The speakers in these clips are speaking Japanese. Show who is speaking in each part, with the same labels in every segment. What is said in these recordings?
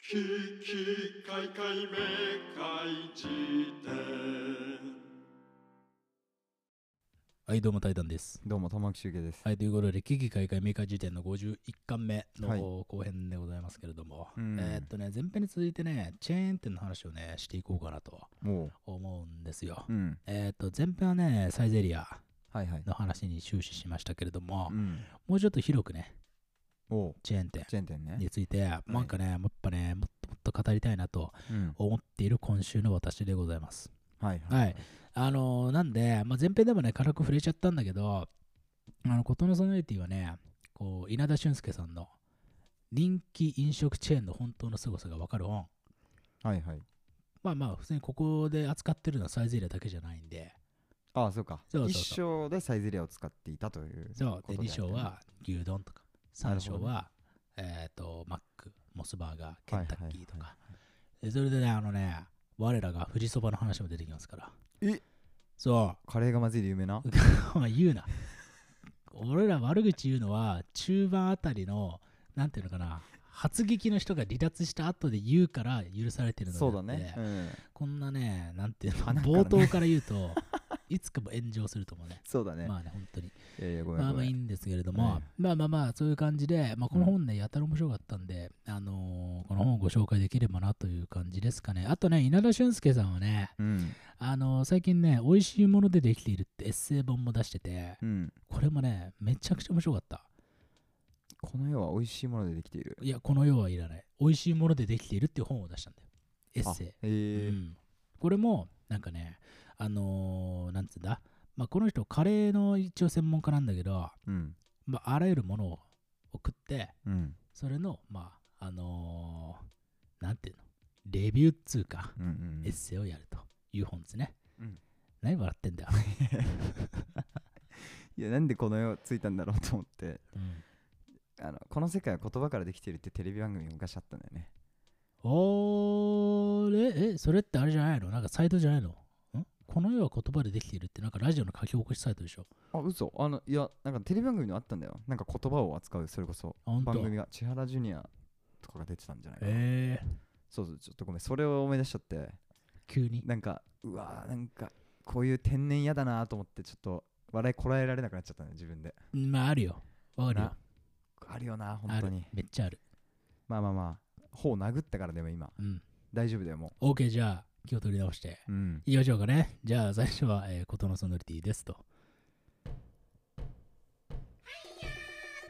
Speaker 1: ききかいかいめかい辞典
Speaker 2: はい、どうも、タイタンです。
Speaker 3: どうも玉木修介です。
Speaker 2: はい、ということで、危機開会メーカー時点の51巻目
Speaker 3: は
Speaker 2: の
Speaker 3: い
Speaker 2: 後編でございますけれども、
Speaker 3: うん
Speaker 2: えーっとね、前編に続いてね、チェーン店の話をね、していこうかなと
Speaker 3: も
Speaker 2: 思うんですよ。
Speaker 3: う、うん、
Speaker 2: えーっと、前編はね、サイゼリア
Speaker 3: はいはい。
Speaker 2: の話に終始しましたけれども、
Speaker 3: うん、
Speaker 2: もうちょっと広くね、
Speaker 3: おう
Speaker 2: チェーン店
Speaker 3: チェーン店ね。
Speaker 2: について、なんかね、やっぱね、もっともっと語りたいなと
Speaker 3: うん、
Speaker 2: 思っている今週の私でございます。
Speaker 3: はい
Speaker 2: はい。あのーなんで、まあ、前編でもね、軽く触れちゃったんだけど、あの、ことのソノリティはね、こう、稲田俊介さんの人気飲食チェーンの本当の凄さがわかる本。
Speaker 3: はいはい。
Speaker 2: まあまあ、普通にここで扱ってるのはサイゼリアだけじゃないんで、
Speaker 3: ああ、そうか。
Speaker 2: そうそうそう
Speaker 3: 一章でサイゼリアを使っていたということ
Speaker 2: そう、で、
Speaker 3: あってね
Speaker 2: 2章は牛丼とか、
Speaker 3: な
Speaker 2: 3
Speaker 3: るほ
Speaker 2: 章
Speaker 3: どね
Speaker 2: は、えっ、と、マック、モスバーガー、ケンタッキーと
Speaker 3: はいはいはい
Speaker 2: か。でそれでね、あのね、我らが富士そばの話も出てきますから。
Speaker 3: え
Speaker 2: そう。
Speaker 3: カレーがまずいで有名な。
Speaker 2: お前言うな。俺ら悪口言うのは、中盤あたりの、なんていうのかな、発撃の人が離脱した後で言うから許されてるのであ
Speaker 3: そ
Speaker 2: っ
Speaker 3: う
Speaker 2: て
Speaker 3: だね。うん、
Speaker 2: こんなね、なんていうの、
Speaker 3: 花からね
Speaker 2: 冒頭から言うと、いつかも炎上すると思うね。
Speaker 3: そうだね。
Speaker 2: まあね、本当に。
Speaker 3: いやいやごめん
Speaker 2: まあ
Speaker 3: ご
Speaker 2: まあ
Speaker 3: め
Speaker 2: いい
Speaker 3: ん。
Speaker 2: んですけれども、
Speaker 3: はい
Speaker 2: まあまあまあ、そういう感じで、まあ、この本ね、やたら面白かったんで、あのーこの本をご紹介できればなという感じですかね。あとね、稲田俊介さんはね、
Speaker 3: うん、
Speaker 2: あのー最近ね、美味しいものでできているってエッセイ本も出してて、
Speaker 3: うん。
Speaker 2: これもね、めちゃくちゃ面白かった。
Speaker 3: この世は美味しいものでできている。
Speaker 2: いや、この世はいらない。美味しいものでできているっていう本を出したんだよ。エ
Speaker 3: あ
Speaker 2: ッセイ。
Speaker 3: え
Speaker 2: う
Speaker 3: ー
Speaker 2: ん、これも、なんかね、あのーなんつうんだ、まあ、この人、カレーの一応専門家なんだけど、
Speaker 3: うん、
Speaker 2: まあ、あらゆるものを送って、
Speaker 3: うん、
Speaker 2: それの、まあ、あのーなんていうの、レビューっつうか、
Speaker 3: うん、うん
Speaker 2: エッ。セイをやるという本ですね。
Speaker 3: うん
Speaker 2: 何笑ってんだよ。
Speaker 3: いや、なんでこの世ついたんだろうと思って。
Speaker 2: うん
Speaker 3: あのこの世界は言葉からできているってテレビ番組が昔あったんだよね。
Speaker 2: あれえ、それってあれじゃないのなんかサイトじゃないのんこの世は言葉でできているってなんかラジオの書き起こしサイトでしょ
Speaker 3: あ、嘘あの、いや、なんかテレビ番組のあったんだよ。なんか言葉を扱う、それこそ。
Speaker 2: あ、ほんと
Speaker 3: 番組が千原ジュニアとかが出てたんじゃないかな、
Speaker 2: え
Speaker 3: そうそうちょっとごめんそれを思い出しちゃって
Speaker 2: ー、急に。
Speaker 3: なんかうわーなんかこういう天然嫌だなと思ってちょっと笑いこらえられなくなっちゃったね自分で
Speaker 2: まあ、あるよ。わかるよ
Speaker 3: な。あるよな
Speaker 2: あ
Speaker 3: 本当
Speaker 2: る
Speaker 3: に。
Speaker 2: めっちゃある。
Speaker 3: まあまあまあ頬殴ったからでも今
Speaker 2: うん。
Speaker 3: 大丈夫だよも
Speaker 2: OK、じゃあ、気を取り直して。
Speaker 3: ううん
Speaker 2: いきましょうかね。じゃあ、最初は、えー、ことのソノリティですと。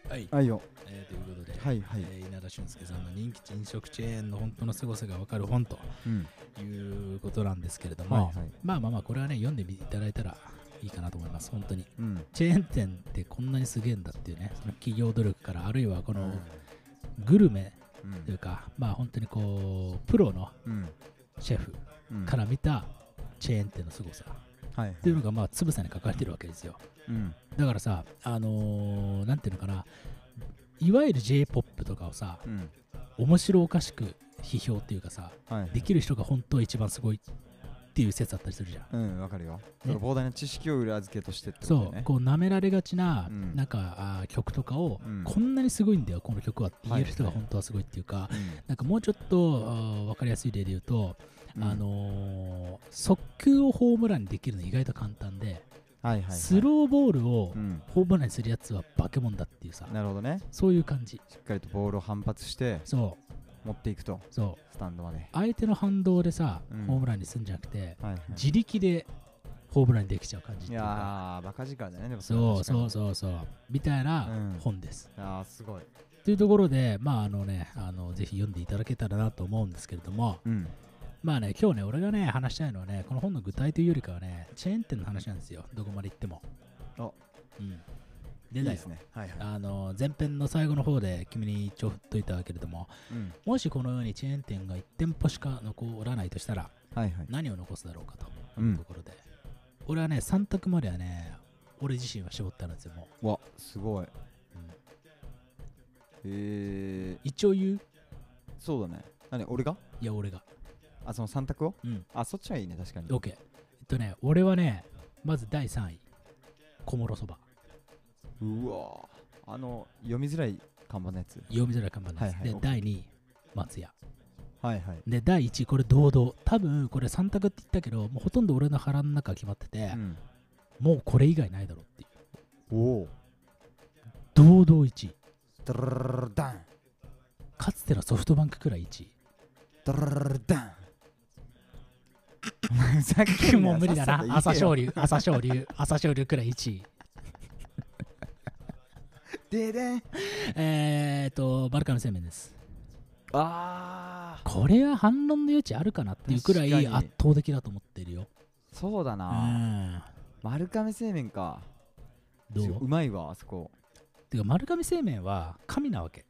Speaker 2: はい。
Speaker 3: あいよ
Speaker 2: えーということで、
Speaker 3: はいはい
Speaker 2: えー稲田俊介さんの人気飲食チェーンの本当の凄さがわかる本と
Speaker 3: うん
Speaker 2: いうことなんですけれども、
Speaker 3: はいはい
Speaker 2: まあまあまあ、これはね、読んでいただいたらいいかなと思います、本当に。
Speaker 3: うん
Speaker 2: チェーン店ってこんなにすげえんだっていうね、その企業努力から、あるいはこのグルメ
Speaker 3: うん
Speaker 2: というか、まあ本当にこう、プロの
Speaker 3: うん
Speaker 2: シェフ
Speaker 3: うん
Speaker 2: から見たチェーン店の凄さっ
Speaker 3: はい
Speaker 2: ていうのが、まあ、つぶさに書かれてるわけですよ。
Speaker 3: うん
Speaker 2: だからさ、あのーなんていうのかな、いわゆる J-POP とかをさ、
Speaker 3: うん
Speaker 2: 面白おかしく批評っていうかさ、
Speaker 3: はい
Speaker 2: できる人が本当は一番すごいっていう説あったりするじゃん。
Speaker 3: うんわかるよその膨大な知識を裏付けとしてってことだ
Speaker 2: そ
Speaker 3: よ
Speaker 2: う、
Speaker 3: ね
Speaker 2: こう舐められがちな、
Speaker 3: うん
Speaker 2: なんかあー曲とかを、
Speaker 3: うん
Speaker 2: こんなにすごいんだよ、この曲はって言える人が
Speaker 3: はいはい
Speaker 2: 本当はすごいっていうか、
Speaker 3: うん
Speaker 2: なんかもうちょっとあーわかりやすい例で言うと、
Speaker 3: うん
Speaker 2: あのー速球をホームランにできるの意外と簡単で、
Speaker 3: はいはいはい
Speaker 2: スローボールを
Speaker 3: うん
Speaker 2: ホームランにするやつは化け物だっていうさ、
Speaker 3: なるほどね
Speaker 2: そういう感じ。
Speaker 3: しっかりとボールを反発して
Speaker 2: そう、
Speaker 3: 持っていくと
Speaker 2: そう。
Speaker 3: スタンドまで
Speaker 2: 相手の反動でさ、
Speaker 3: うん
Speaker 2: ホームランにするんじゃなくて、
Speaker 3: はい、はい、
Speaker 2: 自力でホームランにできちゃう感じっ
Speaker 3: い
Speaker 2: ていうか
Speaker 3: やーバカ力だねでも
Speaker 2: そうそう
Speaker 3: う
Speaker 2: そうそうみたいな
Speaker 3: うん
Speaker 2: 本です。
Speaker 3: ああすごい
Speaker 2: というところでまああのねあのぜひ読んでいただけたらなと思うんですけれども
Speaker 3: うん
Speaker 2: まあね今日ね俺がね話したいのはねこの本の具体というよりかはねチェーン店の話なんですよどこまで行っても。
Speaker 3: あ
Speaker 2: うん、
Speaker 3: い
Speaker 2: で
Speaker 3: い
Speaker 2: ね
Speaker 3: ですねはいはい
Speaker 2: あの前編の最後の方で君に一応振っといたけれども
Speaker 3: うん
Speaker 2: もしこのようにチェーン店が1店舗しか残らないとしたら
Speaker 3: はいはい
Speaker 2: 何を残すだろうかと
Speaker 3: う
Speaker 2: いうと
Speaker 3: ん
Speaker 2: ころで、俺はね3択まではね俺自身は絞ったんですよも、
Speaker 3: わすごいう
Speaker 2: うん
Speaker 3: えー、
Speaker 2: 一応言う
Speaker 3: そうだね何俺が
Speaker 2: いや俺が
Speaker 3: あその3択を
Speaker 2: うん
Speaker 3: あそっちはいいね確かに
Speaker 2: OK えっとね俺はねまず第3位小諸そば
Speaker 3: うわーあの読みづらい看板のやつ
Speaker 2: 読みづらい看板です、
Speaker 3: はいはい
Speaker 2: で
Speaker 3: OK
Speaker 2: 第2位松屋
Speaker 3: はいはい、
Speaker 2: で第1位これ堂々多分これ3択って言ったけどもうほとんど俺の腹の中決まってて
Speaker 3: う、ん、
Speaker 2: もうこれ以外ないだろうっていう
Speaker 3: おお
Speaker 2: 堂々1位
Speaker 3: ドルルルルルダン
Speaker 2: かつてのソフトバンクくらい1位
Speaker 3: ドルルルルルダンふざけんな
Speaker 2: もう無理だ
Speaker 3: さっさと言え
Speaker 2: な
Speaker 3: よ
Speaker 2: 朝青龍朝青龍朝青龍くらい1位
Speaker 3: ででん
Speaker 2: えーっとバルカの製麺です
Speaker 3: あー
Speaker 2: これは反論の余地あるかなっていうくらい
Speaker 3: 確かに
Speaker 2: 圧倒的だと思ってるよ
Speaker 3: そうだ
Speaker 2: う
Speaker 3: な、
Speaker 2: ん
Speaker 3: 丸亀製麺か
Speaker 2: ど
Speaker 3: う
Speaker 2: う
Speaker 3: まいわあそこ
Speaker 2: てか丸亀製麺は神なわけ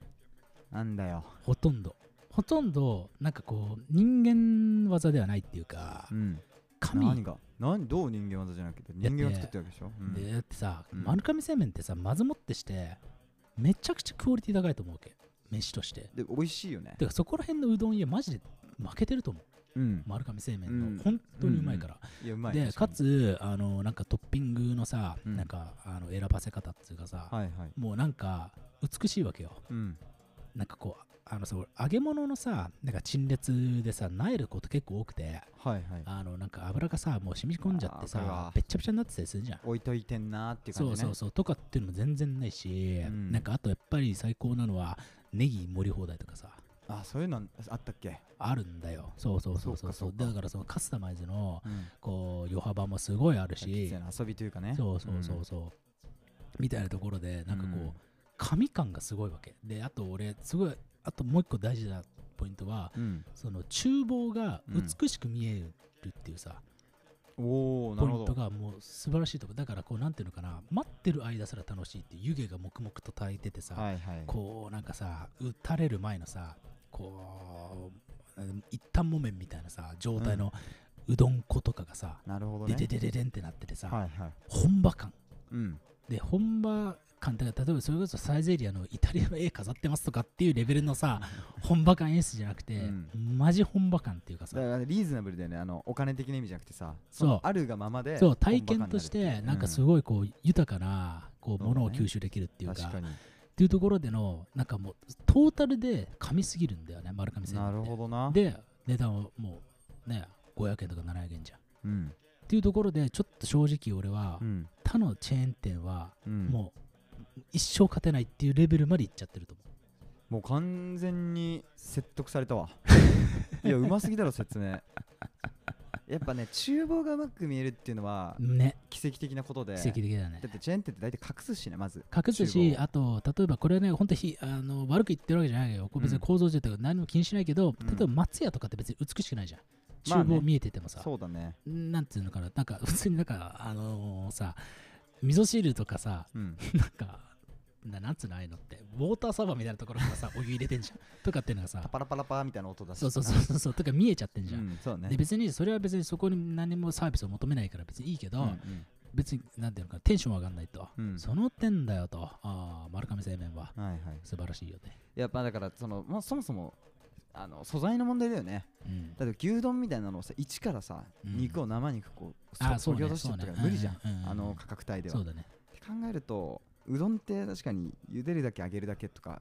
Speaker 3: なんだよ
Speaker 2: ほとんどほとんどなんかこう人間技ではないっていうか
Speaker 3: うん
Speaker 2: 神
Speaker 3: 何が何どう人間技じゃなくて
Speaker 2: や
Speaker 3: 人間が作ってるわけでしょ、うん
Speaker 2: でだってさ、
Speaker 3: うん
Speaker 2: 丸亀製麺ってさまずもってしてめちゃくちゃクオリティ高いと思うわけ飯として
Speaker 3: で美味しいよね
Speaker 2: てかそこら辺のうどん家マジで負けてると思う
Speaker 3: うん
Speaker 2: 丸亀製麺
Speaker 3: う
Speaker 2: の、
Speaker 3: ん
Speaker 2: 本当にうまいから、
Speaker 3: いやうまい
Speaker 2: でか
Speaker 3: 確
Speaker 2: つあのなんかトッピングのさ、
Speaker 3: うん
Speaker 2: なんかあの選ばせ方っていうかさ、
Speaker 3: かにはいはい
Speaker 2: もうなんか美しいわけよ
Speaker 3: うん
Speaker 2: なんかこうあのさ俺揚げ物のさなんか陳列でさなえること結構多くて
Speaker 3: はいはい
Speaker 2: あのなんか油がさもう染み込んじゃって
Speaker 3: あーわかる
Speaker 2: さ
Speaker 3: わ
Speaker 2: べっちゃべちゃになってたりするじゃん
Speaker 3: 置いといてんなーっていう感
Speaker 2: そ
Speaker 3: じ
Speaker 2: う
Speaker 3: ね
Speaker 2: そうそうとかっていうのも全然ないし、
Speaker 3: うん
Speaker 2: なんかあとやっぱり最高なのはネギ盛り放題とかさ
Speaker 3: あそういうのあったっけ、
Speaker 2: あるんだよそうそうそうそう
Speaker 3: そ
Speaker 2: そうう
Speaker 3: かそうか
Speaker 2: だからそのカスタマイズの
Speaker 3: うん、
Speaker 2: こう余幅もすごいある
Speaker 3: キッ
Speaker 2: し
Speaker 3: ズへの遊びというかね
Speaker 2: そうそうそうそう、みたいなところでなんかこう、
Speaker 3: うん
Speaker 2: 神感がすごいわけであと俺すごいあともう一個大事なポイントは
Speaker 3: うん、
Speaker 2: その厨房が
Speaker 3: うん
Speaker 2: 美しく見えるっていうさ、
Speaker 3: うん、おおな
Speaker 2: ポ
Speaker 3: る
Speaker 2: イ
Speaker 3: ほ
Speaker 2: ント
Speaker 3: ど
Speaker 2: がもう素晴らしいとこだからこうなんていうのかな待ってる間すら楽しいっていう湯気が黙々と炊いててさ、
Speaker 3: はいはい
Speaker 2: こうなんかさ打たれる前のさこううん一旦木綿みたいなさ状態のうどん粉とかがさ、
Speaker 3: なるほど
Speaker 2: で
Speaker 3: ね
Speaker 2: ででででんってなっててさ、
Speaker 3: はいはい
Speaker 2: 本場感
Speaker 3: うん
Speaker 2: で本場感だから例えばそれこそサイゼリアのイタリアの絵飾ってますとかっていうレベルのさ本場感演出じゃなくて、
Speaker 3: うん
Speaker 2: マジ本場感っていうかさ
Speaker 3: だからリーズナブルだよねあのお金的な意味じゃなくてさ
Speaker 2: そう
Speaker 3: のあるがままで
Speaker 2: そう体験とし
Speaker 3: 本場
Speaker 2: て
Speaker 3: 感に
Speaker 2: なんかす
Speaker 3: るっ
Speaker 2: ごいこう豊かなこう
Speaker 3: そうだ
Speaker 2: も
Speaker 3: ね
Speaker 2: のを吸収できるって
Speaker 3: て
Speaker 2: い
Speaker 3: いうう
Speaker 2: か,、
Speaker 3: ん確かに
Speaker 2: っていうところでのなんかもうトータルで噛みすぎるんだよね丸亀製麺
Speaker 3: な
Speaker 2: って
Speaker 3: るほどな
Speaker 2: で値段はもうね500円とか700円じゃんっ
Speaker 3: うん
Speaker 2: ていうところでちょっと正直俺は
Speaker 3: うん
Speaker 2: 他のチェーン店は
Speaker 3: うんも
Speaker 2: もう一生勝てないっていうレベルまでいっちゃってると思う
Speaker 3: う完全に説得さ れたわいやうますぎだろ説明やっぱね厨房がうまく見えるっていうのは
Speaker 2: ね
Speaker 3: 奇跡的なことで
Speaker 2: 奇跡的だよね
Speaker 3: だってチェーン店って大体隠すしねまず
Speaker 2: 隠す
Speaker 3: 厨
Speaker 2: し
Speaker 3: 房
Speaker 2: あと例えばこれはね本当にあの悪く言ってるわけじゃないよこれ別に
Speaker 3: うん
Speaker 2: 構造上とか何も気にしないけど、
Speaker 3: うん
Speaker 2: 例えば松屋とかって別に美しくないじゃん
Speaker 3: まあ
Speaker 2: 厨
Speaker 3: ね
Speaker 2: 房見えててもさ、
Speaker 3: そうだね
Speaker 2: なんていうのかななんか普通になんかあのーさ味噌汁とかさ
Speaker 3: うん
Speaker 2: なんか、ななんつうのああいうのって、ウォーターサーバーみたいなところからさ、 お湯入れてんじゃん。とかっていうのがさ、
Speaker 3: パラパラパーみたいな音出して
Speaker 2: そうそうそうそう、とか見えちゃってんじゃん。
Speaker 3: んそうだ
Speaker 2: で
Speaker 3: ね
Speaker 2: 別にそれは別にそこに何もサービスを求めないから別にいいけど、
Speaker 3: うん
Speaker 2: 別になんていうのかなテンション上がんないと、
Speaker 3: うんうん
Speaker 2: その点だよとああ丸亀製麺は
Speaker 3: はいはい
Speaker 2: 素晴らしいよね、
Speaker 3: やっぱだからそのもうそもそもあの素材の問題だよね
Speaker 2: うん、
Speaker 3: だって牛丼みたいなのをさ一からさ、
Speaker 2: うん
Speaker 3: 肉を生肉こう
Speaker 2: あそ
Speaker 3: そ
Speaker 2: う
Speaker 3: 削
Speaker 2: ね
Speaker 3: ぎ落としてってか
Speaker 2: そうね
Speaker 3: 無理じゃん、
Speaker 2: うんうんうん
Speaker 3: あの価格帯では。
Speaker 2: そう
Speaker 3: って
Speaker 2: だね
Speaker 3: 考えるとうどんって確かに茹でるだけ揚げるだけとか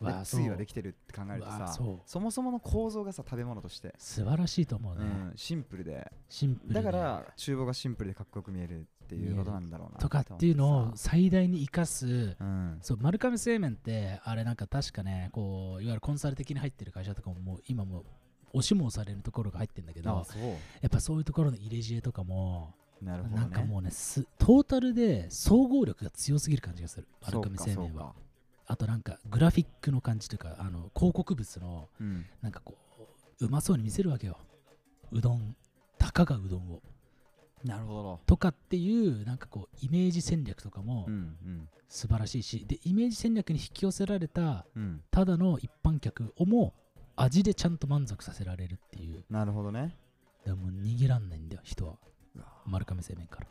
Speaker 3: で
Speaker 2: わあ
Speaker 3: つゆがで
Speaker 2: き
Speaker 3: きてるって考えるとさ
Speaker 2: そう
Speaker 3: そもそもの構造がさ食べ物として、
Speaker 2: 素晴らしいと思う
Speaker 3: う
Speaker 2: ね、
Speaker 3: ん、シンプルで
Speaker 2: シンプルで
Speaker 3: だから厨房がシンプルでかっこよく見えるっていうことなんだろうな
Speaker 2: とかっていうのを
Speaker 3: と
Speaker 2: 最大に生かす
Speaker 3: 思ってさ
Speaker 2: そう丸亀製麺ってあれなんか確かねこういわゆるコンサル的に入ってる会社とかももう今もう押しも押されるところが入ってるんだけ
Speaker 3: うん、あ
Speaker 2: ど
Speaker 3: そう
Speaker 2: やっぱそういうところの入れ知恵とかも
Speaker 3: なるほど、ね、
Speaker 2: なんかもうねすトータルで総合力が強すぎる感じがする丸
Speaker 3: そうか
Speaker 2: 亀製
Speaker 3: そ
Speaker 2: 麺
Speaker 3: う
Speaker 2: は
Speaker 3: か
Speaker 2: あとなんかグラフィックの感じというかあの広告物の
Speaker 3: うん
Speaker 2: なんかこううまそうに見せるわけようどんたかがうどんを
Speaker 3: なるほど、
Speaker 2: とかっていうなんかこうイメージ戦略とかも
Speaker 3: うんうん
Speaker 2: 素晴らしいしでイメージ戦略に引き寄せられた
Speaker 3: うん、
Speaker 2: ただの一般客をも味でちゃんと満足させられるっていう
Speaker 3: なるほどね
Speaker 2: でもう逃げらんないんだよ人は
Speaker 3: うわ
Speaker 2: 丸亀製麺から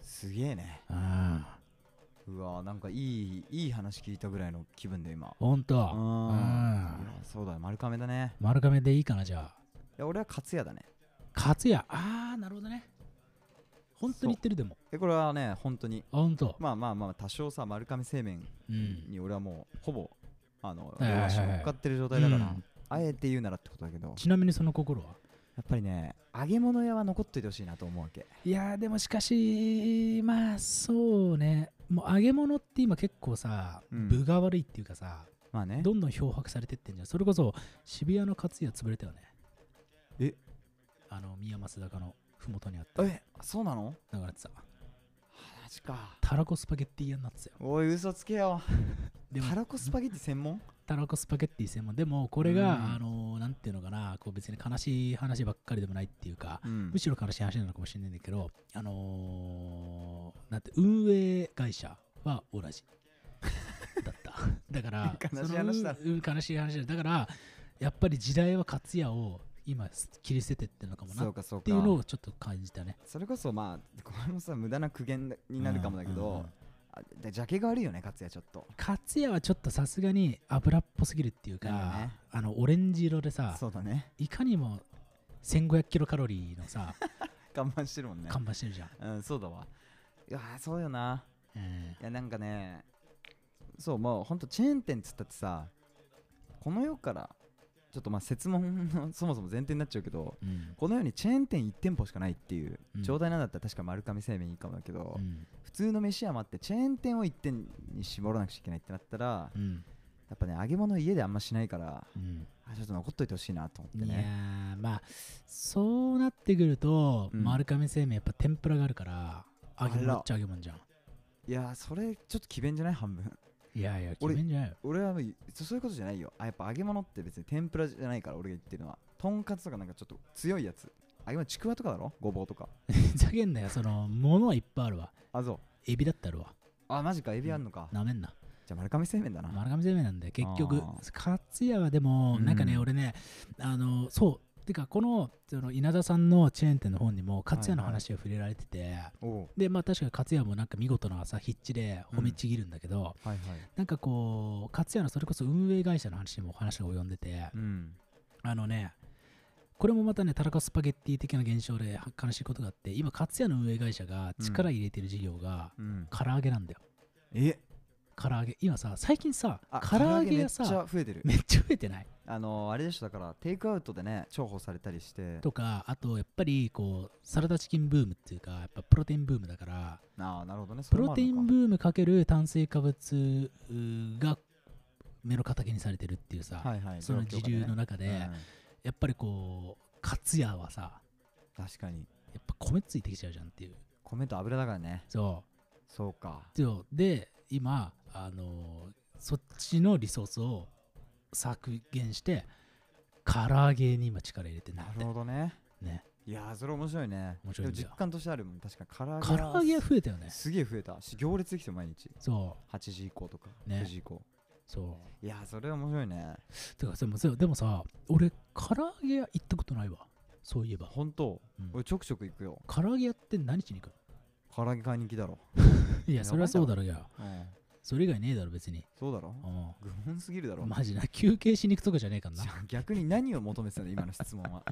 Speaker 3: すげえね
Speaker 2: ああ
Speaker 3: うわーなんかいいいい話聞いたぐらいの気分で今
Speaker 2: ほん
Speaker 3: う
Speaker 2: と
Speaker 3: ん
Speaker 2: うん
Speaker 3: いやそうだよ丸亀だね
Speaker 2: 丸亀でいいかなじゃあ
Speaker 3: いや俺は勝也だね
Speaker 2: 勝也ああなるほどね本当に言ってるでも
Speaker 3: でこれはね本当に
Speaker 2: あほんと
Speaker 3: まあまあまあ多少さ丸亀製麺
Speaker 2: うん
Speaker 3: に俺はもうほぼあの
Speaker 2: はいはいはい
Speaker 3: 両足乗っかってる状態だから、
Speaker 2: うん
Speaker 3: あえて言うならってことだけど
Speaker 2: ちなみにその心は
Speaker 3: やっぱりね揚げ物屋は残っといてほしいなと思うわけ
Speaker 2: いやーでもしかしまあそうねもう揚げ物って今結構さ、
Speaker 3: うん
Speaker 2: 分が悪いっていうかさ
Speaker 3: まあね
Speaker 2: どんどん漂白されてってんじゃんそれこそ渋谷の勝屋潰れたよね
Speaker 3: え
Speaker 2: あの宮益坂のふもとにあった
Speaker 3: えそうなの
Speaker 2: 流れてさ
Speaker 3: マジか
Speaker 2: たらこスパゲッティ屋になってたよ
Speaker 3: おい嘘つけよ
Speaker 2: でも
Speaker 3: たらこスパゲッティ専門
Speaker 2: たらこスパゲッティ専門でもこれが、
Speaker 3: うん
Speaker 2: あのなんていうのかなこう別に悲しい話ばっかりでもないっていうか
Speaker 3: うん
Speaker 2: むしろ悲しい話なのかもしれないんだけどあのーなんて運営会社は同じだった だから
Speaker 3: 悲しい
Speaker 2: その
Speaker 3: 話だ
Speaker 2: うん悲しい話だだからやっぱり時代は勝也を今切り捨ててってるのかもな
Speaker 3: そう
Speaker 2: っ
Speaker 3: かそう
Speaker 2: ていうの
Speaker 3: か
Speaker 2: をちょっと感じたね
Speaker 3: それこそまあこれもさ無駄な苦言になるかもだけ
Speaker 2: うんうんう
Speaker 3: ど
Speaker 2: ん
Speaker 3: あでジャケが悪いよね勝也ちょっと
Speaker 2: 勝也はちょっとさすがに油っぽすぎるっていうか、
Speaker 3: だよね
Speaker 2: あのオレンジ色でさ
Speaker 3: そうだね
Speaker 2: いかにも1500キロカロリーのさ
Speaker 3: 我慢してるもんね
Speaker 2: 看板してるじゃん、
Speaker 3: うんそうだわいやーそうよな
Speaker 2: え
Speaker 3: いやなんかねそうもうほんとチェーン店っつったってさこの世からちょっとまあ説問の そもそも前提になっちゃうけど
Speaker 2: ーうん
Speaker 3: この世にチェーン店1店舗しかないっていう、
Speaker 2: うん
Speaker 3: 状態なんだったら確か丸亀製麺いいかもだけど、
Speaker 2: うん
Speaker 3: 普通の飯屋もあってチェーン店を1店に絞らなくちゃいけないってなったら、
Speaker 2: うん
Speaker 3: やっぱね揚げ物家であんましないから
Speaker 2: うん
Speaker 3: あちょっと残っといてほしいなと思って
Speaker 2: いや
Speaker 3: ね
Speaker 2: ーまあそうなってくると、
Speaker 3: うん
Speaker 2: 丸亀製麺やっぱ天ぷらがあるから揚げ
Speaker 3: あ
Speaker 2: 物
Speaker 3: ら
Speaker 2: っちゃ揚げ物じゃん
Speaker 3: いやーそれちょっと奇弁じゃない半分
Speaker 2: いやいや決
Speaker 3: 俺
Speaker 2: めんじゃないよ
Speaker 3: 俺はもうそそういうことじゃないよあやっぱ揚げ物って別に天ぷらじゃないから俺が言ってるのはとんかつとかなんかちょっと強いやつ揚げ物ちくわとかだろごぼうとか
Speaker 2: ふざけんなよその物はいっぱいあるわ
Speaker 3: あそう
Speaker 2: エビだってあるわ
Speaker 3: あマジかエビあんのか、
Speaker 2: なめんな
Speaker 3: じゃあ丸亀製麺だな、
Speaker 2: 丸亀製麺なんで結局
Speaker 3: あ
Speaker 2: 勝也はでも
Speaker 3: うん
Speaker 2: なんかね、俺ねあのそうてかこのその稲田さんのチェーン店の本にも勝也の
Speaker 3: はいはい
Speaker 2: 話が触れられてて、
Speaker 3: おう
Speaker 2: でまあ確かに勝也もなんか見事なさ筆致で褒めちぎるんだけど、
Speaker 3: はいはい
Speaker 2: なんかこう勝也のそれこそ運営会社の話にも話が及んでて、
Speaker 3: うん
Speaker 2: あのねこれもまたねたらこスパゲッティ的な現象では悲しいことがあって今勝也の運営会社が力入れてる事業が
Speaker 3: うん
Speaker 2: 唐揚げなんだよ
Speaker 3: え
Speaker 2: 唐揚げ今さ最近さ
Speaker 3: あ
Speaker 2: 唐揚げがさ
Speaker 3: 唐揚めっちゃ増えてる
Speaker 2: めっちゃ増えてない
Speaker 3: あのー、あれでしょだからテイクアウトでね重宝されたりして
Speaker 2: とかあとやっぱりこうサラダチキンブームっていうかやっぱプロテインブームだから
Speaker 3: ああなるほどねそ
Speaker 2: プ
Speaker 3: れも
Speaker 2: ロ
Speaker 3: あ
Speaker 2: テ
Speaker 3: る
Speaker 2: イ
Speaker 3: のか
Speaker 2: ンブームかける炭水化物うーが目の敵にされてるっていうさ、
Speaker 3: はいはい
Speaker 2: その
Speaker 3: 状況
Speaker 2: 時
Speaker 3: 下でね
Speaker 2: 流の中で、
Speaker 3: う
Speaker 2: やっぱりこう勝也はさ
Speaker 3: ん確かに
Speaker 2: やっぱ米ついてきちゃうじゃんっていう
Speaker 3: 米と油だからね
Speaker 2: そう
Speaker 3: そうか
Speaker 2: そうで今、あのーそっちのリソースを削減して唐揚げに今力入れてんだ
Speaker 3: な
Speaker 2: って
Speaker 3: るほどね
Speaker 2: ね
Speaker 3: いやーそれ面白いね
Speaker 2: 面白いんだ
Speaker 3: で
Speaker 2: よ
Speaker 3: も実感としてあるもん確かに唐揚げ
Speaker 2: 唐揚げは増えたよね
Speaker 3: すげえ増えたし行列できてる毎日
Speaker 2: そ
Speaker 3: 8時以降とか
Speaker 2: ね
Speaker 3: 9時以降
Speaker 2: うそ
Speaker 3: いやーそれ面白いね
Speaker 2: うてかでもそうでもさ俺唐揚げ屋行ったことないわそういえば
Speaker 3: 本当
Speaker 2: うん
Speaker 3: 俺ちょくちょく行くよ
Speaker 2: 唐揚げ屋って何しに行く
Speaker 3: 唐揚げ買いに行きだろ
Speaker 2: のいや
Speaker 3: や
Speaker 2: それはそうだろうよ
Speaker 3: うん
Speaker 2: それ以外ねえだろ別に
Speaker 3: そうだろ
Speaker 2: うん
Speaker 3: 愚問すぎるだろ
Speaker 2: マジな休憩しに行くとかじゃねえからな
Speaker 3: じゃあ逆に何を求めてたの今の質問 は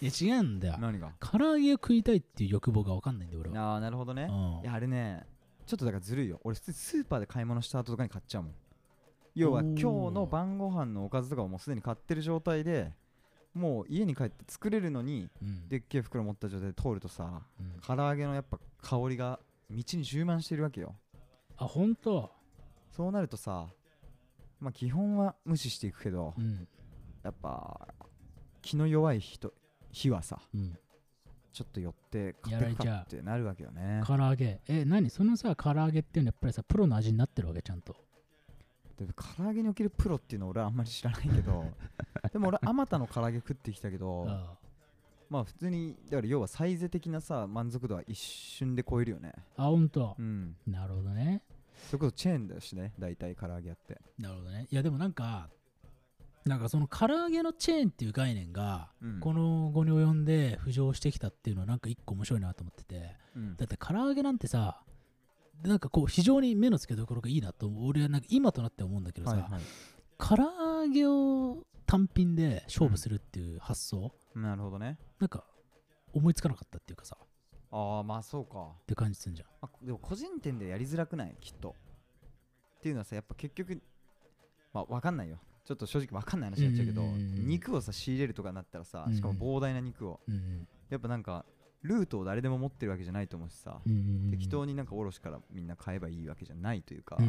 Speaker 2: いや違うんだよ
Speaker 3: 何 が
Speaker 2: 唐揚げを食いたいっていう欲望が分かんないんだよ俺は
Speaker 3: ああなるほどね
Speaker 2: うん
Speaker 3: いやあれねちょっとだからずるいよ俺普通にスーパーで買い物した後とかに買っちゃうもん要は
Speaker 2: おー
Speaker 3: 今日の晩ご飯のおかずとかをもうすでに買ってる状態でもう家に帰って作れるのに
Speaker 2: うん
Speaker 3: でっけえ袋持った状態で通るとさ
Speaker 2: うん
Speaker 3: 唐揚げのやっぱ香りが道に充満してるわけよ
Speaker 2: あ本当
Speaker 3: そうなるとさまあ基本は無視していくけど
Speaker 2: うん
Speaker 3: やっぱ気の弱い人日はさ
Speaker 2: うん
Speaker 3: ちょっと寄って買ってく
Speaker 2: やら
Speaker 3: か
Speaker 2: れ
Speaker 3: ってなるわけよね
Speaker 2: 唐揚げえ何そのさ唐揚げっていうのはやっぱりさプロの味になってるわけちゃんと
Speaker 3: で唐揚げにおけるプロっていうのは俺はあんまり知らないけ どでも俺あまたの唐揚げ食ってきたけど
Speaker 2: あ
Speaker 3: まあ普通にだから要はサイズ的なさ満足度は一瞬で超えるよね
Speaker 2: あほんと
Speaker 3: うん
Speaker 2: なるほどね
Speaker 3: それこそチェーンだしね大体唐揚げやって
Speaker 2: なるほどねいやでもなんかなんかその唐揚げのチェーンっていう概念が
Speaker 3: うん
Speaker 2: この後に及んで浮上してきたっていうのはなんか一個面白いなと思ってて
Speaker 3: うん
Speaker 2: だって唐揚げなんてさなんかこう非常に目の付けどころがいいなと俺はなんか今となって思うんだけどさ、
Speaker 3: はいはい
Speaker 2: 唐揚げを単品で勝負するっていう発想、
Speaker 3: なるほどね
Speaker 2: なんか思いつかなかったっていうかさっ
Speaker 3: ああまあそうか
Speaker 2: て感じするじゃん
Speaker 3: あでも個人店でやりづらくないきっとっていうのはさやっぱ結局まあわかんないよちょっと正直分かんない話になっちゃうけど、
Speaker 2: うんうんうんうん
Speaker 3: 肉をさ仕入れるとかになったらさ
Speaker 2: うん
Speaker 3: しかも膨大な肉を
Speaker 2: うん
Speaker 3: やっぱなんかルートを誰でも持ってるわけじゃないと思うしさ、
Speaker 2: うん
Speaker 3: 適当
Speaker 2: に
Speaker 3: になんか卸からみんな買えばいいわけじゃないというか、だ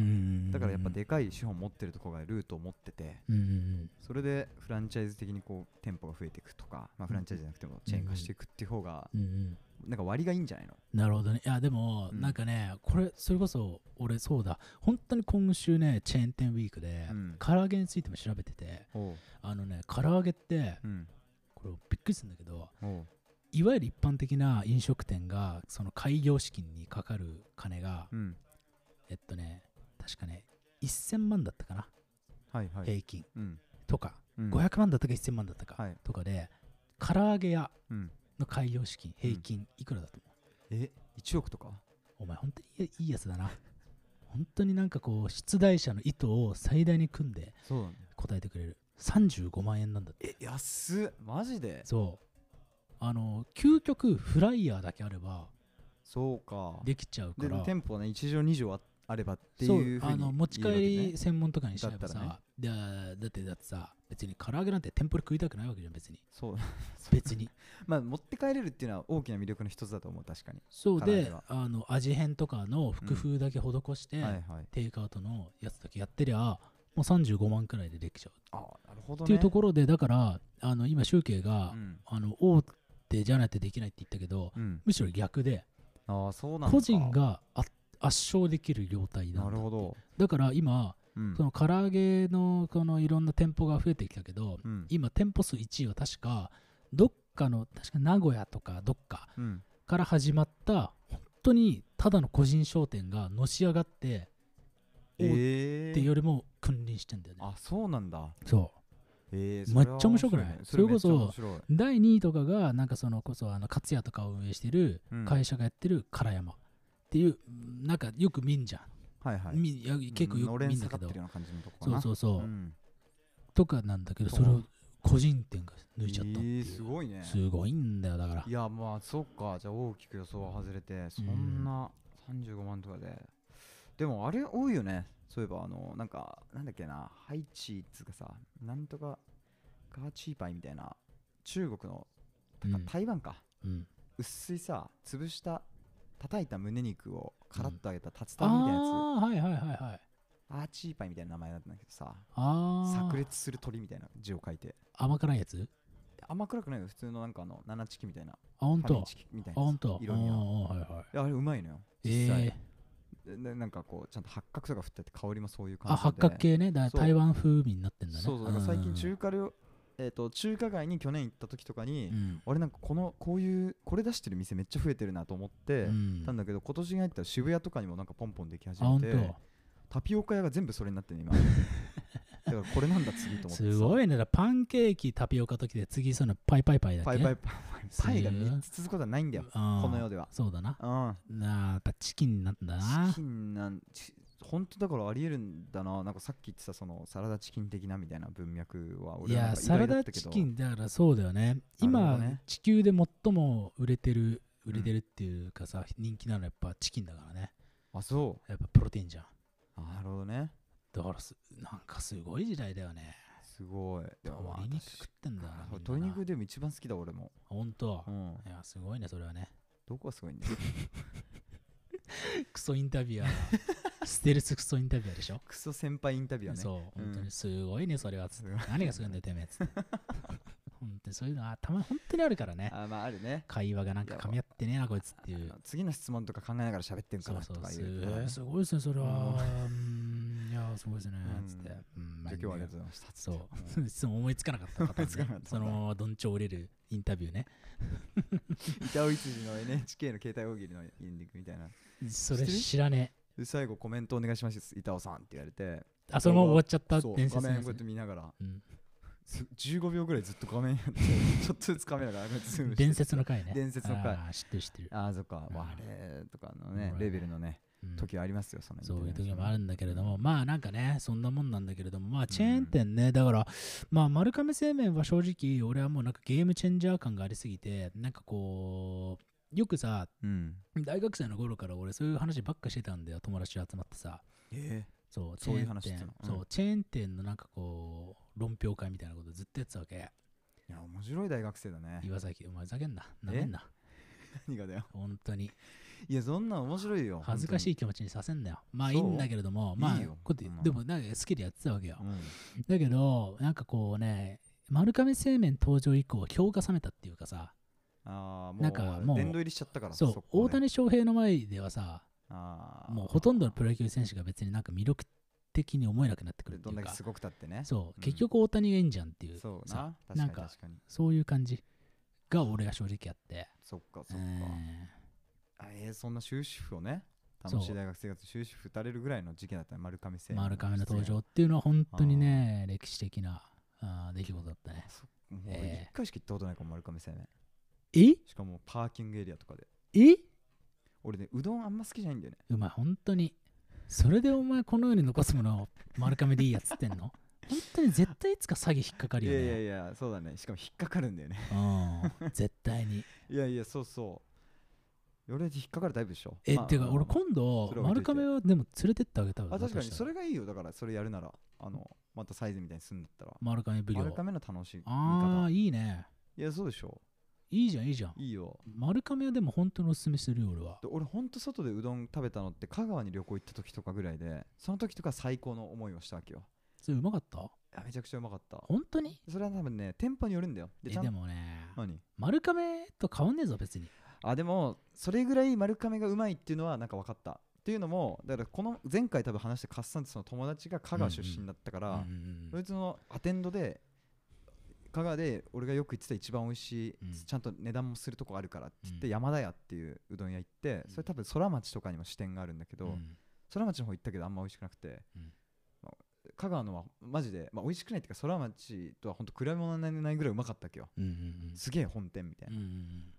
Speaker 2: だ
Speaker 3: からやっぱでかい資本持ってるとこがルートを持ってて
Speaker 2: うんうん
Speaker 3: それでフランチャイズ的にこう店舗が増えていくとか、まあ、フランチャイズじゃなくてもチェーン化していくっていう方が
Speaker 2: うんうん
Speaker 3: なんか割がいいんじゃないの
Speaker 2: なるほどねいやでも、
Speaker 3: うん
Speaker 2: なんかねこれそれこそ俺そうだ本当に今週ねチェーン店ウィークで、
Speaker 3: うん
Speaker 2: 唐揚げについても調べてて
Speaker 3: おう、
Speaker 2: あのね唐揚げって
Speaker 3: うん、
Speaker 2: これびっくりするんだけど
Speaker 3: おう、
Speaker 2: いわゆる一般的な飲食店がその開業資金にかかる金が、
Speaker 3: うん、
Speaker 2: えっとね確かね1000万だったかな、
Speaker 3: はいはい、
Speaker 2: 平均
Speaker 3: うん、
Speaker 2: とか、
Speaker 3: うん、
Speaker 2: 500万だったか1000万だったか、
Speaker 3: はい
Speaker 2: とかで唐揚げ屋
Speaker 3: うん、
Speaker 2: の開業資金平均いくらだと思
Speaker 3: え、1億とか
Speaker 2: う、お前本当にいいやつだな本当になんかこう出題者の意図を最大に組んで
Speaker 3: そうだね。
Speaker 2: 答えてくれる35万円なんだって
Speaker 3: え、安っマジで
Speaker 2: そうあの究極フライヤーだけあれば
Speaker 3: そうか。
Speaker 2: できちゃうか
Speaker 3: で
Speaker 2: ら
Speaker 3: 店舗はね、1畳2畳ああればっていう
Speaker 2: そ
Speaker 3: ふうに
Speaker 2: あの持ち帰
Speaker 3: 言えるわけね
Speaker 2: り専門とかにしちゃえば
Speaker 3: だったらね
Speaker 2: さ、でだってだってさ別に唐揚げなんて店舗で食いたくないわけじゃん別に
Speaker 3: そう。
Speaker 2: 別に
Speaker 3: まあ、持って帰れるっていうのは大きな魅力の一つだと思う、確かに。
Speaker 2: そう
Speaker 3: 唐揚
Speaker 2: で
Speaker 3: げは
Speaker 2: あの味変とかの工夫だけ施して、
Speaker 3: はいはい。
Speaker 2: テイクアウトのやつだけやってりゃもう35万くらいでできちゃう
Speaker 3: あなるほど
Speaker 2: っ
Speaker 3: ね。
Speaker 2: ていうところでだからあの今集計が、
Speaker 3: うん。
Speaker 2: あの大手じゃないとできないって言ったけど
Speaker 3: うん、
Speaker 2: むしろ逆で
Speaker 3: ああ、そうなんだ。
Speaker 2: 個人。があ圧勝できる業態なんだ
Speaker 3: なるほど。
Speaker 2: だから今
Speaker 3: うん
Speaker 2: そ。の唐揚げのこのいろんな店舗が増えてきたけど、
Speaker 3: うん。
Speaker 2: 今店舗数1位は確かどっかの確か名古屋とかどっか
Speaker 3: うん
Speaker 2: から始まった本当にただの個人商店がのし上がって
Speaker 3: えー、
Speaker 2: っていうよりも君臨してんだよね、
Speaker 3: あ、そうなんだ。
Speaker 2: そう
Speaker 3: えー、
Speaker 2: めっちゃ面白くない
Speaker 3: それは面
Speaker 2: それこそ
Speaker 3: 白いね
Speaker 2: 第2位とかがなんかそのこそあの勝也とかを運営してる
Speaker 3: それめっちゃ面白い。
Speaker 2: 会社がやってる唐山っていうなんかよく見んじゃん、
Speaker 3: うん、はいはい。
Speaker 2: みいや結構よ
Speaker 3: の
Speaker 2: く
Speaker 3: れ
Speaker 2: 見
Speaker 3: ん
Speaker 2: んだ
Speaker 3: 下が
Speaker 2: け
Speaker 3: っ
Speaker 2: ど
Speaker 3: てるような感じのとこか
Speaker 2: そう
Speaker 3: な。
Speaker 2: そううそう、
Speaker 3: ん
Speaker 2: とかなんだけど
Speaker 3: そ
Speaker 2: そ
Speaker 3: う
Speaker 2: れを個人店が抜いちゃったっていう、
Speaker 3: えーすごいね
Speaker 2: すごいんだよだから
Speaker 3: いやまあそっかじゃあ大きく予想は外れてそんな35万とかででもあれ多いよねそういえばあのなんかなんだっけなハイチっつうかさなんとかガーチーパイみたいな中国の
Speaker 2: うん
Speaker 3: あ台湾か
Speaker 2: うん
Speaker 3: 薄いさ潰した叩いた胸肉をカラッと揚げた竜田みたいなやつ
Speaker 2: ああはいはいはいはい
Speaker 3: アーチーパイみたいな名前だったんだけどさ
Speaker 2: あ
Speaker 3: 炸
Speaker 2: あ
Speaker 3: 裂する鳥みたいな字を書いて
Speaker 2: 甘辛いやつ
Speaker 3: 甘辛くないよ普通のなんかあの七チキみたいな
Speaker 2: あ本
Speaker 3: ファミ
Speaker 2: 当
Speaker 3: チキみた
Speaker 2: あ
Speaker 3: いなや
Speaker 2: 本
Speaker 3: つ
Speaker 2: 当
Speaker 3: 色味は
Speaker 2: ははいはい
Speaker 3: いやあれうまいのよ
Speaker 2: え
Speaker 3: 実際
Speaker 2: え
Speaker 3: ででなんかこうちゃんと八角とか振ってあって香りもそういう感じ
Speaker 2: あ八角形ねだから
Speaker 3: そう
Speaker 2: 台湾風味になってんだね
Speaker 3: そうそうだから最近
Speaker 2: 華
Speaker 3: 中華料、えー、と中華街に去年行った時とかに、
Speaker 2: うん
Speaker 3: あれなんかこのこういうこれ出してる店めっちゃ増えてるなと思って、
Speaker 2: うん
Speaker 3: たんだけど今年に入ったら渋谷とかにもなんかポンポンでき始
Speaker 2: あ
Speaker 3: め
Speaker 2: 本
Speaker 3: てタピオカ屋が全部それになってる ね今だからこれなんだ次
Speaker 2: 当
Speaker 3: と思って
Speaker 2: すご
Speaker 3: い
Speaker 2: いねだからパンケーキタピオカときて次そのパイパイパイだっけ
Speaker 3: パイパイパイパイが
Speaker 2: すごい
Speaker 3: 3つ続くことはないんだよ
Speaker 2: あー
Speaker 3: この世では
Speaker 2: そうだな
Speaker 3: うん
Speaker 2: なあやっぱチキンになったんだ
Speaker 3: チ
Speaker 2: な
Speaker 3: キンなんち本当だからありえるんだななんかさっき言ってたそのサラダチキン的なみたいな文脈は俺
Speaker 2: い
Speaker 3: はなん
Speaker 2: や
Speaker 3: か意
Speaker 2: サラ
Speaker 3: 外だっ
Speaker 2: ダ
Speaker 3: たけ
Speaker 2: チ
Speaker 3: ど
Speaker 2: キンだからそうだよね
Speaker 3: なる
Speaker 2: 今
Speaker 3: ほどね
Speaker 2: 地球で最も売れてる
Speaker 3: うん
Speaker 2: 売れてるっていうかさ人気なのはやっぱチキンだからね
Speaker 3: あそ
Speaker 2: やっぱプロテインじゃん
Speaker 3: うなるほどね
Speaker 2: だからすなんかすごい時代だよね
Speaker 3: すごいでもまあ
Speaker 2: 鶏肉食ってんだよな
Speaker 3: 確
Speaker 2: み
Speaker 3: か
Speaker 2: んな
Speaker 3: 鶏肉でも一番好きだ俺も
Speaker 2: ほんと
Speaker 3: うん
Speaker 2: いやすごいねそれはね
Speaker 3: どこがすごいん だよ
Speaker 2: クソインタビュ アーステルスクソインタビュアーでしょ
Speaker 3: クソ先輩インタビュアーね
Speaker 2: そう
Speaker 3: うん
Speaker 2: 本当にすごいねそれはつって
Speaker 3: すごい
Speaker 2: 何がすごいんだよてめえつって本当にそういうのはたまに本当にあるからね
Speaker 3: あまああるね
Speaker 2: 会話がなんか噛み合ってねえなこいつってい
Speaker 3: あ
Speaker 2: う
Speaker 3: の次の質問とか考えながら喋ってんか
Speaker 2: そう
Speaker 3: ら
Speaker 2: そ
Speaker 3: と
Speaker 2: う
Speaker 3: かい
Speaker 2: す
Speaker 3: うことね
Speaker 2: すごいですねそれはうんいやすごいですね
Speaker 3: うん
Speaker 2: つってうんま
Speaker 3: じゃあ今日はありがとうございました
Speaker 2: そう 質問思いつかなかったパ ターンね
Speaker 3: 思いつかなかった
Speaker 2: そのままどんちょ折れるインタビューね
Speaker 3: 板尾一の NHK の携帯大喜利のエンディングみたいな
Speaker 2: それ知らね
Speaker 3: で最後コメントお願いします板尾さんって言われて
Speaker 2: えあそのまま終わっちゃった
Speaker 3: そう
Speaker 2: 伝
Speaker 3: 画
Speaker 2: 説の
Speaker 3: 面
Speaker 2: やつ
Speaker 3: こう
Speaker 2: ね
Speaker 3: やって見ながら
Speaker 2: うん
Speaker 3: す15秒ぐらいずっと画面やって ちょっとずつカメラが上がってズームして
Speaker 2: 伝説の回ね
Speaker 3: 伝説の回
Speaker 2: あー知ってる知ってる
Speaker 3: ああそっか
Speaker 2: うん
Speaker 3: あれとかのね
Speaker 2: ほら
Speaker 3: レベルのね
Speaker 2: うん
Speaker 3: 時はありますよその
Speaker 2: そういう時もあ
Speaker 3: る
Speaker 2: るんだけれども、まあなんかね、そんなもんなんだけれども、まあチェーン店ね、だから、まあ丸亀製麺は正直、俺はもうなんかゲームチェンジャー感がありすぎて、なんかこう、よくさ、
Speaker 3: うん
Speaker 2: 大学生の頃から俺そういう話ばっかしてたんだよ、友達と集まってさ。
Speaker 3: え
Speaker 2: そうチ
Speaker 3: そう
Speaker 2: ェ
Speaker 3: い
Speaker 2: ー
Speaker 3: う
Speaker 2: ン
Speaker 3: 話して
Speaker 2: 店
Speaker 3: たのうん
Speaker 2: そうチェーン店のなんかこう論評会みたいなことずっとやってたわけ
Speaker 3: いや面白い大学生だね
Speaker 2: 岩崎お前ふざけんななめんな
Speaker 3: 何がだよ
Speaker 2: 本当に
Speaker 3: いやそんなん面白いよ
Speaker 2: 恥ずかし
Speaker 3: い、
Speaker 2: い気持ちにさせんなよまあい
Speaker 3: そ
Speaker 2: いういんだけれどもまあ
Speaker 3: いいよ
Speaker 2: こうやって
Speaker 3: うん
Speaker 2: でもなんか好きでやってたわけよ
Speaker 3: うん、
Speaker 2: だけどなんかこうね丸亀製麺登場以降評価冷めたっていうかさ
Speaker 3: ああもう
Speaker 2: なんかもう
Speaker 3: 殿堂入りしちゃったから
Speaker 2: そう、
Speaker 3: こ
Speaker 2: 大
Speaker 3: ね
Speaker 2: 谷翔平の前ではさ
Speaker 3: あー
Speaker 2: もうほとんどのプロ野球選手が別になんか魅力的に思えなくなってくるって
Speaker 3: ど
Speaker 2: い
Speaker 3: ん
Speaker 2: う
Speaker 3: だけ
Speaker 2: か
Speaker 3: すごくたってね
Speaker 2: そううん結局大谷がいいんじゃんっていう
Speaker 3: そう
Speaker 2: さ
Speaker 3: な確か
Speaker 2: なん
Speaker 3: に
Speaker 2: か
Speaker 3: 確かに
Speaker 2: そういう感じが俺は正直あって
Speaker 3: そっかそっか、
Speaker 2: え
Speaker 3: あえーそんな終止符をね
Speaker 2: そう
Speaker 3: 楽しい大学生活終止符打たれるぐらいの事件だったね丸亀製
Speaker 2: ー
Speaker 3: 麺
Speaker 2: 丸亀の登
Speaker 3: 出
Speaker 2: 場っていうのは本当にね歴史的なあー出来事だったね
Speaker 3: 演もう
Speaker 2: え
Speaker 3: 一回しか行ったことないかも丸亀製麺
Speaker 2: え
Speaker 3: しかもパーキングエリアとかで
Speaker 2: え
Speaker 3: 俺ねうどんあんま好きじゃないんだよね
Speaker 2: うまい本当にそれでお前この世に残すものを丸亀でいいやつ ってんの本当に絶対いつか詐欺引っかかる
Speaker 3: い
Speaker 2: よ
Speaker 3: やいや
Speaker 2: ね
Speaker 3: いやそうだねしかも引っかかるんだよね
Speaker 2: うん絶対に
Speaker 3: いやいやそうそう俺引っかかるタイプでしょ
Speaker 2: え、
Speaker 3: まあ
Speaker 2: てか
Speaker 3: まあ
Speaker 2: 俺
Speaker 3: まあ
Speaker 2: 今度
Speaker 3: それは置
Speaker 2: 丸
Speaker 3: いといて
Speaker 2: 亀はでも連れてってあげたわ
Speaker 3: あ確かにそ
Speaker 2: れ
Speaker 3: れがいいよだからそれやるならあのまたサイズみたいにすんだったら
Speaker 2: 丸亀奉
Speaker 3: 丸
Speaker 2: 行
Speaker 3: 亀の楽しい見
Speaker 2: ああ
Speaker 3: 方
Speaker 2: ーいいね
Speaker 3: いやそうでしょ
Speaker 2: いいじゃんいいじゃん
Speaker 3: いいよ
Speaker 2: 丸亀はでも本当におすすめするよ俺は
Speaker 3: で俺ほんと外でうどん食べたのって香川に旅行行った時とかぐらいでその時とか最高の思いをしたわけよ
Speaker 2: それうまかった
Speaker 3: いやめちゃくちゃうまかった
Speaker 2: 本当に
Speaker 3: それは多分ね店舗によるんだよ
Speaker 2: え
Speaker 3: ちゃん
Speaker 2: でもね
Speaker 3: 何
Speaker 2: 丸亀と変わんねえぞ別に
Speaker 3: あでもそれぐらい丸亀がうまいっていうのはなんか分かったっていうのもだからこの前回多分話したカッサンってその友達が香川出身だったから、
Speaker 2: うんうんう
Speaker 3: そ
Speaker 2: ん
Speaker 3: いつのアテンドで香川で俺がよく行ってた一番美味しい、
Speaker 2: うん
Speaker 3: ちゃんと値段もするとこあるからって言って、
Speaker 2: うん
Speaker 3: 山田屋っていううどん屋行って、
Speaker 2: うん
Speaker 3: それ多分空町とかにも支店があるんだけど、
Speaker 2: うん
Speaker 3: 空町の方行ったけどあんま美味しくなくて、
Speaker 2: うん
Speaker 3: まあ香川のはマジで、まあ、美味しくないっていうか空町とは本当比べ物にならないぐらいうまかったわけよ、
Speaker 2: うんうん
Speaker 3: すげえ本店みたいな、
Speaker 2: うんうんうん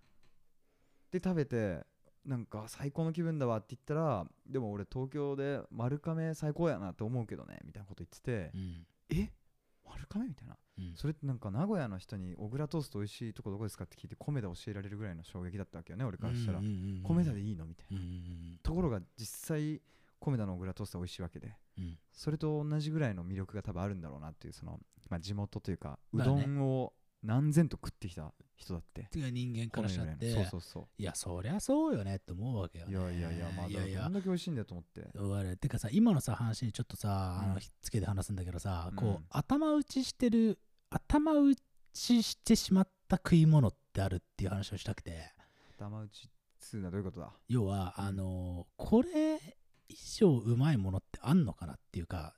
Speaker 3: で食べてなんか最高の気分だわって言ったらでも俺東京で丸亀最高やなって思うけどねみたいなこと言ってて
Speaker 2: う、ん
Speaker 3: え丸亀みたいな
Speaker 2: うん
Speaker 3: それってなんか名古屋の人に小倉トースト美味しいとこどこですかって聞いて米田教えられるぐらいの衝撃だったわけよね俺からしたら、
Speaker 2: うんうんうんうん
Speaker 3: 米田でいいのみたいな、
Speaker 2: うんうん
Speaker 3: ところが実際米田の小倉トーストは美味しいわけで
Speaker 2: うんうん
Speaker 3: それと同じぐらいの魅力が多分あるんだろうなっていうその、まあ、地元というかう
Speaker 2: まあ
Speaker 3: ど
Speaker 2: ね
Speaker 3: んを何千と食ってきた人だって、
Speaker 2: てか人間からしちゃ
Speaker 3: この
Speaker 2: っ
Speaker 3: ぐらいの
Speaker 2: て
Speaker 3: そうそうそ
Speaker 2: いやそりゃそうよねって思うわけよ
Speaker 3: ういやいやいやまあ
Speaker 2: いやいや
Speaker 3: どんだけ美味しいんだよと思って
Speaker 2: わかるてかさ今のさ話にちょっとさ、
Speaker 3: うん
Speaker 2: あのひっつけて話すんだけどさ、
Speaker 3: う
Speaker 2: こうん頭打ちしてる頭打ちしてしまった食い物ってあるっていう話をしたくて
Speaker 3: 頭打ちするのはどういうことだ
Speaker 2: 要は、
Speaker 3: うん
Speaker 2: あのこれ以上うまいものってあんのかなっていうか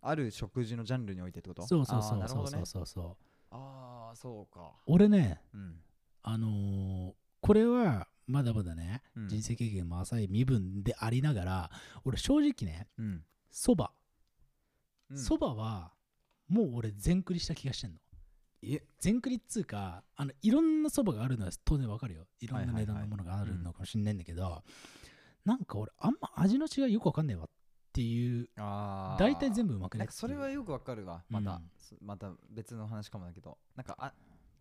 Speaker 3: ある食事のジャンルにおいてってこと
Speaker 2: そうそうそ
Speaker 3: あー
Speaker 2: う
Speaker 3: なる
Speaker 2: そ
Speaker 3: ほ
Speaker 2: う
Speaker 3: ど
Speaker 2: そ
Speaker 3: ね
Speaker 2: うそうそう、
Speaker 3: ああそうか
Speaker 2: 俺ね
Speaker 3: うん、
Speaker 2: あのーこれはまだまだね、
Speaker 3: うん
Speaker 2: 人生経験も浅い身分でありながら俺正直ね
Speaker 3: うん
Speaker 2: そば
Speaker 3: うん
Speaker 2: そば、はもう俺全クリした気がしてんの
Speaker 3: え
Speaker 2: 全クリっつうかあのいろんなそばがあるのは当然わかるよいろんな
Speaker 3: は
Speaker 2: 値
Speaker 3: いはいはい
Speaker 2: 段のものがあるのかもしんないんだけど、なんか俺あんま味の違いよくわかんねえわっていう
Speaker 3: あ
Speaker 2: 大体全
Speaker 3: 部
Speaker 2: 部うまくね
Speaker 3: な
Speaker 2: っ
Speaker 3: ん
Speaker 2: て
Speaker 3: か
Speaker 2: いう
Speaker 3: それはよくわかるわまた、
Speaker 2: うん
Speaker 3: そまた別の話かもだけどなんかあ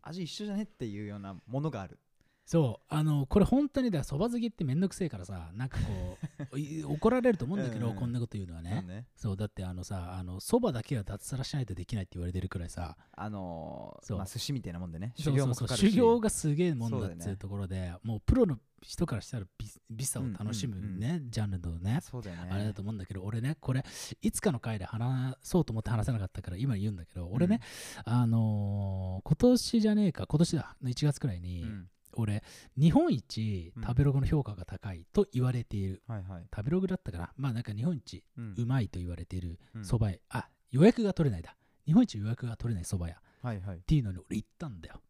Speaker 3: 味一緒じゃねっていうようなものがある
Speaker 2: そうあのこれ本当にだそば好きってめんどくせえからさなんかこうい 怒られると思うんだけど、
Speaker 3: うん
Speaker 2: こんなこと言うのは
Speaker 3: なん
Speaker 2: ね
Speaker 3: ね
Speaker 2: そうだってあのさあのそばだけは脱サラしないとできないって言われてるくらいさ
Speaker 3: あのー
Speaker 2: そう
Speaker 3: まあ寿司みたいなもんでね
Speaker 2: そ
Speaker 3: 修
Speaker 2: うそ
Speaker 3: 行
Speaker 2: う
Speaker 3: も
Speaker 2: そ
Speaker 3: か
Speaker 2: う
Speaker 3: かるし
Speaker 2: 修行がすげえもんだっ
Speaker 3: そう
Speaker 2: て
Speaker 3: だ
Speaker 2: い
Speaker 3: よ
Speaker 2: う
Speaker 3: ね
Speaker 2: ところでもうプロの人からしたら美美しさを楽しむね、
Speaker 3: うんうん
Speaker 2: ジャンルのね
Speaker 3: そうだよね
Speaker 2: あれだと思うんだけど俺ねこれいつかの回で話そうと思って話せなかったから今言うんだけど俺ね、あのー今年じゃねえか今年だの1月くらいに、
Speaker 3: うん
Speaker 2: 俺日本一
Speaker 3: うん
Speaker 2: 食べログの評価が高いと言われている、
Speaker 3: はいはい
Speaker 2: 食べログだったかなまあなんか日本一
Speaker 3: うん
Speaker 2: うまいと言われている
Speaker 3: うん
Speaker 2: そば屋、あ予約が取れないだ日本一予約が取れないそば屋っ
Speaker 3: はいはい
Speaker 2: ていうのに俺行ったんだよ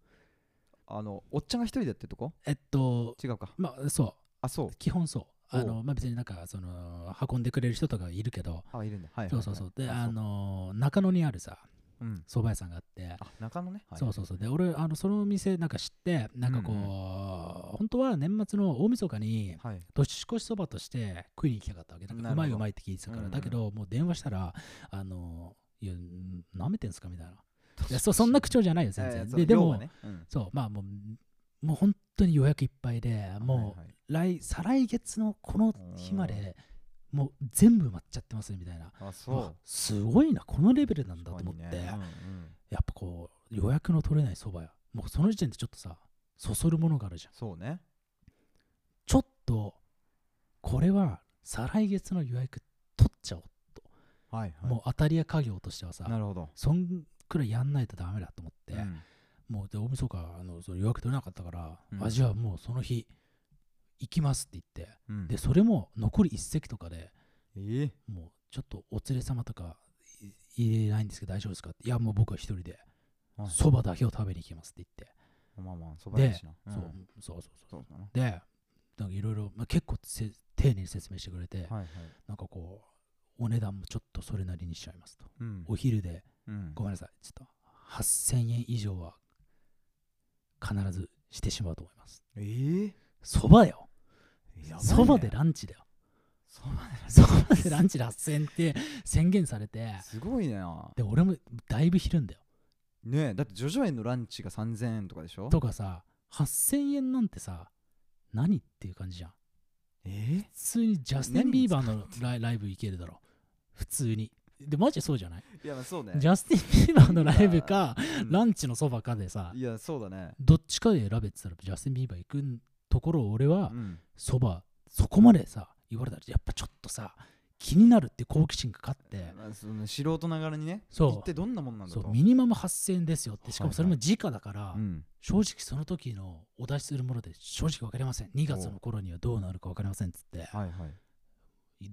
Speaker 3: あのおっちゃんが一人でやってるとこ
Speaker 2: えっと
Speaker 3: 違うか
Speaker 2: まあそう
Speaker 3: あそう
Speaker 2: 基本そう。あ
Speaker 3: お
Speaker 2: の
Speaker 3: う
Speaker 2: まあ、別になんかその運んでくれる人とかいるけど、
Speaker 3: あいるんだはいはい
Speaker 2: そ
Speaker 3: は
Speaker 2: う
Speaker 3: い
Speaker 2: そうそう。で、
Speaker 3: あ
Speaker 2: あのー中野にあるさ、
Speaker 3: そううん
Speaker 2: 蕎麦屋さんがあって、
Speaker 3: あ中野ねはい
Speaker 2: そうそうそう。で、俺、あのそのお店なんか知って、なんかこう、
Speaker 3: うんうん
Speaker 2: 本当は年末の大晦日に、
Speaker 3: はい
Speaker 2: 年越しそばとして食いに行きたかったわけなんか
Speaker 3: な
Speaker 2: う
Speaker 3: るほ
Speaker 2: ま
Speaker 3: ど
Speaker 2: いうまいって聞いてたから、
Speaker 3: うんうん
Speaker 2: だけど、もう電話したら、あのーいや、なめてんすかみたい な。いやそ、そんな口調じゃないよ、全
Speaker 3: えー
Speaker 2: 然。
Speaker 3: そ
Speaker 2: で、
Speaker 3: う
Speaker 2: で
Speaker 3: 要
Speaker 2: も、
Speaker 3: はねうん
Speaker 2: そう、まあもう、もう本当に予約いっぱいで、もう、
Speaker 3: はいはい
Speaker 2: 来再来月のこの日ま
Speaker 3: う
Speaker 2: でもう全部埋まっちゃってますねみたいな
Speaker 3: あそう
Speaker 2: あすごいなこのレベルなんだと
Speaker 3: 確か
Speaker 2: 思っ
Speaker 3: に
Speaker 2: て、
Speaker 3: ねうんうん
Speaker 2: やっぱこう予約の取れないそば屋もうその時点でちょっとさそそるものがあるじゃん
Speaker 3: そうね
Speaker 2: ちょっとこれは再来月の予約取っちゃおう、
Speaker 3: はいはい
Speaker 2: もう当たり屋家業としてはさ
Speaker 3: なるほど
Speaker 2: そんくらいやんないとダメだと思って、
Speaker 3: うん
Speaker 2: もうで大晦日あのその予約取れなかったから、
Speaker 3: うん
Speaker 2: あじゃあもうその日行きますって言って
Speaker 3: うん
Speaker 2: でそれも残り1席とかで
Speaker 3: えー
Speaker 2: もうちょっとお連れ様とかい入れないんですけど大丈夫ですかっていやもう僕は一人で
Speaker 3: はい
Speaker 2: そばだけを食べに行きますって言って、
Speaker 3: まあまあそばやしなうん
Speaker 2: そうそうそうそう
Speaker 3: そうだな
Speaker 2: でなんかいろいろまあ結構せ丁寧に説明してくれて、
Speaker 3: はいはい
Speaker 2: なんかこうお値段もちょっとそれなりにしちゃいますと、
Speaker 3: うん
Speaker 2: お昼で
Speaker 3: うん
Speaker 2: ごめんなさいちょっと8000円以上は必ずしてしまうと思います
Speaker 3: えー
Speaker 2: そばよ
Speaker 3: やばいね
Speaker 2: そばでランチだよ
Speaker 3: そばで
Speaker 2: そばでランチで8000円って宣言されて
Speaker 3: すごいな
Speaker 2: で俺もだいぶひるんだよ
Speaker 3: ねえだってジョジョ園のランチが3000円とかでしょ
Speaker 2: とかさ8000円なんてさ何っていう感じじゃん
Speaker 3: えー
Speaker 2: 普通にジャスティン・
Speaker 3: 何
Speaker 2: ビーバーのライライブ行けるだろ普通にでマジでそうじゃない
Speaker 3: いやまあそうね
Speaker 2: ジャスティン・ビーバーのライブか
Speaker 3: うん
Speaker 2: ランチのそばかでさ
Speaker 3: いやそうだね
Speaker 2: どっちかで選べって言ったらジャスティン・ビーバー行くところを俺は
Speaker 3: うん
Speaker 2: そばそこまでさ言われたらやっぱちょっとさ気になるっていう好奇心が勝って
Speaker 3: まあその素人ながらにね
Speaker 2: そう
Speaker 3: 一体どんなもんなんだ
Speaker 2: そ
Speaker 3: と
Speaker 2: うミニマム8000円ですよってしかもそれも直だから
Speaker 3: うん
Speaker 2: 正直その時のお出しするもので正直分かりません2月の頃にはどうなるか分かりませんっつって
Speaker 3: はいはい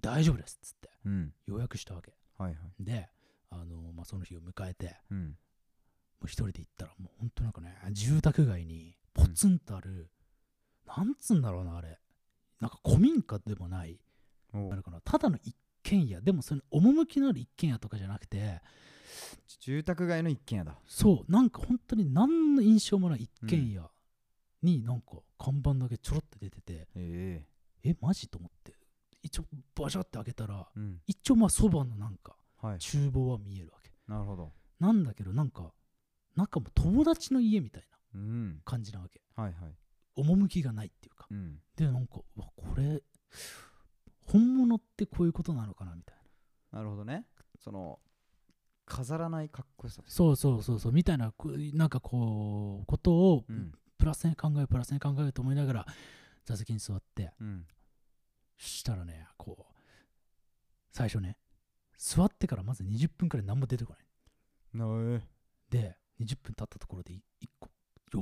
Speaker 2: 大丈夫ですっつって
Speaker 3: うん
Speaker 2: 予約したわけ
Speaker 3: はいはい
Speaker 2: であの、まあ、その日を迎えて
Speaker 3: うん
Speaker 2: もう一人で行ったらもう本当なんかね住宅街にポツンとある、なんつうんだろうなあれなんか古民家でもない
Speaker 3: お
Speaker 2: あれかなただの一軒家でもその趣のある一軒家とかじゃなくて
Speaker 3: 住宅街の一軒家だ
Speaker 2: そうなんか本当に何の印象もない一軒家になんか看板だけちょろって出てて、
Speaker 3: え
Speaker 2: えマジと思って一応バシャって開けたら
Speaker 3: えうん
Speaker 2: 一応まあそばのなんか
Speaker 3: はい
Speaker 2: 厨房は見えるわけ
Speaker 3: なるほど
Speaker 2: なんだけどなんか中も友達の家みたいな
Speaker 3: うん
Speaker 2: 感じなわけ
Speaker 3: はいはい
Speaker 2: 趣がないっていうか
Speaker 3: うん
Speaker 2: でなんかうわこれ本物ってこういうことなのかなみたいな
Speaker 3: なるほどねその飾らないかっこよさ
Speaker 2: そうそうそうそうみたいなこうなんかこうことを
Speaker 3: うん
Speaker 2: プラスに考えプラスに考えると思いながら座席に座って
Speaker 3: うん
Speaker 2: したらねこう最初ね座ってからまず20分くらい何も出てこない
Speaker 3: なえ
Speaker 2: で20分経ったところで1個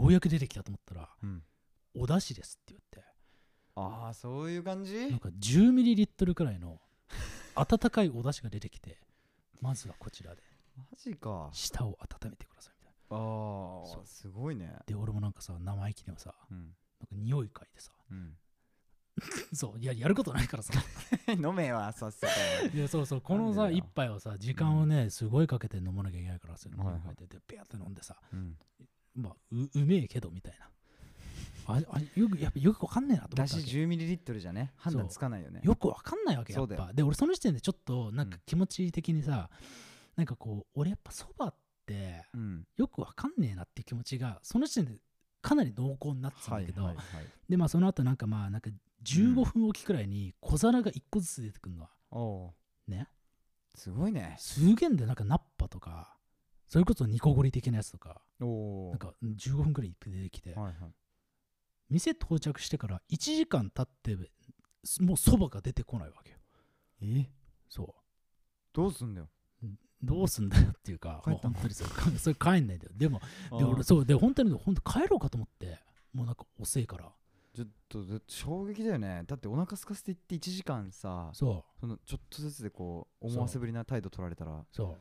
Speaker 2: ようやく出てきたと思ったら
Speaker 3: うん
Speaker 2: 「お出汁です」って言って
Speaker 3: ああそういう感じ
Speaker 2: なんか10ミリリットルくらいの温かいお出汁が出てきてまずはこちらで
Speaker 3: マジか
Speaker 2: 舌を温めてくださいみたいな
Speaker 3: あ
Speaker 2: そう
Speaker 3: あすごいね
Speaker 2: で俺もなんかさ生意気でもさ
Speaker 3: うん
Speaker 2: なんか匂い嗅いでさ
Speaker 3: うん
Speaker 2: そういややることないからさ
Speaker 3: 飲めはさっさと
Speaker 2: いやそうそうこのさ
Speaker 3: なんでだよ
Speaker 2: 一杯をさ時間をねすごいかけて飲まなきゃいけないからさ
Speaker 3: はいは
Speaker 2: 匂
Speaker 3: い
Speaker 2: い嗅いででペアって飲んでさ
Speaker 3: うん
Speaker 2: まあううめえけどみたいなああよくやっぱよくわかんねえなと思
Speaker 3: だ
Speaker 2: っ
Speaker 3: した
Speaker 2: わけ
Speaker 3: 10ml じゃね判断つかないよね
Speaker 2: よくわかんないわけや
Speaker 3: そ
Speaker 2: っ
Speaker 3: うだよ
Speaker 2: ぱで俺その時点でちょっとなんか
Speaker 3: うん
Speaker 2: 気持ち的にさ、なんかこう俺やっぱそばって
Speaker 3: うん
Speaker 2: よくわかんねえなっていう気持ちがその時点でかなり濃厚になってたんだけど、
Speaker 3: はいはいはい
Speaker 2: でまあその後なんかまあなんか15分おきくらいに小皿が1個ずつ出てくるのは
Speaker 3: おお
Speaker 2: ね
Speaker 3: うすごいね
Speaker 2: すげえんでなんかナッパとかそれこそニコゴリ的なやつとか
Speaker 3: おお
Speaker 2: なんか15分くらい出てきて
Speaker 3: はいはい
Speaker 2: 店到着してから1時間経ってすもうそばが出てこないわけよ
Speaker 3: え
Speaker 2: そう
Speaker 3: どうすんだよ
Speaker 2: どうすんだよっていうか、
Speaker 3: 帰
Speaker 2: もう
Speaker 3: った
Speaker 2: 本
Speaker 3: の
Speaker 2: 当にそうかそれ帰んないんだよ。でも、
Speaker 3: あ
Speaker 2: で俺
Speaker 3: ー
Speaker 2: そう、で、本当に、本当帰ろうかと思って、もうなんか遅いから。
Speaker 3: ちょっとだ衝撃だよねだってお腹空かせていって1時間さ
Speaker 2: そ
Speaker 3: そのちょっとずつでこう思わせぶりな態度取られたら
Speaker 2: う、そ。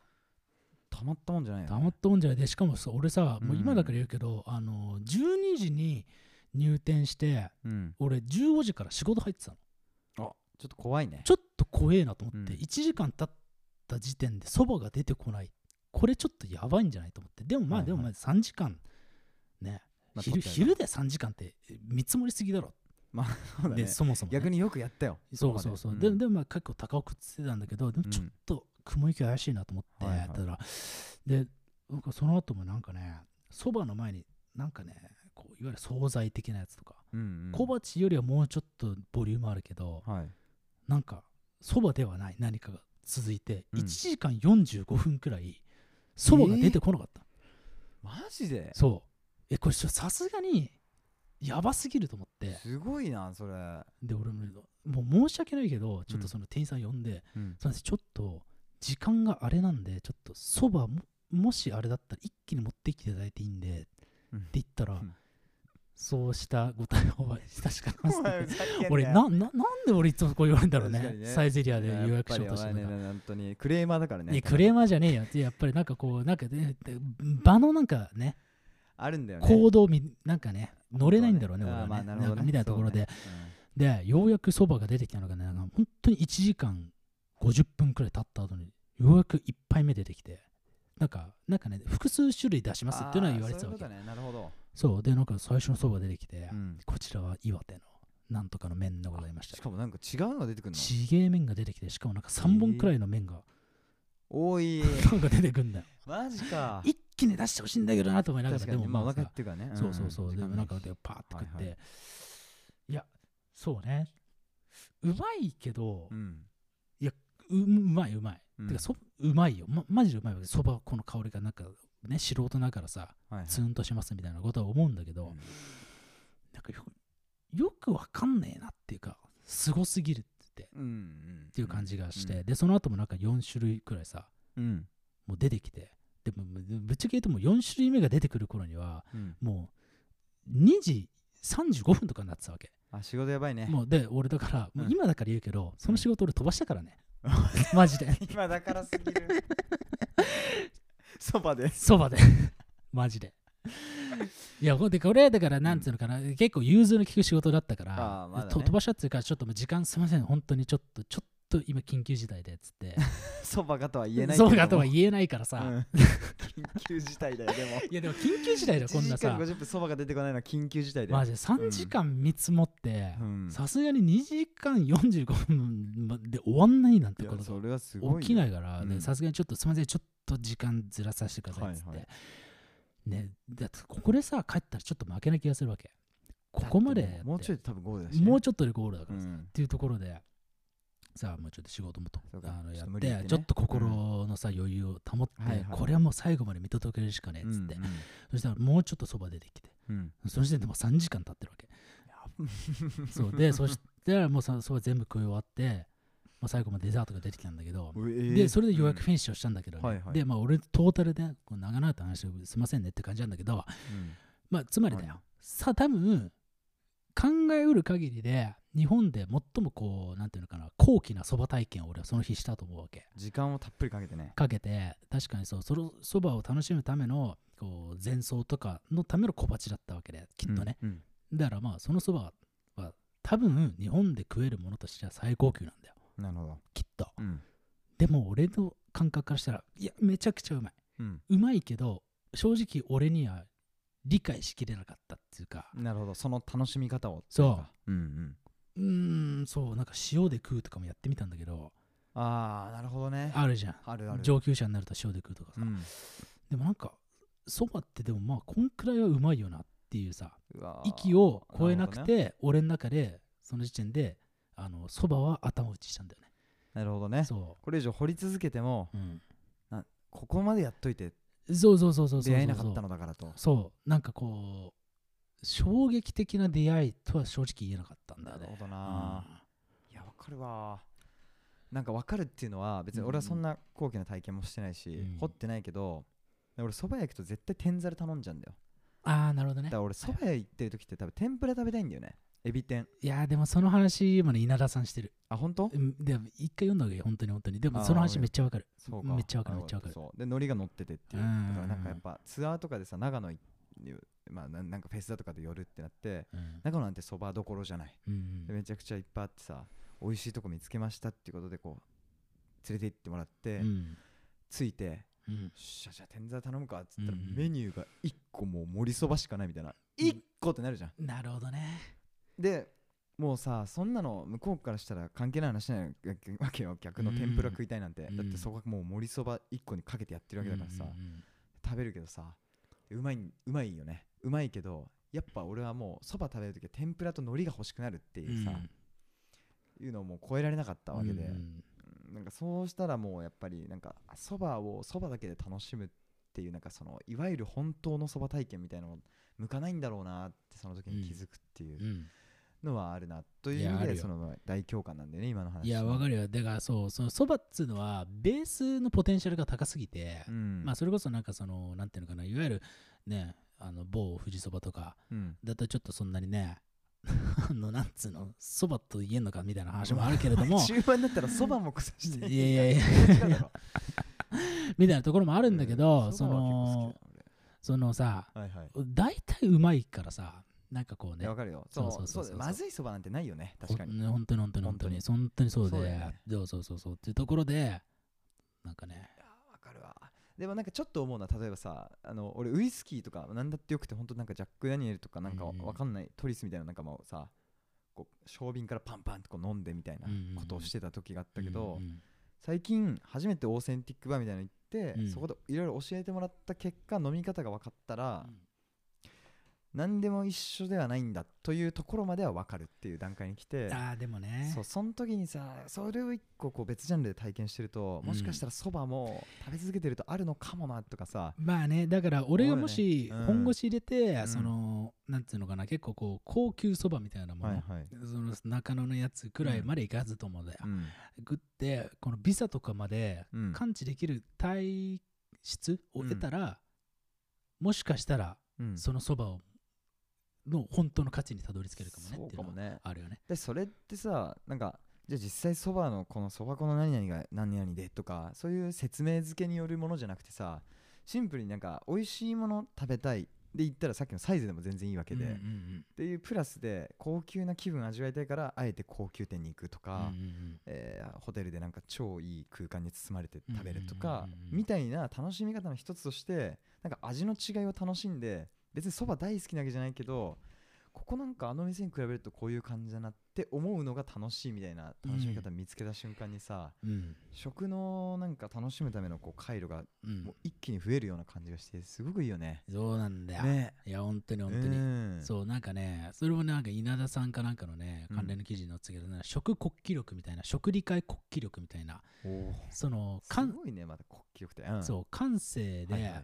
Speaker 3: たまったもんじゃないうよ
Speaker 2: た
Speaker 3: ね
Speaker 2: まったもんじゃないで、しかもさ、俺さ、もう今
Speaker 3: うん
Speaker 2: だから言うけど、あの、12時に入店して、
Speaker 3: うん
Speaker 2: 俺15時から仕事入ってたの。
Speaker 3: あちょっと怖いね
Speaker 2: ちょっと怖えなと思って、
Speaker 3: うん
Speaker 2: 1時間経った時点でそばが出てこない。これちょっとやばいんじゃないと思って。でもまあ、
Speaker 3: はいはい
Speaker 2: でもまあ3時間、ね。
Speaker 3: まあ
Speaker 2: 昼
Speaker 3: 撮ってあ
Speaker 2: 昼で3時間って見積もりすぎだろ
Speaker 3: そうだね
Speaker 2: でそもそもね、
Speaker 3: 逆によくやったよ
Speaker 2: そうそうそう。
Speaker 3: こま
Speaker 2: で
Speaker 3: ん
Speaker 2: でもまあ結構高くつってたんだけど、でもちょっ
Speaker 3: うん
Speaker 2: と雲行き怪しいなと思って、
Speaker 3: はいはい
Speaker 2: たら、で、なんかその後もなんかね、そばの前になんかね、こういわゆる惣菜的なやつとか、
Speaker 3: うんうん
Speaker 2: 小鉢よりはもうちょっとボリュームあるけど、
Speaker 3: はい
Speaker 2: なんかそばではない何かが続いて、
Speaker 3: うん
Speaker 2: 1時間45分くらいそばが出てこなかった、
Speaker 3: マジで
Speaker 2: そうえこれちょさすがにやばすぎると思って
Speaker 3: すごいなそれ、
Speaker 2: で俺ももう申し訳ないけどちょっとその店員さん呼んで、
Speaker 3: うん
Speaker 2: すいませんちょっと時間があれなんでちょっとそばももしあれだったら一気に持ってきていただいていいんでって
Speaker 3: うん
Speaker 2: 言ったら、
Speaker 3: うん
Speaker 2: そうしたご対応は親しかったんです
Speaker 3: お
Speaker 2: ね
Speaker 3: 前ふざけんなよ
Speaker 2: 俺なななんで俺いつもこう言われるんだろう
Speaker 3: 確か
Speaker 2: ね
Speaker 3: にね
Speaker 2: サイゼリアで
Speaker 3: や
Speaker 2: 予約しようと
Speaker 3: っ
Speaker 2: し
Speaker 3: ぱ
Speaker 2: て
Speaker 3: り
Speaker 2: も
Speaker 3: お前ね本当にクレーマーだから
Speaker 2: いや
Speaker 3: ね
Speaker 2: クレーマーじゃねえよってやっぱりなんかこうなんかねで場のなんかね
Speaker 3: あるんだよね
Speaker 2: 行動みなんかね乗れないんだろうね
Speaker 3: あ
Speaker 2: 俺は
Speaker 3: ー
Speaker 2: ね,、
Speaker 3: まあなるほ
Speaker 2: な
Speaker 3: ど
Speaker 2: ん
Speaker 3: ね
Speaker 2: かみたいなところで、
Speaker 3: そうね
Speaker 2: でようやくそばが出てきたのがねなんか本当に1時間50分くらい経った後にようやく1杯目出てきてなんかなんかね複数種類出し
Speaker 3: うん
Speaker 2: ますっていうのは言われてたわけ
Speaker 3: あーそういうことねなるほど
Speaker 2: そうでなんか最初のそば出てきて、
Speaker 3: うん
Speaker 2: こちらは岩手のなんとかの麺でございまし
Speaker 3: したかもなんか違うのが出てくるの
Speaker 2: ちげえ麺が出てきてしかもなんか3本くらいの麺が、
Speaker 3: 多い
Speaker 2: なんか出てく んだよ
Speaker 3: マジか
Speaker 2: 一気に出してほしいんだけどなと思いながら
Speaker 3: 確
Speaker 2: で
Speaker 3: かに
Speaker 2: も
Speaker 3: まあ
Speaker 2: ま
Speaker 3: お
Speaker 2: あ
Speaker 3: 腹減
Speaker 2: さ
Speaker 3: ってるからね
Speaker 2: そうそうそうでもなんかで
Speaker 3: で
Speaker 2: パーって食って、
Speaker 3: はいいは
Speaker 2: やそうねうまいけど、
Speaker 3: うん
Speaker 2: ううまいうまい、
Speaker 3: うん
Speaker 2: てかそうまいよ、ま、マジでうまいわけそばこの香りがなんかね素人ながらさ
Speaker 3: はいはい
Speaker 2: ツンとしますみたいなことは思うんだけど、
Speaker 3: うん
Speaker 2: なんかよよくわかんねえなっていうかすごすぎるってっ
Speaker 3: うんうんって
Speaker 2: いう感じがして、
Speaker 3: うん
Speaker 2: でその後もなんか4種類くらいさ
Speaker 3: うん
Speaker 2: もう出てきてでもぶぶっちゃけ言うともう4種類目が出てくる頃には
Speaker 3: うん
Speaker 2: もう2時35分とかになってたわけ
Speaker 3: あ仕事やばいね
Speaker 2: もうで俺だからもう
Speaker 3: うん
Speaker 2: 今だから言うけど、その仕事俺飛ばしたから ねマジで
Speaker 3: 今だからすぎる そばで
Speaker 2: そばで マジでいやほんでこれだからなんつうのかな、結構融通の利く仕事だったから
Speaker 3: あーまだね
Speaker 2: と飛ばしたっていうかちょっともう時間すいません本当にちょっとちょっと今緊急事態でっつって
Speaker 3: そばがとは言えないけ
Speaker 2: そ
Speaker 3: ど
Speaker 2: うかとは
Speaker 3: え
Speaker 2: 言えないからさ、
Speaker 3: 緊急事態だよでも
Speaker 2: いやでも緊急事態だよこん
Speaker 3: 1
Speaker 2: な
Speaker 3: 時間
Speaker 2: さ
Speaker 3: 50分そばが出てこないのは緊急事態だよ
Speaker 2: マジで3時間見積もって
Speaker 3: うん
Speaker 2: さすがに2時間45分まで終わんないなんて
Speaker 3: いや
Speaker 2: こと
Speaker 3: それはすごいよ
Speaker 2: 起きないから
Speaker 3: うん
Speaker 2: ねさすがにちょっとすみませんちょっと時間ずらさせてくださいっつって、
Speaker 3: はいはい
Speaker 2: ねだってここでさ帰ったらちょっと負けな気がするわけここまでやって
Speaker 3: もうちょいで多分ゴールだしね
Speaker 2: もうちょっとでゴールだからさ、っ
Speaker 3: ん
Speaker 2: ていうところでさあもうちょっと仕事もと
Speaker 3: そうか
Speaker 2: あの
Speaker 3: ちょ
Speaker 2: や
Speaker 3: っ
Speaker 2: っ
Speaker 3: と
Speaker 2: てち
Speaker 3: 無理
Speaker 2: ょ,、
Speaker 3: 言ってね
Speaker 2: っと心のさ余裕を保って、
Speaker 3: はいはい
Speaker 2: これはもう最後まで見届けるしかねえっつって、
Speaker 3: うんうん
Speaker 2: そしたらもうちょっとそば出てきて
Speaker 3: うん
Speaker 2: その時点でもう3時間経ってるわ けそうでそしたらもうさそば全部食い終わって、まあ、最後までデザートが出てきたんだけど、
Speaker 3: うえー
Speaker 2: でそれで予約フィニッシュをしたんだけどね、
Speaker 3: はいはい
Speaker 2: でまあ俺トータルでこう長々と話してすいませんねって感じなんだけど
Speaker 3: うん
Speaker 2: まあつまりだよ、さあ多分考えうる限りで日本で最もこうなんていうのかな高貴なそば体験を俺はその日したと思うわけ
Speaker 3: 時間をたっぷりかけてね
Speaker 2: かけて確かにそうそのそばを楽しむためのこう前奏とかのための小鉢だったわけできっとね、
Speaker 3: うん
Speaker 2: だからまあそのそばは多分日本で食えるものとしては最高級なんだよ
Speaker 3: うんなるほど
Speaker 2: きっと
Speaker 3: うん
Speaker 2: でも俺の感覚からしたらいやめちゃくちゃうまい
Speaker 3: うん
Speaker 2: うまいけど正直俺には理解しきれなかったっていうか
Speaker 3: なるほどその楽しみ方を
Speaker 2: そう
Speaker 3: うんうん
Speaker 2: うーんそうなんか塩で食うとかもやってみたんだけど
Speaker 3: ああなるほどね
Speaker 2: あるじゃん
Speaker 3: あるある
Speaker 2: 上級者になると塩で食うとかさ、
Speaker 3: うん
Speaker 2: でもなんかそばってでもまあこんくらいはうまいよなっていうさ
Speaker 3: うわー
Speaker 2: 息を超えなく
Speaker 3: なる
Speaker 2: て俺の中でその時点であのそばは頭打ちしたんだよね
Speaker 3: なるほどね
Speaker 2: そ
Speaker 3: これ以上掘り続けても
Speaker 2: う、うん、
Speaker 3: ここまでやっといて
Speaker 2: そうそうそうそうそうそう
Speaker 3: 出会えなかったのだからと
Speaker 2: そうなんかこう衝撃的な出会いとは正直言えなかったんだ
Speaker 3: な
Speaker 2: よ
Speaker 3: る
Speaker 2: ね
Speaker 3: ほどないやわかるわなんかわかるっていうのは別に俺はそんな高貴な体験もしてないし、
Speaker 2: うん
Speaker 3: 掘ってないけど俺そば屋行くと絶対天ざる頼んじゃうんだよ
Speaker 2: うんああなるほどね
Speaker 3: だから俺そば屋行ってる時って多分天ぷら食べたいんだよねエビ天
Speaker 2: いやーでもその話今ね稲田さんしてる
Speaker 3: あ本当
Speaker 2: うんでも一回読んだ方がいい本当に本当にでも
Speaker 3: あー
Speaker 2: その話めっちゃわかる
Speaker 3: そうか
Speaker 2: めっちゃわかる
Speaker 3: あ
Speaker 2: めっちゃわかる
Speaker 3: そうで海苔が乗っててっていう
Speaker 2: う
Speaker 3: だ
Speaker 2: ん
Speaker 3: からなんかやっぱツアーとかでさ長野行まあ、ななんかフェスだとかで寄るってなって
Speaker 2: うん
Speaker 3: 長野なんてそばどころじゃない
Speaker 2: うん
Speaker 3: でめちゃくちゃいっぱいあってさ美味しいとこ見つけましたっていうことでこう連れて行ってもらって、
Speaker 2: うん
Speaker 3: ついて
Speaker 2: うん
Speaker 3: よっしゃじゃあ天ざる頼むかっつった
Speaker 2: う
Speaker 3: ら
Speaker 2: んうん
Speaker 3: メニューが1個もう盛りそばしかないみたいな
Speaker 2: うん
Speaker 3: 1個ってなるじゃん
Speaker 2: なるほどね
Speaker 3: でもうさそんなの向こうからしたら関係ない話しないわけよ逆の天ぷら食いたいなんて、
Speaker 2: うん
Speaker 3: だってそこはもう盛りそば1個にかけてやってるわけだからさ、
Speaker 2: うんうんうん
Speaker 3: 食べるけどさうまいうまいよねうまいけどやっぱ俺はもうそば食べるときは天ぷらと海苔が欲しくなるっていうさ、
Speaker 2: うん
Speaker 3: いうのをもう超えられなかったわけで、
Speaker 2: うん
Speaker 3: なんかそうしたらもうやっぱりなんかそばをそばだけで楽しむっていうなんかそのいわゆる本当のそば体験みたいなの向かないんだろうなってその時に気づくっていううんのはあるなという
Speaker 2: い
Speaker 3: 意
Speaker 2: やあ
Speaker 3: 味
Speaker 2: る
Speaker 3: で
Speaker 2: よ
Speaker 3: その大共感なんでね今の話
Speaker 2: いやわか
Speaker 3: る
Speaker 2: るよだからそうそのそばっつうのはベースのポテンシャルが高すぎて、
Speaker 3: うん
Speaker 2: まあそれこそなんかそのなんていうのかないわゆるねあの某富士そばとか
Speaker 3: うん
Speaker 2: だとちょっとそんなにね あのなんつうのそばと言えんのかみたいな話もあるけれど も
Speaker 3: 中盤だったらそばも腐して
Speaker 2: いやいやいや
Speaker 3: やだろ
Speaker 2: みたいなところもあ
Speaker 3: あ
Speaker 2: るんだけど、そのそのさ
Speaker 3: はいはい
Speaker 2: 大体うまいからさなんかこう
Speaker 3: い
Speaker 2: ね
Speaker 3: やわかるよそ
Speaker 2: そう
Speaker 3: の
Speaker 2: そうそうそう
Speaker 3: そうだよまずいそばなんてないよね確かに
Speaker 2: ほん本当に本当に本当に本当にそうで
Speaker 3: そうだよね
Speaker 2: そうそうそうそうっていうところでなんかね
Speaker 3: いやーわかるわでもなんかちょっと思うのは例えばさあの俺ウイスキーとか何だってよくて本当なんかジャック・ダニエルとかなんか
Speaker 2: うんうん
Speaker 3: わかんない、トリスみたいななんかもうさこう小瓶からパンパンってこう飲んでみたいな
Speaker 2: うんうんうん
Speaker 3: ことをしてた時があったけど、
Speaker 2: うんうん
Speaker 3: 最近初めてオーセンティックバーみたいなの行って、
Speaker 2: うん
Speaker 3: そこでいろいろ教えてもらった結果飲み方が分かったら、何でも一緒ではないんだというところまでは分かるっていう段階に来て
Speaker 2: ああでもね
Speaker 3: そうその時にさそれを一個こう別ジャンルで体験してるともしかしたらそばも食べ続けてるとあるのかもなとかさ、
Speaker 2: まあねだから俺がもし
Speaker 3: そうだねうん
Speaker 2: 本腰入れて、
Speaker 3: ん
Speaker 2: そのなんていうのかな結構こう高級そばみたいなもの、
Speaker 3: はい、
Speaker 2: その中野のやつくらいまでいかずと思うんだよ、
Speaker 3: うん
Speaker 2: 食ってこのビザとかまで
Speaker 3: うん、
Speaker 2: 感知できる体質を得たら、もしかしたら
Speaker 3: うん
Speaker 2: そのそばをの本当の価値にたどり着けるかもね
Speaker 3: そ
Speaker 2: っ
Speaker 3: う
Speaker 2: てい
Speaker 3: か
Speaker 2: うの
Speaker 3: も
Speaker 2: は
Speaker 3: ね
Speaker 2: あるよね
Speaker 3: でそれってさなんかじゃあ実際そばのこのそば粉の何々が何々でとかそういう説明付けによるものじゃなくてさシンプルになんか美味しいもの食べたいで言ったらさっきのサイズでも全然いいわけで、
Speaker 2: うんう
Speaker 3: っ
Speaker 2: ん
Speaker 3: ていうプラスで高級な気分味わいたいからあえて高級店に行くと
Speaker 2: うんうん
Speaker 3: か、
Speaker 2: うん
Speaker 3: えーホテルでなんか超いい空間に包まれて食べると
Speaker 2: う
Speaker 3: か
Speaker 2: んうんうんうん
Speaker 3: みたいな楽しみ方の一つとしてなんか味の違いを楽しんで別にそば大好きなわけじゃないけどここなんかあの店に比べるとこういう感じだなって思うのが楽しいみたいな楽しみ方見つけた瞬間にさ、
Speaker 2: うん
Speaker 3: 食のなんか楽しむためのこう回路が
Speaker 2: うん
Speaker 3: もう一気に増えるような感じがしてすごくいいよね。
Speaker 2: そうなんだよ、
Speaker 3: ね
Speaker 2: いや本当に本当に、
Speaker 3: に
Speaker 2: そうなんかねそれもなんか稲田さんかなんかのね関連の記事に載ってたけど、ね食国記録みたいな食理解国記録みたいな
Speaker 3: おー
Speaker 2: そのか
Speaker 3: す
Speaker 2: ん
Speaker 3: ごいねまた国旗よくて、うん
Speaker 2: そう感性
Speaker 3: はい
Speaker 2: で
Speaker 3: はい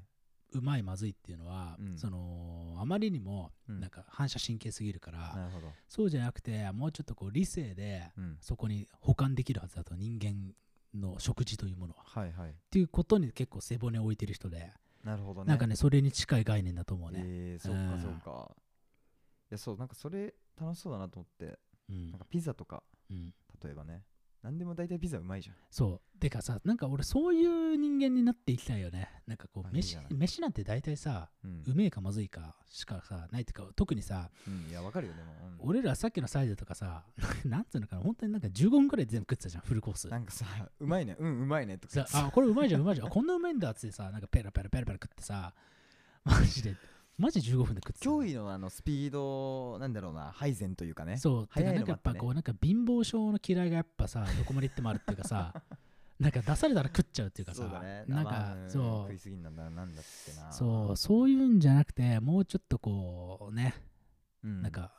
Speaker 3: う
Speaker 2: まいまずいっていうのは、
Speaker 3: うん
Speaker 2: そのあまりにも
Speaker 3: うん
Speaker 2: なんか反射神経すぎるから、
Speaker 3: なるほど、
Speaker 2: そうじゃなくてもうちょっとこう理性で
Speaker 3: うん、
Speaker 2: そこに保管できるはずだと人間の食事というものはっ
Speaker 3: はいはい
Speaker 2: ていうことに結構背骨を置いてる人で、
Speaker 3: なるほどね
Speaker 2: なんかねそれに近い概念だと思うね、
Speaker 3: えー、そっか
Speaker 2: うん
Speaker 3: そっか。いや、そう、なんかそれ楽しそうだなと思って、
Speaker 2: うん
Speaker 3: なんかピザとか、
Speaker 2: うん、
Speaker 3: 例えばね、なんでも大体ピザうまいじゃん。
Speaker 2: そう。てかさ、なんか俺そういう人間になっていきたいよね。なんかこ
Speaker 3: あ
Speaker 2: う、飯
Speaker 3: いいじゃない
Speaker 2: 飯なんて大体さ、
Speaker 3: うん、
Speaker 2: うめえかまずいかしかさ、ないっていうか、特にさ、
Speaker 3: うんいや、わかるよ、でも。うん
Speaker 2: 俺らさっきのサイズとかさ、 なんつうのかな、本当になんか15分くらい全部食ってたじゃん、フルコース
Speaker 3: な。んかさ、うまいね、うん、うまいねとか
Speaker 2: さあ、これうまいじゃん、うまいじゃん、あこんなうまいんだっつってさ、なんかペラペラペラペラ食ってさ、マジで、マジ15分で食ってたよ
Speaker 3: 驚
Speaker 2: ね、
Speaker 3: 異のあのスピード、なんだろうな、配膳というかね。
Speaker 2: そう、て
Speaker 3: 早
Speaker 2: か
Speaker 3: い
Speaker 2: なんか
Speaker 3: のもあ
Speaker 2: や
Speaker 3: っ
Speaker 2: ったぱ
Speaker 3: ね
Speaker 2: こう、なんか貧乏症の嫌いがやっぱさ、どこまで行ってもあるっていうかさ、 なんか出されたら食っちゃうっていうかさ、
Speaker 3: そうだね。
Speaker 2: なん
Speaker 3: ま
Speaker 2: か
Speaker 3: あう、ん
Speaker 2: そう
Speaker 3: 食い、すぎんなんだ、なんだってな。
Speaker 2: そうそういうんじゃなくてもうちょっとこうね、
Speaker 3: うん。
Speaker 2: なんか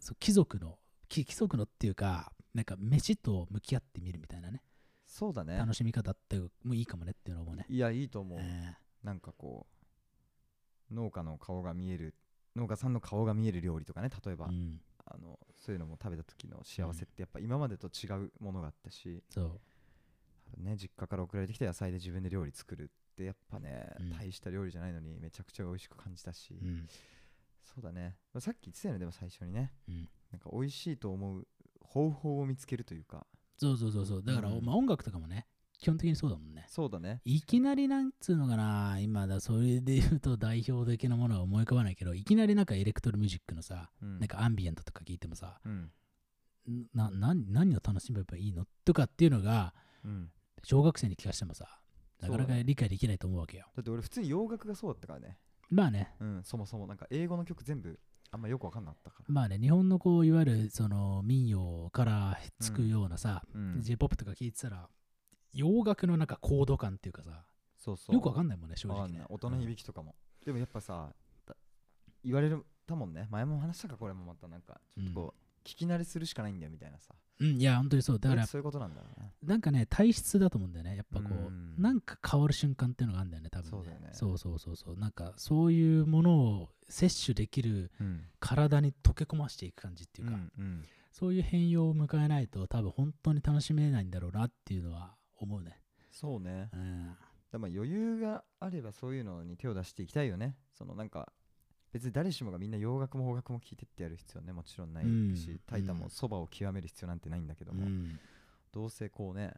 Speaker 2: そう貴族の貴貴族のっていうかなんか飯と向き合ってみるみたいなね
Speaker 3: そうだね。
Speaker 2: 楽しみ方ってもういいかもねっていうのもね、
Speaker 3: いや、いいと思う。
Speaker 2: え
Speaker 3: なんかこう、農家の顔が見える、農家さんの顔が見える料理とかね、例え
Speaker 2: ー
Speaker 3: ば
Speaker 2: う。ん、
Speaker 3: あのそういうのも食べた時の幸せってやっぱ今までと違うものがあったし、
Speaker 2: そう
Speaker 3: ね、実家から送られてきた野菜で自分で料理作るってやっぱね、
Speaker 2: うん
Speaker 3: 大した料理じゃないのにめちゃくちゃ美味しく感じたし、
Speaker 2: うん
Speaker 3: そうだねまあさっき言ってたよねでも最初にね
Speaker 2: うん
Speaker 3: なんか美味しいと思う方法を見つけるというか
Speaker 2: そうそうそうそうだから、
Speaker 3: うん
Speaker 2: まあ、音楽とかもね基本的にそうだもんね
Speaker 3: そうだね
Speaker 2: いきなりなんつうのかな今だそれで言うと代表的なものは思い浮かばないけどいきなりなんかエレクトロミュージックのさ
Speaker 3: うん
Speaker 2: なんかアンビエントとか聞いてもさ
Speaker 3: うん
Speaker 2: んな何何を楽しめばいいのとかっていうのが
Speaker 3: うん
Speaker 2: 小学生に聞かしてもさなかな
Speaker 3: そう
Speaker 2: か
Speaker 3: だね
Speaker 2: 理解できないと思うわけよ、
Speaker 3: だって俺普通に洋楽がそうだったからね、
Speaker 2: まあね
Speaker 3: うん、そもそもなんか英語の曲全部あんまよくわかんなかったから、
Speaker 2: まあね日本のこういわゆるその民謡からつくようなさ、
Speaker 3: うん、
Speaker 2: j p o p とか聞いてたら洋楽のなんかコード感っていうかさ
Speaker 3: そうそう
Speaker 2: よくわかんないもんね正
Speaker 3: わか
Speaker 2: 直
Speaker 3: んない
Speaker 2: ね
Speaker 3: 音の響きとかも、でもやっぱさだ言われたもんね前も話したかこれもまたなんかちょっとこう、聞き慣れするしかないんだよみたいなさ
Speaker 2: うん、いや、本当にそう。だから、
Speaker 3: そういうことなんだろうね。
Speaker 2: なんかね、体質だと思うんだよね。やっぱこう、
Speaker 3: うん
Speaker 2: なんか変わる瞬間っていうのがあるんだよね、多分ね。
Speaker 3: そうだよね
Speaker 2: そうそうそうそう。なんか、そういうものを摂取できる
Speaker 3: うん。
Speaker 2: 体に溶け込ましていく感じっていうか、
Speaker 3: うんうん
Speaker 2: そういう変容を迎えないと、多分本当に楽しめないんだろうなっていうのは思うね。
Speaker 3: そうね。
Speaker 2: うん。
Speaker 3: でも余裕があればそういうのに手を出していきたいよね。そのなんか別に誰しもがみんな洋楽も邦楽も聴いてってやる必要ねもちろんないし、
Speaker 2: うん
Speaker 3: タイタン
Speaker 2: うん
Speaker 3: もそばを極める必要なんてないんだけど
Speaker 2: う
Speaker 3: も、
Speaker 2: ん。
Speaker 3: どうせこうね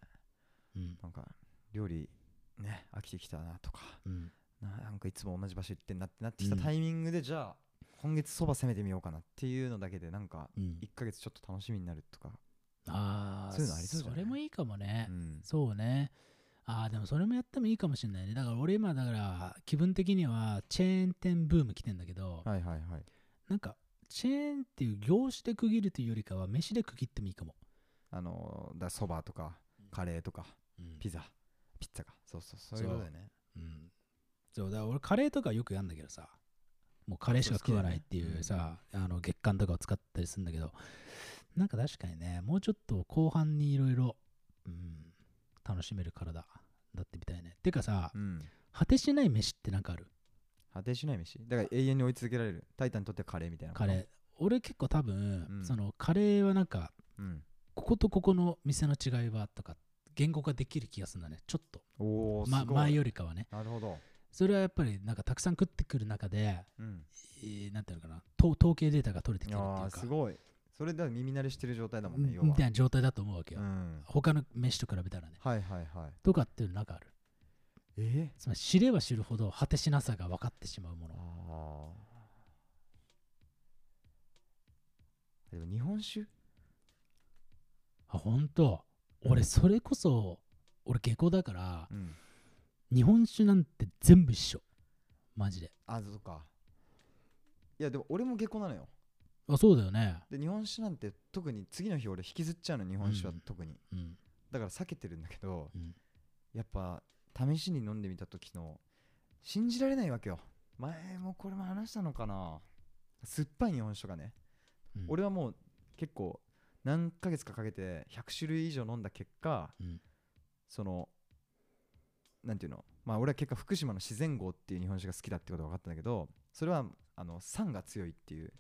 Speaker 2: うん。
Speaker 3: なんか料理ね飽きてきたなとか
Speaker 2: うん。
Speaker 3: ななんかいつも同じ場所行ってんなってなってきた
Speaker 2: うん
Speaker 3: タイミングで、じゃあ今月そば攻めてみようかなっていうのだけでなんか
Speaker 2: うん
Speaker 3: 1ヶ月ちょっと楽しみになるとか、
Speaker 2: ああ、
Speaker 3: そういうのありそうじゃ
Speaker 2: そ
Speaker 3: ない
Speaker 2: れもいいかもね。
Speaker 3: うん
Speaker 2: そうね。ああ、でもそれもやってもいいかもしれないね。だから俺今、だから気分的にはチェーン店ブーム来てんだけど、
Speaker 3: はいはいはい
Speaker 2: なんかチェーンっていう業種で区切るというよりかは飯で区切ってもいいかも。
Speaker 3: あのーだそばとかカレーとか
Speaker 2: うん
Speaker 3: ピザピッツァかそうそうそういうことだよね
Speaker 2: うんそうだから俺カレーとかよくやんだけどさ、もうカレーしか食わないっていうさ、あの月間とかを使ったりするんだけど、なんか確かにね、もうちょっと後半にいろいろうん楽しめる体だってみたいね。てかさ、
Speaker 3: うん
Speaker 2: 果てしない飯ってなんかある
Speaker 3: 果てしない飯だから永遠に追い続けられるタイタンにとってはカレーみたいなこと
Speaker 2: カレー。俺結構多分、
Speaker 3: うん
Speaker 2: そのカレーはなんか、
Speaker 3: うん
Speaker 2: こことここの店の違いはとか、言語化できる気がするんだね、ちょっと。
Speaker 3: おおす
Speaker 2: ま、
Speaker 3: ごい、
Speaker 2: 前よりかはね
Speaker 3: なるほど、
Speaker 2: それはやっぱりなんかたくさん食ってくる中で、
Speaker 3: うん、
Speaker 2: えーなんていうのかな統統計データが取れてきてるってい
Speaker 3: あ
Speaker 2: う
Speaker 3: あ
Speaker 2: か
Speaker 3: すごいそれでは耳慣れしてる状態だもんね要
Speaker 2: み
Speaker 3: は
Speaker 2: たいな状態だと思うわけ
Speaker 3: う
Speaker 2: よ、
Speaker 3: ん
Speaker 2: 他の飯と比べたらね
Speaker 3: はいはいはい
Speaker 2: とかっていうのなんかある
Speaker 3: えー、
Speaker 2: つまり知れば知るほど果てしなさが分かってしまうもの
Speaker 3: ああ。でも日本酒
Speaker 2: あ本当俺それこそ俺下校だから
Speaker 3: うん。
Speaker 2: 日本酒なんて全部一緒マジで
Speaker 3: あ、そうか。いや、でも俺も下戸なのよ。
Speaker 2: あそうだよね
Speaker 3: で、日本酒なんて特に次の日俺引きずっちゃうの、日本酒は
Speaker 2: うん
Speaker 3: 特に。
Speaker 2: うん
Speaker 3: だから避けてるんだけど、
Speaker 2: うん
Speaker 3: やっぱ試しに飲んでみた時の信じられないわけよ。前もこれも話したのかな。酸っぱい日本酒がね。
Speaker 2: うん
Speaker 3: 俺はもう結構何ヶ月かかけて100種類以上飲んだ結果、
Speaker 2: うん
Speaker 3: そのなんていうのまあ俺は結果福島の自然号っていう日本酒が好きだってことが分かったんだけどそれはあの酸が強いっていう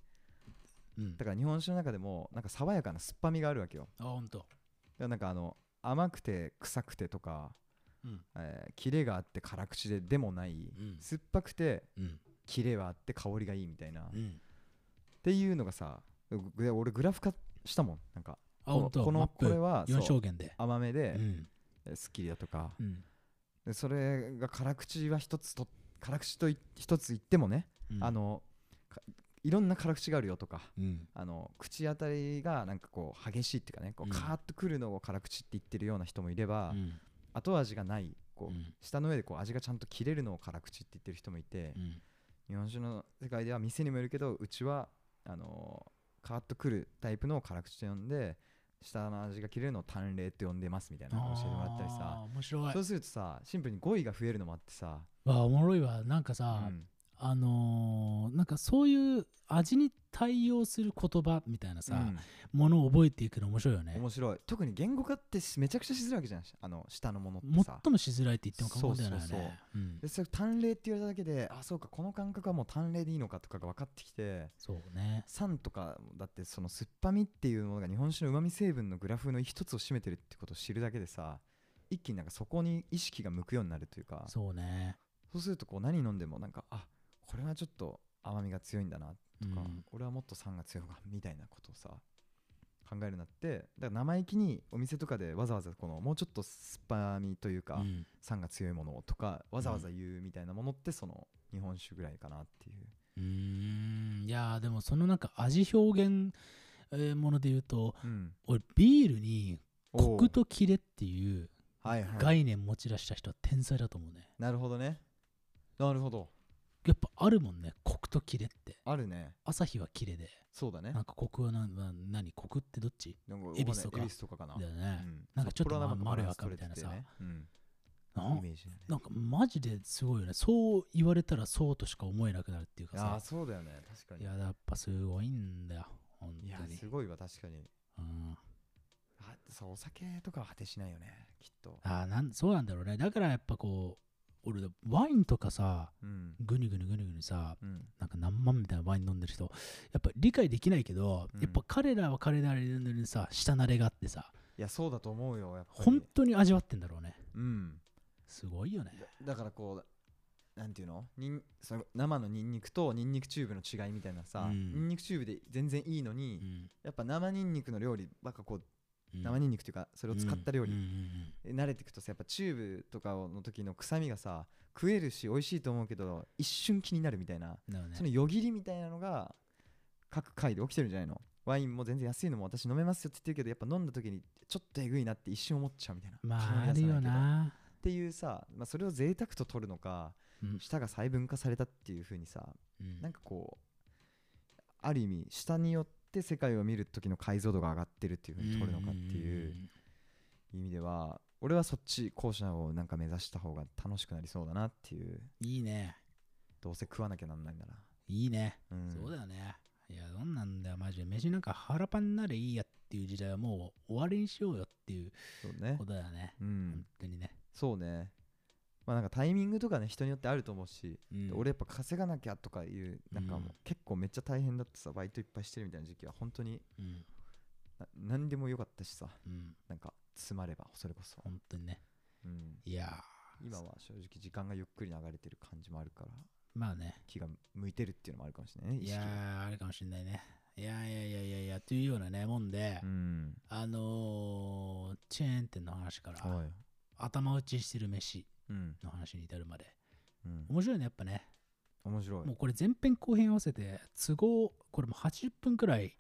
Speaker 2: うん
Speaker 3: だから日本酒の中でもなんか爽やかな酸っぱみがあるわけよ
Speaker 2: あ本当
Speaker 3: だからなんかあの甘くて臭くてとか、
Speaker 2: うん
Speaker 3: えーキレがあって辛口ででもない、
Speaker 2: うん
Speaker 3: 酸っぱくて
Speaker 2: うん
Speaker 3: キレはあって香りがいいみたいな、っ
Speaker 2: うん
Speaker 3: ていうのがさぐ俺グラフ化したもんなんか
Speaker 2: あ
Speaker 3: この
Speaker 2: 本当
Speaker 3: こ
Speaker 2: マッ
Speaker 3: のこ
Speaker 2: プ
Speaker 3: れは
Speaker 2: 4
Speaker 3: そう
Speaker 2: 証言で
Speaker 3: 甘めで
Speaker 2: う、ん
Speaker 3: えースッキリだとか、
Speaker 2: うん
Speaker 3: でそれが辛口は一つと辛口とい一つ言ってもね、
Speaker 2: うん
Speaker 3: あのかいろんな辛口があるよとか
Speaker 2: うん
Speaker 3: あの口当たりがなんかこう激しいっていうかねこ
Speaker 2: うん
Speaker 3: うカーッとくるのを辛口って言ってるような人もいれば、
Speaker 2: うん
Speaker 3: 後味がないこ
Speaker 2: う
Speaker 3: う、
Speaker 2: ん
Speaker 3: 舌の上でこう味がちゃんと切れるのを辛口って言ってる人もいて、
Speaker 2: うん
Speaker 3: 日本酒の世界では店にもよるけどうちはあのーカーッとくるタイプのを辛口と呼んで舌の味が切れるのを淡麗って呼んでますみたいなのを教えてもらったりさ
Speaker 2: あー面白い
Speaker 3: そうするとさシンプルに語彙が増えるのもあってさ、
Speaker 2: わあおもろいわなんかさ、
Speaker 3: うん
Speaker 2: あのーなんかそういう味に対応する言葉みたいなさ、ものを覚えていくの面白いよ
Speaker 3: うん
Speaker 2: ね
Speaker 3: 面白い特に言語化ってしめちゃくちゃしづらいわけじゃんあの下のものって
Speaker 2: 最
Speaker 3: さ
Speaker 2: もしづらいって言っても過言ではないよ
Speaker 3: そうそう
Speaker 2: ねうん
Speaker 3: でそれ淡麗って言われただけであそうかこの感覚はもう淡麗でいいのかとかが分かってきて
Speaker 2: そうね
Speaker 3: 酸とかだってその酸っぱみっていうものが日本酒の旨味成分のグラフの一つを占めてるってことを知るだけでさ一気になんかそこに意識が向くようになるというかそう
Speaker 2: そうね
Speaker 3: するとこう何飲んでもなんかあこれはちょっと甘みが強いんだな
Speaker 2: う
Speaker 3: とか、
Speaker 2: ん
Speaker 3: 俺はもっと酸が強いわみたいなことをさ考えるようになってだから生意気にお店とかでわざわざこのもうちょっと酸っぱみというか、
Speaker 2: うん
Speaker 3: 酸が強いものをとかわざわざ言うみたいなものってその日本酒ぐらいかなっていう、
Speaker 2: うーんいやーでもそのなんか味表現、えーもので言うと
Speaker 3: うん、
Speaker 2: 俺ビールにコク
Speaker 3: お
Speaker 2: とキレっていう
Speaker 3: うはいはい
Speaker 2: 概念持ち出した人は天才だと思うね
Speaker 3: なるほどねなるほど
Speaker 2: やっぱあるもんねコクとキレって
Speaker 3: あるね
Speaker 2: 朝日はキレで
Speaker 3: そうだね
Speaker 2: なんかコクはなな何コクってどっち
Speaker 3: なんかわかんない
Speaker 2: 恵比寿とか
Speaker 3: 恵比寿とかかな、
Speaker 2: だよ
Speaker 3: う
Speaker 2: ね、
Speaker 3: ん
Speaker 2: なんかちょっと
Speaker 3: 札幌はなんか
Speaker 2: まあ
Speaker 3: バランス
Speaker 2: まろやかみたいなさ
Speaker 3: 取れててね
Speaker 2: な
Speaker 3: うん、イメージだね
Speaker 2: なんかマジですごいよねそう言われたらそうとしか思えなくなるっていうか
Speaker 3: あ
Speaker 2: さ
Speaker 3: あそうだよね確か
Speaker 2: い
Speaker 3: に
Speaker 2: ややっぱすごいんだよ本
Speaker 3: いや
Speaker 2: 当に
Speaker 3: すごいわ確かに
Speaker 2: うん
Speaker 3: はそうお酒とかは果てしないよねきっと
Speaker 2: あーなんそうなんだろうねだからやっぱこう俺ワインとかさ
Speaker 3: うん
Speaker 2: ぐにぐにぐにぐにさ
Speaker 3: うん
Speaker 2: なんか何万みたいなワイン飲んでる人やっぱ理解できないけど、
Speaker 3: うん
Speaker 2: やっぱ彼らは彼らなりにさ下慣れがあってさ
Speaker 3: いやそうだと思うよやっぱり
Speaker 2: 本当に味わってんだろうね
Speaker 3: うん
Speaker 2: すごいよね
Speaker 3: だだからこうなんていうのにんその生のニンニクとニンニクチューブの違いみたいなさ、
Speaker 2: うん
Speaker 3: ニンニクチューブで全然いいのに、
Speaker 2: うん
Speaker 3: やっぱ生ニンニクの料理ばっかこう
Speaker 2: うん
Speaker 3: 生ニンニクというかそれを使った料理、
Speaker 2: うんうんうん
Speaker 3: え慣れていくとさやっぱチューブとかの時の臭みがさ食えるし美味しいと思うけど一瞬気になるみたいな、
Speaker 2: うんだよね
Speaker 3: そのよぎりみたいなのが各回で起きてるんじゃないのワインも全然安いのも私飲めますよって言ってるけどやっぱ飲んだ時にちょっとえぐいなって一瞬思っちゃうみたいな
Speaker 2: ま
Speaker 3: 気に
Speaker 2: ああ
Speaker 3: 出
Speaker 2: る
Speaker 3: さない
Speaker 2: よ
Speaker 3: けど
Speaker 2: な
Speaker 3: っていうさ、まあ、それを贅沢と取るのか
Speaker 2: うん
Speaker 3: 舌が細分化されたっていう風にさ
Speaker 2: うん
Speaker 3: なんかこうある意味舌によって世界を見る時の解像度が上がってるっていう風に取るのかっていう意味では俺はそっち後者をなんか目指した方が楽しくなりそうだなっていう
Speaker 2: いいね
Speaker 3: どうせ食わなきゃなんないなら、
Speaker 2: いいね、
Speaker 3: うん、
Speaker 2: そうだよねいやどんなんだよマジで飯なんか腹パンになれいいやっていう時代はもう終わりにしようよっていう
Speaker 3: そうね
Speaker 2: ことだよね、
Speaker 3: う
Speaker 2: 本
Speaker 3: ん
Speaker 2: 当にね、
Speaker 3: そうねまあなんかタイミングとかね人によってあると思うし、
Speaker 2: うん
Speaker 3: 俺やっぱ稼がなきゃとかいうなんかもう
Speaker 2: うん
Speaker 3: 結構めっちゃ大変だってさバイトいっぱいしてるみたいな時期は本当に
Speaker 2: うん
Speaker 3: な何でもよかったしさ
Speaker 2: うん
Speaker 3: なんか詰まればそれこそ、
Speaker 2: 本当にね
Speaker 3: うん、
Speaker 2: いや
Speaker 3: 今は正直時間がゆっくり流れてる感じもあるから
Speaker 2: ーまあね
Speaker 3: 気が向いてるっていうのもあるかもしれないね意
Speaker 2: い
Speaker 3: 識
Speaker 2: や
Speaker 3: が
Speaker 2: ーあれかもしんないねいやいやいやいやいやというようなねもんで、
Speaker 3: うん
Speaker 2: あのーチェーン店の話から
Speaker 3: おい
Speaker 2: 頭打ちしてる飯
Speaker 3: うん
Speaker 2: の話に至るまで
Speaker 3: うん
Speaker 2: 面白いねやっぱね
Speaker 3: 面白い
Speaker 2: もうこれ前編後編合わせて都合これもう80分くらい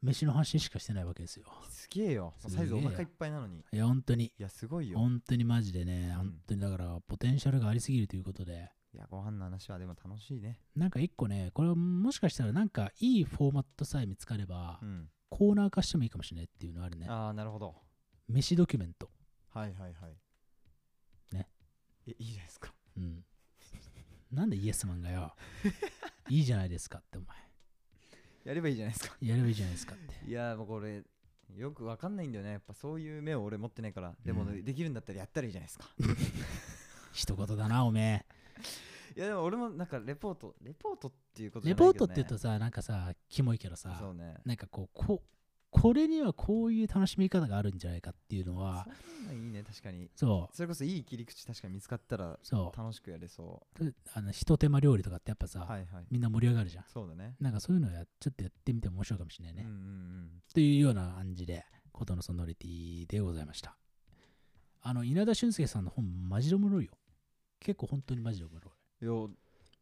Speaker 2: 飯の話しかしてないわけですよ
Speaker 3: すげえよもう
Speaker 2: す
Speaker 3: サイズお
Speaker 2: げえよ
Speaker 3: 腹いっぱいなのにい
Speaker 2: いや本当に
Speaker 3: やすごいよ
Speaker 2: 本当にマジでね本当にだからポテンシャルがありすぎるということで
Speaker 3: いやご飯の話はでも楽しいね
Speaker 2: なんか一個ねこれもしかしたらなんかいいフォーマットさえ見つかれば
Speaker 3: うん
Speaker 2: コーナー化してもいいかもしれないっていうのあるね
Speaker 3: ああなるほど
Speaker 2: 飯ドキュメント
Speaker 3: はいはいはい
Speaker 2: ね
Speaker 3: えいいじゃないですか
Speaker 2: うんなんでイエスマンがよいいじゃないですかってお前
Speaker 3: やればいいじゃないですか
Speaker 2: やればいいじゃないですかって
Speaker 3: いやもうこれよくわかんないんだよねやっぱそういう目を俺持ってないからでも
Speaker 2: うん
Speaker 3: できるんだったらやったらいいじゃない ですか
Speaker 2: 一言だなおめえ
Speaker 3: いやでも俺もなんかレポートレポートっていうことじゃ
Speaker 2: レ
Speaker 3: な
Speaker 2: ポ
Speaker 3: いけ
Speaker 2: ート
Speaker 3: ど、
Speaker 2: って
Speaker 3: ね、
Speaker 2: 言うとさなんかさキモいけどさ
Speaker 3: そうね
Speaker 2: なんかこうここれにはこういう楽しみ方があるんじゃないかっていうのは
Speaker 3: そういうのいいね確かに
Speaker 2: そう
Speaker 3: それこそいい切り口確かに見つかったら
Speaker 2: そ
Speaker 3: 楽しくやれそう
Speaker 2: あのひと手間料理とかってやっぱ
Speaker 3: う
Speaker 2: さ、
Speaker 3: はいはい
Speaker 2: みんな盛り上がるじゃん
Speaker 3: そうだね
Speaker 2: なんかそういうのやちょっとやってみても面白いかもしれない
Speaker 3: うん
Speaker 2: ね、
Speaker 3: う
Speaker 2: と
Speaker 3: んうん
Speaker 2: いうような感じでことのソノリティでございましたあの稲田俊介さんの本マジでおもろいよ結構本当にマジでおもろい、
Speaker 3: いや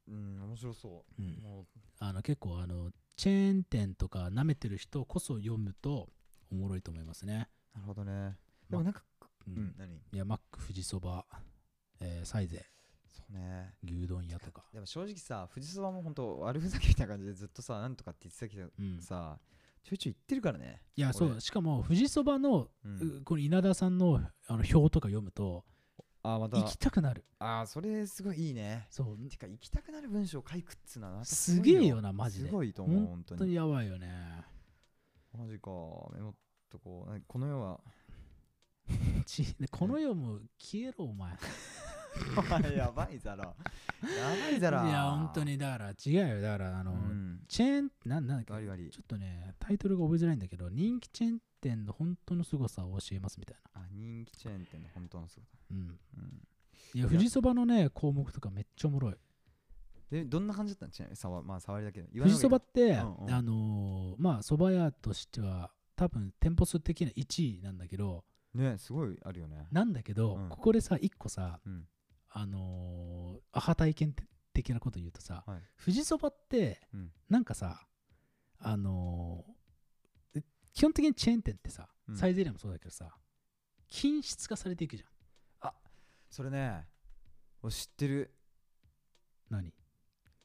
Speaker 3: うん面白そうう、
Speaker 2: ん、
Speaker 3: もう
Speaker 2: あの結構あのチェーン店とか舐めてる人こそ読むとおもろいと思いますね、
Speaker 3: なるほどねで
Speaker 2: ま
Speaker 3: もなんか、
Speaker 2: う
Speaker 3: うんん、何
Speaker 2: いやマック富士そば、えーサイゼ
Speaker 3: そうね
Speaker 2: 牛丼屋とか
Speaker 3: でも正直さ富士そばも本当悪ふざけみたいな感じでずっとさなんとかって言ってたけど
Speaker 2: うん、
Speaker 3: さちょいちょい言ってるからね
Speaker 2: いや
Speaker 3: これ
Speaker 2: そうしかも富士そばの、
Speaker 3: うん
Speaker 2: うこの稲田さんのあの表とか読むと
Speaker 3: あーま
Speaker 2: 行き
Speaker 3: た
Speaker 2: たくなる
Speaker 3: あーそれすごいいいね
Speaker 2: そう
Speaker 3: てか行きたくなる文章を書くっつうのはまた
Speaker 2: す
Speaker 3: ごい
Speaker 2: げえよなマジです
Speaker 3: ごいと思う本当
Speaker 2: 本当に
Speaker 3: に
Speaker 2: やばいよね
Speaker 3: マジかメモっとこうなんかこの 世は
Speaker 2: ちこの世も消えろお前
Speaker 3: お前やばいだろやばいだろ
Speaker 2: いや本当にだから違うよだからあ
Speaker 3: う
Speaker 2: の、
Speaker 3: ん
Speaker 2: チェーンなんなんだっ
Speaker 3: ガ
Speaker 2: け
Speaker 3: リガリ
Speaker 2: ちょっとねタイトルが覚えづらいんだけど人気チェーン店の本当の凄さを教えますみたいな
Speaker 3: あ人気チェーン店の本当の姿
Speaker 2: うん
Speaker 3: うん
Speaker 2: いや富士そばのね項目とかめっちゃおもろい
Speaker 3: でどんな感じだったのちなみに触,、まあ、触りだけど
Speaker 2: 富士そば
Speaker 3: っ
Speaker 2: って、
Speaker 3: うんうん
Speaker 2: あのーまあそば屋としては多分店舗数的な1位なんだけど
Speaker 3: ねすごいあるよね
Speaker 2: なんだけど、
Speaker 3: うん
Speaker 2: ここでさ一個さ
Speaker 3: うん
Speaker 2: あのーアハ体験的なこと言うとさ、
Speaker 3: はい
Speaker 2: 富士そばって、
Speaker 3: うん
Speaker 2: なんかさあのーえ基本的にチェーン店ってさ、
Speaker 3: うん
Speaker 2: サイゼリアもそうだけどさ均質化されていくじゃん
Speaker 3: それね俺知ってる
Speaker 2: 何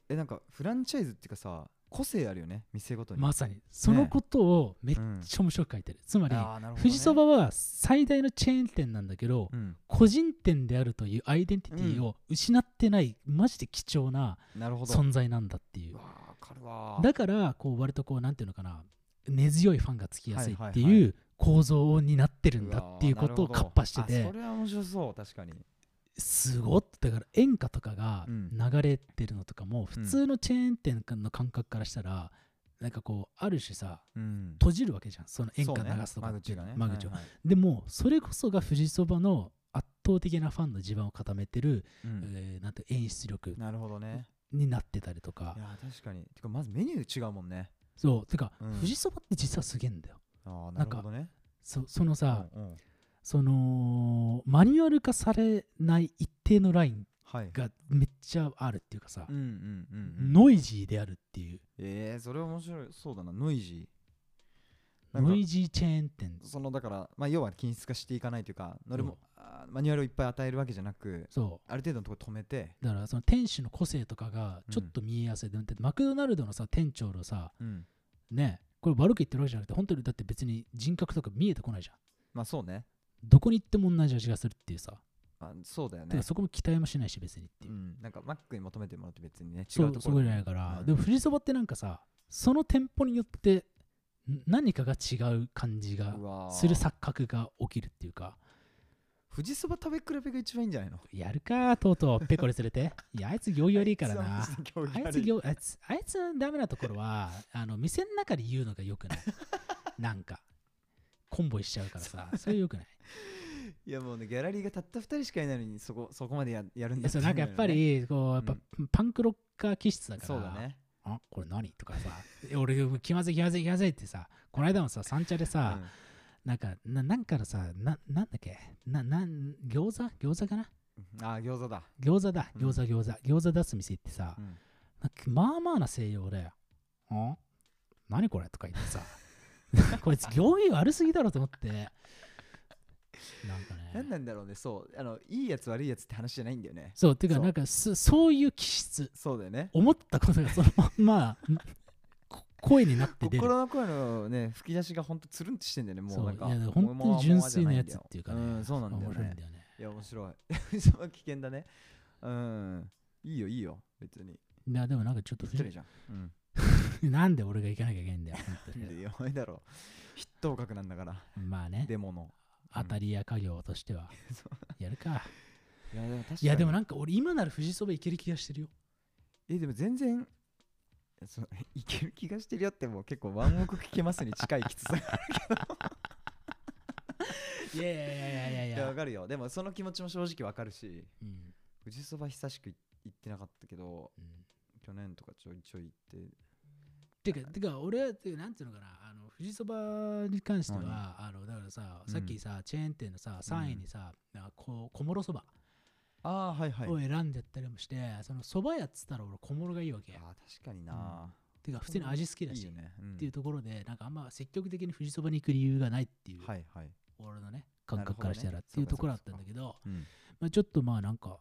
Speaker 3: えなんかフランチャイズっていうかさ個性あるよね店ごとに、
Speaker 2: まさにそのことをめっ
Speaker 3: うん
Speaker 2: ちゃ面白く書いてる、つまり
Speaker 3: あーなるほどね
Speaker 2: 富士そばは最大のチェーン店なんだけど、
Speaker 3: うん
Speaker 2: 個人店であるというアイデンティティを失ってない、マジで貴重な
Speaker 3: なるほど
Speaker 2: 存在なんだっていうう
Speaker 3: わーわかるわー
Speaker 2: だからこう割とこうなんていうのかな根強いファンがつきやすいって
Speaker 3: はいはい
Speaker 2: い
Speaker 3: は
Speaker 2: う構造になってるん
Speaker 3: う
Speaker 2: だ
Speaker 3: わー
Speaker 2: っていうことを
Speaker 3: なる
Speaker 2: カ
Speaker 3: ほ
Speaker 2: ッ
Speaker 3: ど
Speaker 2: パして
Speaker 3: あそ
Speaker 2: て
Speaker 3: れは面白そう確かに
Speaker 2: すごっだから演歌とかが
Speaker 3: うん
Speaker 2: 流れてるのとかも
Speaker 3: う
Speaker 2: 普
Speaker 3: ん
Speaker 2: 通のチェーン店の感覚からしたらなんかこうある種さ
Speaker 3: うん
Speaker 2: 閉じるわけじゃんその演
Speaker 3: そう
Speaker 2: 歌
Speaker 3: ね
Speaker 2: 流すとか
Speaker 3: 間
Speaker 2: ってい
Speaker 3: 口
Speaker 2: う
Speaker 3: がね
Speaker 2: 間口を
Speaker 3: はいはい
Speaker 2: でもそれこそが富士そばの圧倒的なファンの地盤を固めてる、
Speaker 3: うん
Speaker 2: えーなんて演出力
Speaker 3: なるほどね
Speaker 2: になってたりとか
Speaker 3: いや確かにてかまずメニュー違うもんね
Speaker 2: そうてか、
Speaker 3: うん
Speaker 2: 富士そばって実はすげえんだよ
Speaker 3: ああ
Speaker 2: な
Speaker 3: なんる
Speaker 2: か
Speaker 3: ほどね
Speaker 2: そそのさ、
Speaker 3: うんうん
Speaker 2: そのマニュアル化されない一定のライン
Speaker 3: はい
Speaker 2: がめっちゃあるっていうかさ
Speaker 3: う、んうんうんうん
Speaker 2: ノイジーであるっていう
Speaker 3: えー、それ面白いそうだなノイジーなんか
Speaker 2: ノイジーチェーン店
Speaker 3: そのだから、まあ、要は均質化していかないというか乗る
Speaker 2: うん
Speaker 3: もあーマニュアルをいっぱい与えるわけじゃなく
Speaker 2: そ
Speaker 3: ある程度のところ止めて、
Speaker 2: うだからその店主の個性とかがちょっと見えやすい、だってマクドナルドのさ店長のさ
Speaker 3: うん、
Speaker 2: ねこれ悪く言ってるわけじゃなくて本当にだって別に人格とか見えてこないじゃん
Speaker 3: まあそうね、
Speaker 2: どこに行っても同じ味がするっていうさ、
Speaker 3: まあ、そうだよ
Speaker 2: てか
Speaker 3: ね
Speaker 2: そこも期待もしないし別にっていうう、
Speaker 3: ん、なんかマックに求めてもらって別にね違
Speaker 2: そうう
Speaker 3: と
Speaker 2: そ
Speaker 3: こ
Speaker 2: こ
Speaker 3: ろ
Speaker 2: じゃないから、
Speaker 3: うん
Speaker 2: でも富士そばってなんかさその店舗によってん何かが違う感じが
Speaker 3: うわー
Speaker 2: する錯覚が起きるっていうか
Speaker 3: 富士そば食べ比べが一番いいんじゃないの
Speaker 2: やるかとうとうペコリ連れていやあいつ行儀悪いからなあい
Speaker 3: あ
Speaker 2: つ行あいつあいつのダメなところはあの店の中で言うのがよくないなんかコンボイしちゃうからさそれよくない
Speaker 3: いやもうねギャラリーがたった2人しかいないのにそこそこまでややるん
Speaker 2: い
Speaker 3: だ
Speaker 2: やそうなんかやっぱりこうやっぱパンクロッカー気質だ
Speaker 3: て
Speaker 2: か
Speaker 3: いう
Speaker 2: ら
Speaker 3: のよねそうだね
Speaker 2: あこれ何とかさえ俺気まずい気まずい気まずいってさこの間もさ三茶でさ、なんかななんかのさななんだっけななん餃子餃子かな
Speaker 3: うんあー餃子だ、
Speaker 2: 餃子だ
Speaker 3: うん
Speaker 2: 餃子餃子、餃子出す店行ってさ、
Speaker 3: うん
Speaker 2: なんかまあまあな西洋で「あ何これ?」とか言って さこいつ行儀悪すぎだろと思ってなんか
Speaker 3: 何
Speaker 2: ね
Speaker 3: なんだろうねそうあのいいやつ悪いやつって話じゃないんだよね
Speaker 2: そうていうか
Speaker 3: そう
Speaker 2: なんかそそういう気質
Speaker 3: そうだよね
Speaker 2: 思ったことがそのまんまこ声になって出る
Speaker 3: 心の声のね吹き出しがほんとつるんとしてんだよねも
Speaker 2: そうう
Speaker 3: なんか
Speaker 2: いやだから本当に純粋なやつっていうかね、
Speaker 3: んそうなんだよ
Speaker 2: 面白いん
Speaker 3: ね
Speaker 2: だよね
Speaker 3: いや面白いその危険だねうんいいよいいよ別に
Speaker 2: いやでもなんかちょっと
Speaker 3: ぴったりじゃん、うん、
Speaker 2: なんで俺が行かなきゃいけないんだよ本当 に
Speaker 3: で弱いだろ筆頭格なんだから
Speaker 2: まあね
Speaker 3: デモの
Speaker 2: 当たりや家業としては
Speaker 3: そ
Speaker 2: やるか
Speaker 3: いやでも確か
Speaker 2: いやでも
Speaker 3: な
Speaker 2: なんか俺今なら富士そば行ける気がしてるよ
Speaker 3: えでも全然そういける気がしてるよってもう結構ワンオク聞けますに 近いきつさ
Speaker 2: いやいやいやいやい
Speaker 3: い
Speaker 2: やい
Speaker 3: やわ
Speaker 2: や、
Speaker 3: かるよでもその気持ちも正直わかるし
Speaker 2: うん
Speaker 3: 富士そば久しくい行ってなかったけど
Speaker 2: うん
Speaker 3: 去年とかちょいちょい行って
Speaker 2: てかてか俺はてかなんていうのかなあの富士そばに関しては、
Speaker 3: 何
Speaker 2: あのだからさ
Speaker 3: うん
Speaker 2: さっきさ、チェーン店のさ3位にさ、なんかこ小諸そば
Speaker 3: ああはいはい
Speaker 2: を選んじゃったりもして、そのそば屋っつったら俺小諸がいいわけ
Speaker 3: あー確かにな、
Speaker 2: てか普通に味好きだ
Speaker 3: い
Speaker 2: し
Speaker 3: いよね、うん
Speaker 2: っていうところで、なんかあんま積極的に富士そばに行く理由がないっていう、
Speaker 3: はいはい、
Speaker 2: 俺のね、感覚からしたらっていう
Speaker 3: なる
Speaker 2: とこ
Speaker 3: ほ
Speaker 2: ろだ
Speaker 3: どね
Speaker 2: ったんだけど、
Speaker 3: うん、
Speaker 2: まあ、ちょっとまあなんか、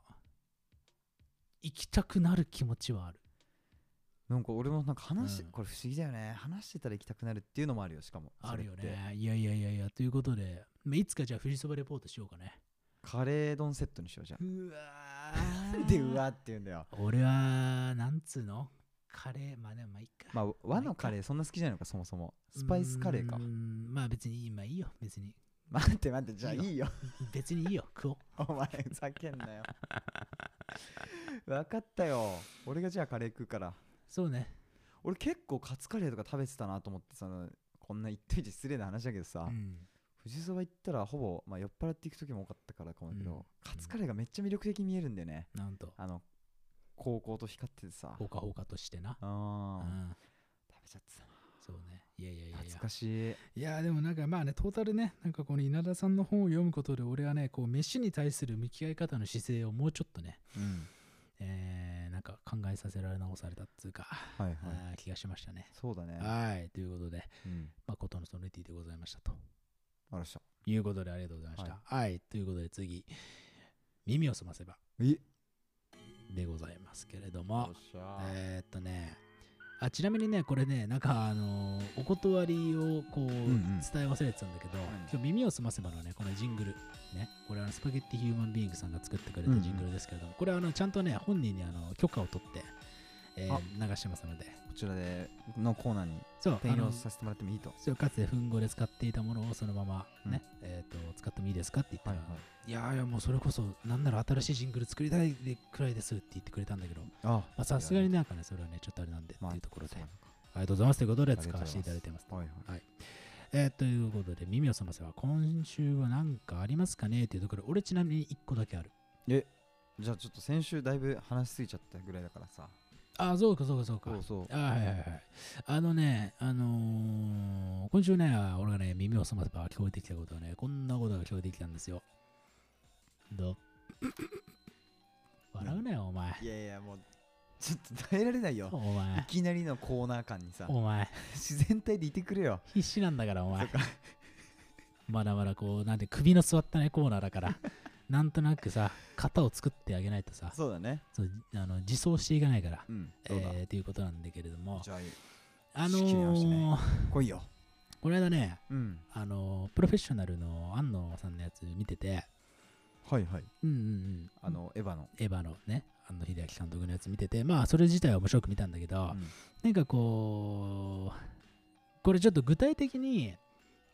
Speaker 2: 行きたくなる気持ちはある。
Speaker 3: なんか俺もなんか話して、
Speaker 2: うん
Speaker 3: これ不思議だよね話してたら行きたくなるっていうのもあるよしかも
Speaker 2: あるよ
Speaker 3: それって
Speaker 2: ね。いやいやいやいや、ということで、まあ、いつかじゃあ富士そばレポートしようかね。
Speaker 3: カレー丼セットにしようじゃん
Speaker 2: うわ
Speaker 3: なんでうわって言うんだよ
Speaker 2: 俺は、なんつうのカレー、まあでもまあいいか。
Speaker 3: まあ和のカレーそんな好きじゃないのかそもそもスパイスカレーか
Speaker 2: うーんまあ別に今いいよ、別に。
Speaker 3: 待って待ってじゃあ
Speaker 2: いいよ
Speaker 3: いいよ
Speaker 2: 別にいい よ、食おう。
Speaker 3: お前ふざけんなよ分かったよ俺がじゃあカレー食うから
Speaker 2: そうね。
Speaker 3: 俺結構カツカレーとか食べてたなと思ってそのこんな言っといて失礼な話だけどさ、
Speaker 2: うん
Speaker 3: 富士そば行ったらほぼ、まあ、酔っ払っていく時も多かったからかもだけど、
Speaker 2: うん
Speaker 3: カツカレーがめっちゃ魅力的に見えるんだよね、
Speaker 2: なんと、
Speaker 3: あの高校と光っててさ
Speaker 2: ほかほかとしてな。う
Speaker 3: あー
Speaker 2: ん
Speaker 3: 食べちゃってたな
Speaker 2: そうね。いやいやいやいや
Speaker 3: 懐。かしい
Speaker 2: いやーでもなんかまあね、トータルね、なんかこの稲田さんの本を読むことで、俺はね、こう、飯に対する向き合い方の姿勢をもうちょっとね、
Speaker 3: うん
Speaker 2: えー、なんか考えさせられ直されたっていうか、
Speaker 3: はいはい
Speaker 2: あー気がしましたね。
Speaker 3: そうだね
Speaker 2: はい、ということで、
Speaker 3: うん
Speaker 2: まあ、ことのソネティでございましたと。
Speaker 3: あらっしゃ
Speaker 2: いうことでありがとうございました。はい、ということで次、耳を澄ませば
Speaker 3: え
Speaker 2: でございますけれど
Speaker 3: あ
Speaker 2: も
Speaker 3: っ、しゃ
Speaker 2: えー、っとね、あちなみにね、これね、なんかあのーお断りをこう、
Speaker 3: んうん
Speaker 2: 伝え忘れてたんだけど、今日耳を澄ませばのね、このジングル、ね、これあのスパゲッティヒューマンビーングさんが作ってくれたジングルですけれども、これあのちゃんとね、本人にあの許可を取って、えー
Speaker 3: あ
Speaker 2: 流してますので、
Speaker 3: こちらでのコーナーに
Speaker 2: そう
Speaker 3: 転
Speaker 2: あの
Speaker 3: 用させてもらってもいいと。
Speaker 2: そうかつて奮語で使っていたものをそのまま、ねえー、と使ってもいいですかって言った
Speaker 3: はい
Speaker 2: ら、
Speaker 3: はい。
Speaker 2: いやいやもうそれこそなんなら新しいジングル作りたいくらいですって言ってくれたんだけどま
Speaker 3: あ
Speaker 2: あさすがになんかねそれはねちょっとあれなんでっていうところで、
Speaker 3: そう
Speaker 2: あ
Speaker 3: な
Speaker 2: り
Speaker 3: の
Speaker 2: がとうございますということで
Speaker 3: か
Speaker 2: 使わせていただいてます
Speaker 3: はいはい。
Speaker 2: えー、ということで耳を澄ませば今週は何かありますかねっていうところで俺ちなみに1個だけある
Speaker 3: じゃあちょっと先週だいぶ話しすぎちゃったぐらいだからさ。
Speaker 2: ああそうかそうかそうか
Speaker 3: そうそう。
Speaker 2: あはいはいはいあのねあのー今週ね俺がね耳を澄ませば聞こえてきたことはねこんなことが聞こえてきたんですよどう 笑うなよお前
Speaker 3: いやいやもう、ちょっと耐えられないよ。
Speaker 2: お
Speaker 3: い
Speaker 2: 前
Speaker 3: きなりのコーナー感にさ、
Speaker 2: お前
Speaker 3: 自然体でいてくれよ。
Speaker 2: 必死なんだからお
Speaker 3: そ
Speaker 2: 前
Speaker 3: っか
Speaker 2: まだまだこうなんて首の座ったねコーナーだからなんとなくさ型を作ってあげないとさ
Speaker 3: そうだね。
Speaker 2: そうあの自走していかないから
Speaker 3: うん。
Speaker 2: え
Speaker 3: そうだ。
Speaker 2: ー、ということなんだけれども、
Speaker 3: じゃ
Speaker 2: あの
Speaker 3: 仕切り直して
Speaker 2: ー
Speaker 3: ね来いよ。
Speaker 2: この間ね、
Speaker 3: うん。
Speaker 2: あのープロフェッショナルの安野さんのやつ見てて、
Speaker 3: はいはい。
Speaker 2: うんうんうん、
Speaker 3: あの、エヴァの。
Speaker 2: エヴァのね、安野秀明監督のやつ見てて、まあ、それ自体は面白く見たんだけど、
Speaker 3: うん
Speaker 2: なんかこう、これちょっと具体的に、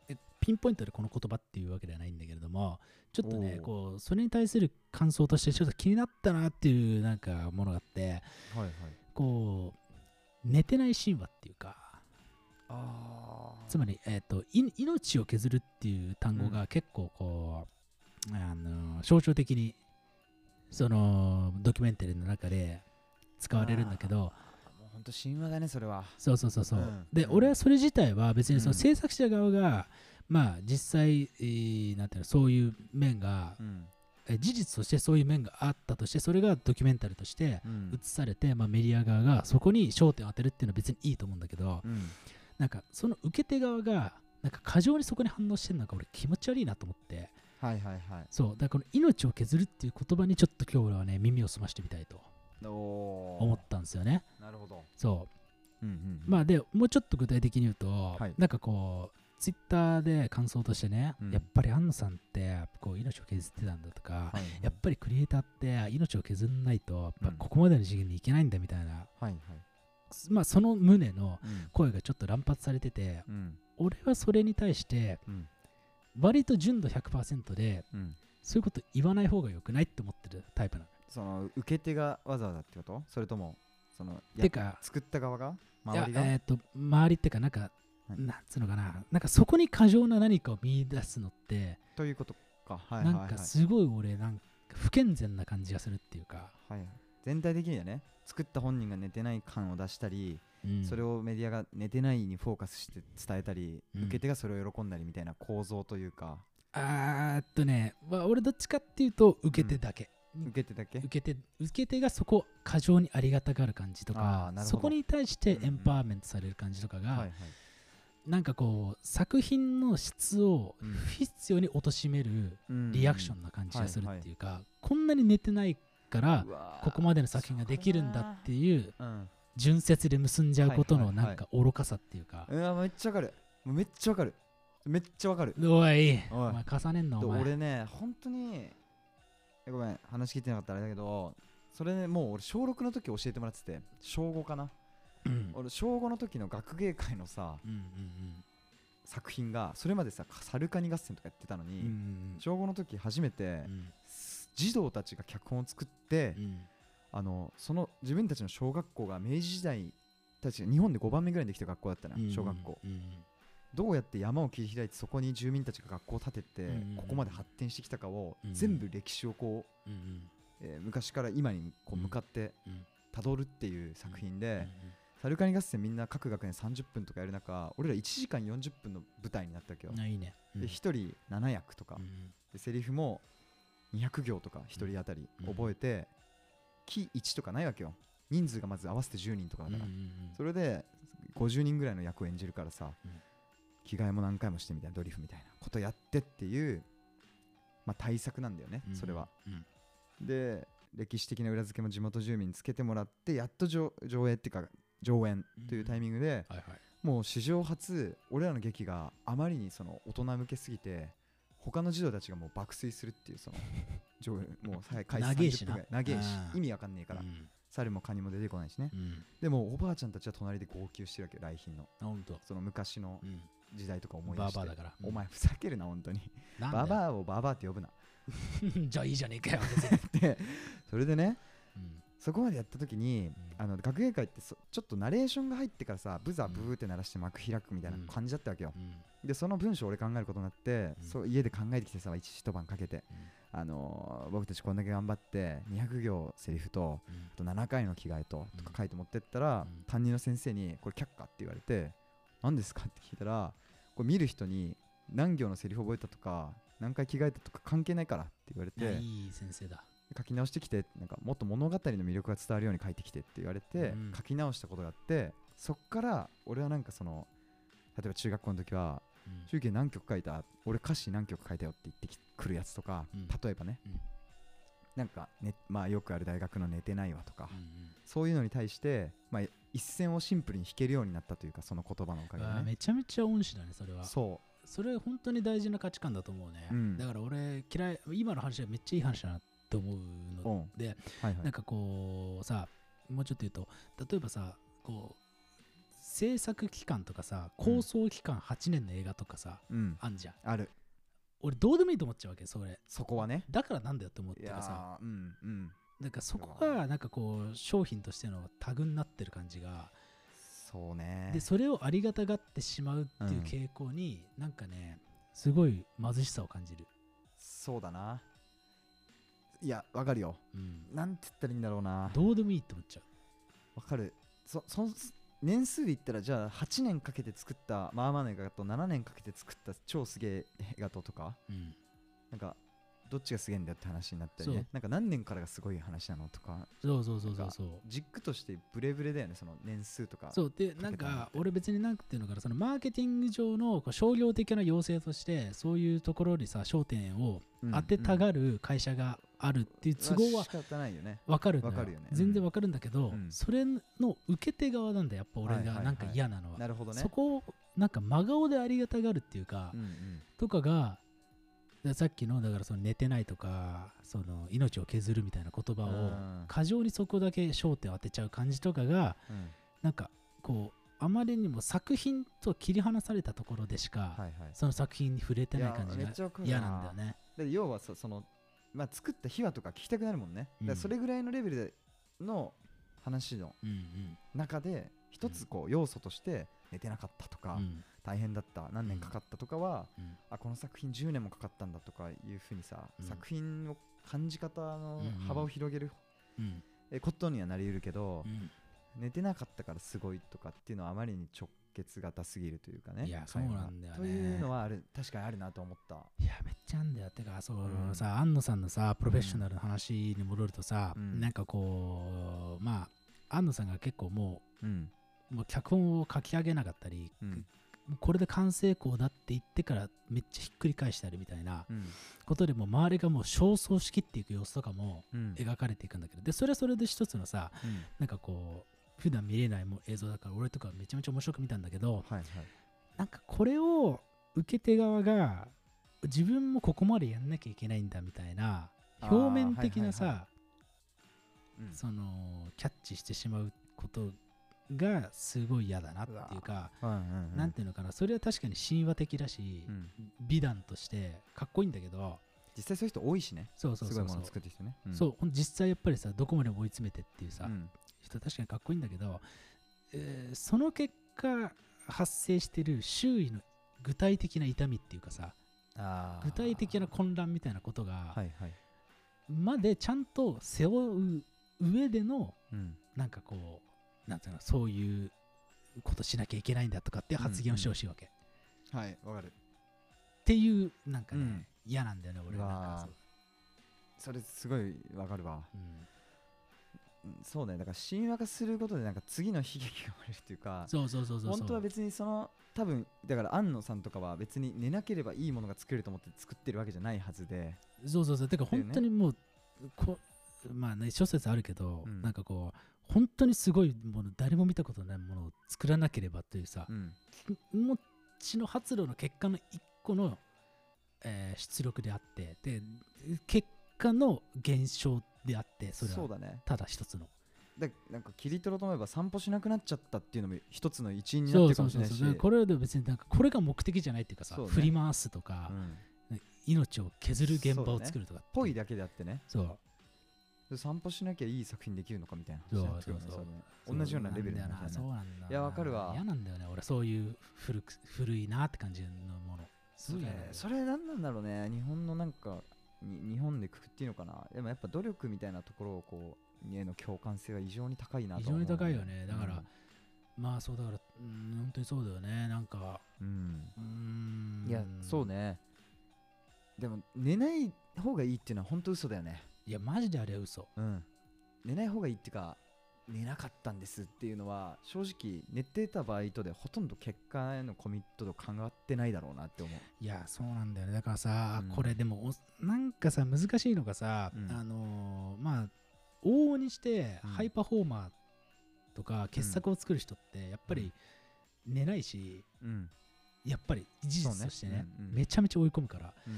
Speaker 2: えピンポイントでこの言葉っていうわけではないんだけれども、ちょっとね、
Speaker 3: おう
Speaker 2: こう、それに対する感想として、ちょっと気になったなっていうなんかものがあって、
Speaker 3: はいはい。
Speaker 2: こう、寝てない神話っていうか、
Speaker 3: ああ。
Speaker 2: つまり、えー、とい命を削るっていう単語が結構こう、あの象徴的にそのドキュメンタリーの中で使われるんだけど
Speaker 3: もうほんと神話だね、それは。
Speaker 2: そうそうそうそう、
Speaker 3: うん
Speaker 2: で、
Speaker 3: うん
Speaker 2: 俺はそれ自体は別にその
Speaker 3: うん
Speaker 2: 制作者側が、まあ実際、えーなんていうのそういう面が、
Speaker 3: うん。
Speaker 2: え事実としてそういう面があったとしてそれがドキュメンタリーとして
Speaker 3: うん
Speaker 2: 映されて、まあ、メディア側がそこに焦点を当てるっていうのは別にいいと思うんだけど、
Speaker 3: うん。
Speaker 2: なんかその受け手側がなんか過剰にそこに反応してるのが俺気持ち悪いなと思って
Speaker 3: はいはいはい。
Speaker 2: そうだからこの命を削るっていう言葉にちょっと今日俺はね耳を澄ましてみたいと
Speaker 3: お
Speaker 2: 思っ
Speaker 3: お。
Speaker 2: たんですよね
Speaker 3: なるほど。
Speaker 2: そ
Speaker 3: うんうん
Speaker 2: うまあでもうちょっと具体的に言うと、
Speaker 3: はい
Speaker 2: なんかこうツイッターで感想としてね、
Speaker 3: うん
Speaker 2: やっぱり安野さんってこう命を削ってたんだとか、
Speaker 3: はいはい
Speaker 2: やっぱりクリエイターって命を削んないとやっぱ
Speaker 3: うん
Speaker 2: ここまでの次元にいけないんだみたいな、
Speaker 3: はいはい。
Speaker 2: まあその胸の
Speaker 3: うん
Speaker 2: 声がちょっと乱発されてて
Speaker 3: うん
Speaker 2: 俺はそれに対して
Speaker 3: うん
Speaker 2: 割と純度100%で
Speaker 3: うん。
Speaker 2: そういうこと言わない方が良くないって思ってるタイプなの。
Speaker 3: その受け手がわざわざってことそれともそのや
Speaker 2: てか
Speaker 3: 作った側が
Speaker 2: いや
Speaker 3: 周りが
Speaker 2: えっと周りってかなんか、
Speaker 3: はい
Speaker 2: なんつうのかななんかそこに過剰な何かを見出すのって、
Speaker 3: ということかはいはい
Speaker 2: なん
Speaker 3: はい
Speaker 2: かすごい俺なんか不健全な感じがするっていうか、
Speaker 3: はいはい全体的にはね作った本人が寝てない感を出したり、
Speaker 2: うん
Speaker 3: それをメディアが寝てないにフォーカスして伝えたり、
Speaker 2: うん
Speaker 3: 受け手がそれを喜んだりみたいな構造というか
Speaker 2: あーっとね、まあ、俺どっちかっていうと受け手だけ、
Speaker 3: 受け手だけ
Speaker 2: 受け手受け手がそこ過剰にありがたがる感じと
Speaker 3: あ
Speaker 2: か
Speaker 3: ーなるほど
Speaker 2: そこに対して
Speaker 3: うんうん
Speaker 2: エンパワーメントされる感じとかが、
Speaker 3: はいはい
Speaker 2: なんかこう作品の質を
Speaker 3: うん
Speaker 2: 不必要に貶める
Speaker 3: うん
Speaker 2: リアクションな感じがするっていうか、こんなに寝てないから
Speaker 3: うわー
Speaker 2: ここまでの作品ができるんだっていう
Speaker 3: うん
Speaker 2: 純説で結んじゃうことの
Speaker 3: はいは
Speaker 2: な
Speaker 3: いは
Speaker 2: ん
Speaker 3: い
Speaker 2: か愚かさっていうか、
Speaker 3: うわめっちゃわかるもうめっちゃわかるめっちゃわかる
Speaker 2: おい
Speaker 3: おい
Speaker 2: お前重ねんな
Speaker 3: で
Speaker 2: お前
Speaker 3: 俺ね本当にえごめん話聞いてなかったらあれだけどそれねもう俺小6の時教えてもらってて小5かな、
Speaker 2: うん
Speaker 3: 俺小5の時の学芸会のさ
Speaker 2: うん
Speaker 3: 作品がそれまでさサルカニ合戦とかやってたのに、
Speaker 2: うんうん
Speaker 3: 小5の時初めて
Speaker 2: う、ん
Speaker 3: 児童たちが脚本を作って、
Speaker 2: うん
Speaker 3: あのその自分たちの小学校が明治時代たち日本で5番目ぐらいにできた学校だったの
Speaker 2: う
Speaker 3: よ
Speaker 2: ん
Speaker 3: 小学校、
Speaker 2: うんうん
Speaker 3: どうやって山を切り開いてそこに住民たちが学校を建てて、
Speaker 2: うん
Speaker 3: ここまで発展してきたかを、
Speaker 2: うん
Speaker 3: 全部歴史をこう
Speaker 2: うんうん
Speaker 3: えー昔から今にこ
Speaker 2: う
Speaker 3: うん向かって
Speaker 2: うん
Speaker 3: たどるっていう作品で、
Speaker 2: うん
Speaker 3: サルカニ合戦みんな各学年30分とかやる中俺ら1時間40分の舞台になったわけよ、
Speaker 2: うんあいいねうん
Speaker 3: で1人7役とか、
Speaker 2: うん
Speaker 3: でセリフも200行とか1人当たり
Speaker 2: うん
Speaker 3: 覚えて、木1とかないわけよ人数がまず合わせて10人とかだ
Speaker 2: うん
Speaker 3: か
Speaker 2: うん
Speaker 3: ら、
Speaker 2: うん
Speaker 3: それで50人ぐらいの役を演じるからさ、
Speaker 2: うん
Speaker 3: 着替えも何回もしてみたいなドリフみたいなことやってっていう、まあ、対策なんだよね、
Speaker 2: うん
Speaker 3: それは。
Speaker 2: うん
Speaker 3: で歴史的な裏付けも地元住民につけてもらってやっと上上映っていうか上演というタイミングで、
Speaker 2: はいはい
Speaker 3: もう史上初俺らの劇があまりにその大人向けすぎて他の児童たちがも う爆睡するっていうその上演もうさ開始
Speaker 2: 長えし
Speaker 3: 30
Speaker 2: な
Speaker 3: 分ぐらい長えし
Speaker 2: うん
Speaker 3: 意味わかんねえから、
Speaker 2: うん
Speaker 3: 猿もカニも出てこないしね
Speaker 2: うん。
Speaker 3: でもおばあちゃんたちは隣で号泣してるわけ来賓の
Speaker 2: あほんと。
Speaker 3: その昔の
Speaker 2: うん。
Speaker 3: 時代とか思い出
Speaker 2: バ
Speaker 3: し
Speaker 2: ー
Speaker 3: て
Speaker 2: バーだから。
Speaker 3: お前ふざけるな本当に
Speaker 2: なんだ
Speaker 3: バ
Speaker 2: よ、
Speaker 3: バアをババアって呼ぶな
Speaker 2: じゃあいいじゃね えかよ。別に
Speaker 3: でそれでね
Speaker 2: うん
Speaker 3: そこまでやった時に、
Speaker 2: うん
Speaker 3: あの学芸会ってそちょっとナレーションが入ってからさブザブーって鳴らして幕開くみたいな
Speaker 2: うん
Speaker 3: 感じだったわけよ、
Speaker 2: うん
Speaker 3: でその文章を俺考えることになって、
Speaker 2: うん
Speaker 3: そう家で考えてきてさ一一晩かけて、あのー僕たちこんだけ頑張って200行セリフと
Speaker 2: うん
Speaker 3: あと7回の着替えととか
Speaker 2: うん
Speaker 3: 書いて持ってったら、
Speaker 2: うん
Speaker 3: 担任の先生に「これ却下」って言われて「何ですか?」って聞いたらこれ見る人に何行のセリフ覚えたとか何回着替えたとか関係ないからって言われ
Speaker 2: いや
Speaker 3: て
Speaker 2: いい先生だ。
Speaker 3: 書き直してきてなんかもっと物語の魅力が伝わるように書いてきてって言われて、
Speaker 2: うん
Speaker 3: 書き直したことがあってそっから俺はなんかその例えば中学校の時は
Speaker 2: うん
Speaker 3: 中継何曲書いた俺歌詞何曲書いたよって言ってきくるやつとか、
Speaker 2: うん
Speaker 3: 例えばね、
Speaker 2: うん
Speaker 3: なんか、ねまあ、よくある大学の寝てないわとか、
Speaker 2: うん
Speaker 3: そういうのに対して、まあ、一線をシンプルに弾けるようになったというかその言葉のお
Speaker 2: う
Speaker 3: か
Speaker 2: ん
Speaker 3: げで
Speaker 2: あー
Speaker 3: ね
Speaker 2: めちゃめちゃ恩師だね、それは。
Speaker 3: そ
Speaker 2: それ本当に大事な価値観だと思うね、
Speaker 3: うん
Speaker 2: だから俺嫌い今の話はめっちゃいい話だなと思う
Speaker 3: う、う
Speaker 2: の
Speaker 3: ん、
Speaker 2: で、
Speaker 3: はいは
Speaker 2: なん
Speaker 3: い
Speaker 2: かこうさもうちょっと言うと例えばさこう制作期間とかさ構想期間8年の映画とかさ、
Speaker 3: うん、
Speaker 2: あんじゃん
Speaker 3: ある
Speaker 2: 俺どうでもいいと思っちゃうわけそれ
Speaker 3: そこはね
Speaker 2: だからなんだよって思って
Speaker 3: い
Speaker 2: るからさ
Speaker 3: やーうんうん
Speaker 2: なんかそこ
Speaker 3: う
Speaker 2: がなんかこう商品としてのタグになってる感じが
Speaker 3: そうね
Speaker 2: でそれをありがたがってしまうっていう傾向に、なんかねすごい貧しさを感じる、
Speaker 3: そうだないやわかるよ
Speaker 2: うん、
Speaker 3: なんて言ったらいいんだろうな
Speaker 2: どうでもいいって思っちゃう
Speaker 3: わかるそそん年数で言ったらじゃあ8年かけて作ったまあまあの映画と7年かけて作った超すげえ映画ととか
Speaker 2: うん、
Speaker 3: なんかどっちがすげえんだよって話になったりね
Speaker 2: そう
Speaker 3: なんか何年からがすごい話なのとか
Speaker 2: そうそうそうそうそう
Speaker 3: 軸としてブレブレだよねその年数とか
Speaker 2: そうでなんか俺別になんていうのかなそのマーケティング上のこう商業的な要請としてそういうところにさ焦点を
Speaker 3: うん
Speaker 2: 当てた
Speaker 3: うん
Speaker 2: がる会社があるっていう都合は
Speaker 3: 仕方ないよね
Speaker 2: 分かるんだ
Speaker 3: わかるよねうん
Speaker 2: 全然分かるんだけど、
Speaker 3: うん
Speaker 2: それの受け手側なんだやっぱ俺
Speaker 3: はいはいは
Speaker 2: が
Speaker 3: い
Speaker 2: なんか嫌なのは,、
Speaker 3: なるほどね
Speaker 2: そこをなんか真顔でありがたがるっていうか、
Speaker 3: うんうん
Speaker 2: とかがださっきのだからその寝てないとかその命を削るみたいな言葉
Speaker 3: う
Speaker 2: を
Speaker 3: ん
Speaker 2: 過剰にそこだけ焦点を当てちゃう感じとかが
Speaker 3: うん
Speaker 2: なんかこうあまりにも作品と切り離されたところでしか、
Speaker 3: はいはい
Speaker 2: その作品に触れてない感じ
Speaker 3: や
Speaker 2: が
Speaker 3: めっちゃわかる
Speaker 2: 嫌なんだよね。
Speaker 3: で要はさその、まあ、作った秘話とか聞きたくなるもんね、
Speaker 2: うん
Speaker 3: だからそれぐらいのレベルでの話の
Speaker 2: うんうん
Speaker 3: 中で一つこう要素として寝てなかったとか、
Speaker 2: うん
Speaker 3: 大変だった何年かかったとかは、
Speaker 2: うん
Speaker 3: あこの作品10年もかかったんだとかいうふうにさ、
Speaker 2: うん
Speaker 3: 作品の感じ方の
Speaker 2: うんうん
Speaker 3: 幅を広げる
Speaker 2: うん
Speaker 3: えことにはなり得るけど
Speaker 2: う、ん
Speaker 3: 寝てなかったからすごいとかっていうのはあまりに直結型すぎるというかね
Speaker 2: いや
Speaker 3: 会話が
Speaker 2: そうなんだよね
Speaker 3: というのはある確かにあるなと思った、
Speaker 2: いやめっちゃあんだよてかそう、
Speaker 3: うん
Speaker 2: さ安野さんのさプロフェッショナルの話に戻るとさ、
Speaker 3: うん
Speaker 2: なんかこうまあ安野さんが結構も
Speaker 3: うん
Speaker 2: うもう脚本を書き上げなかったり、
Speaker 3: うん
Speaker 2: これで完成校だって言ってからめっちゃひっくり返したりみたいな
Speaker 3: うん
Speaker 2: ことでもう周りがもう焦燥しきっていく様子とかも
Speaker 3: うん
Speaker 2: 描かれていくんだけどでそれはそれで一つのさ
Speaker 3: うん
Speaker 2: なんかこう普段見れないもう映像だから俺とかめちゃめちゃ面白く見たんだけど
Speaker 3: はいはい
Speaker 2: なんかこれを受け手側が自分もここまでやんなきゃいけないんだみたいな
Speaker 3: あー
Speaker 2: 表面的な
Speaker 3: はい
Speaker 2: さ
Speaker 3: うん
Speaker 2: そのキャッチしてしまうことがすごい嫌だなっていうか
Speaker 3: うんうんうん
Speaker 2: なんていうのかなそれは確かに神話的だし
Speaker 3: うん
Speaker 2: 美談としてかっこいいんだけど
Speaker 3: 実際そういう人多いしね
Speaker 2: そうそう
Speaker 3: す
Speaker 2: そ
Speaker 3: ごい
Speaker 2: そ
Speaker 3: うもの
Speaker 2: う
Speaker 3: を作ってきてねん
Speaker 2: そうほん実際やっぱりさどこまでも追い詰めてっていうさ、
Speaker 3: うん
Speaker 2: 人確かにかっこいいんだけど、えーその結果発生してる周囲の具体的な痛みっていうかさ
Speaker 3: あー
Speaker 2: 具体的な混乱みたいなことが、
Speaker 3: はいはい
Speaker 2: までちゃんと背負う上での
Speaker 3: うん
Speaker 2: なんかこうなんていうのそういうことしなきゃいけないんだとかっていう発言をしてほしいわけ、っ
Speaker 3: はいわかる
Speaker 2: ていうなんかね、
Speaker 3: うん
Speaker 2: 嫌なんだよね俺
Speaker 3: うわー
Speaker 2: なんかそう
Speaker 3: それすごいわかるわ
Speaker 2: うん
Speaker 3: うんそうねだから神話化することでなんか次の悲劇が生まれるっていうか
Speaker 2: そうそうそうそうそう
Speaker 3: 本当は別にその多分だから安野さんとかは別に寝なければいいものが作れると思って作ってるわけじゃないはずで
Speaker 2: そうそうそう。てか
Speaker 3: だよ
Speaker 2: 本
Speaker 3: ね
Speaker 2: 当にもう、こまあね、諸説あるけど、
Speaker 3: うん
Speaker 2: なんかこう、本当にすごいもの、誰も見たことないものを作らなければというさ
Speaker 3: う、ん
Speaker 2: もっちの発露の結果の一個の、えー出力であって、で、結果の現象であって、それ
Speaker 3: そう
Speaker 2: は
Speaker 3: だね
Speaker 2: ただ一つの。
Speaker 3: だなんか切り取ろうと思えば散歩しなくなっちゃったっていうのも一つの一因にな
Speaker 2: そ
Speaker 3: って
Speaker 2: う
Speaker 3: るか
Speaker 2: そ
Speaker 3: も
Speaker 2: う
Speaker 3: し
Speaker 2: そ
Speaker 3: れ
Speaker 2: うそ
Speaker 3: ないし
Speaker 2: うこれで別になんかこれが目的じゃないっていうかさ
Speaker 3: そうね
Speaker 2: 振り回すとか
Speaker 3: う、ん
Speaker 2: 命を削る現場
Speaker 3: そう
Speaker 2: を
Speaker 3: ね
Speaker 2: 作るとかって
Speaker 3: ぽいだけであってね
Speaker 2: そう
Speaker 3: で散歩しなきゃいい作品できるのかみたいな
Speaker 2: そう
Speaker 3: 話になってくるよ
Speaker 2: そ
Speaker 3: ね
Speaker 2: うそう
Speaker 3: れね同じようなレベルの話だね
Speaker 2: そうなんだよなそうなんだよない
Speaker 3: やわかるわ
Speaker 2: 嫌なんだよね俺そういう古く古いなって感じのものす
Speaker 3: そ
Speaker 2: ご
Speaker 3: れ
Speaker 2: い嫌なんだよ
Speaker 3: それ何なんだろうね日本のなんかに日本でくくっていいのかなでもやっぱ努力みたいなところをこうへの共感性は異常に高いなと
Speaker 2: 非
Speaker 3: は
Speaker 2: 常
Speaker 3: 思う
Speaker 2: に高いよねだから、
Speaker 3: うん
Speaker 2: まあそうだからうん本当にそうだよねなんか
Speaker 3: うん
Speaker 2: うーん
Speaker 3: いやそうねでも寝ない方がいいっていうのは本当嘘だよね
Speaker 2: いやマジであれは嘘
Speaker 3: うん寝ない方がいいっていうか寝なかったんですっていうのは正直寝てた場合とでほとんど結果へのコミットと考ってないだろうなって思う
Speaker 2: いやそうなんだよねだからさ、
Speaker 3: うん
Speaker 2: これでもおなんかさ難しいのがさ、
Speaker 3: うん
Speaker 2: あのーまあ往々にして
Speaker 3: うん
Speaker 2: ハイパフォーマーとか傑作を作る人ってやっぱり寝ないし
Speaker 3: うん
Speaker 2: やっぱり事実としてね
Speaker 3: そうねうんうん
Speaker 2: めちゃめちゃ追い込むから
Speaker 3: うん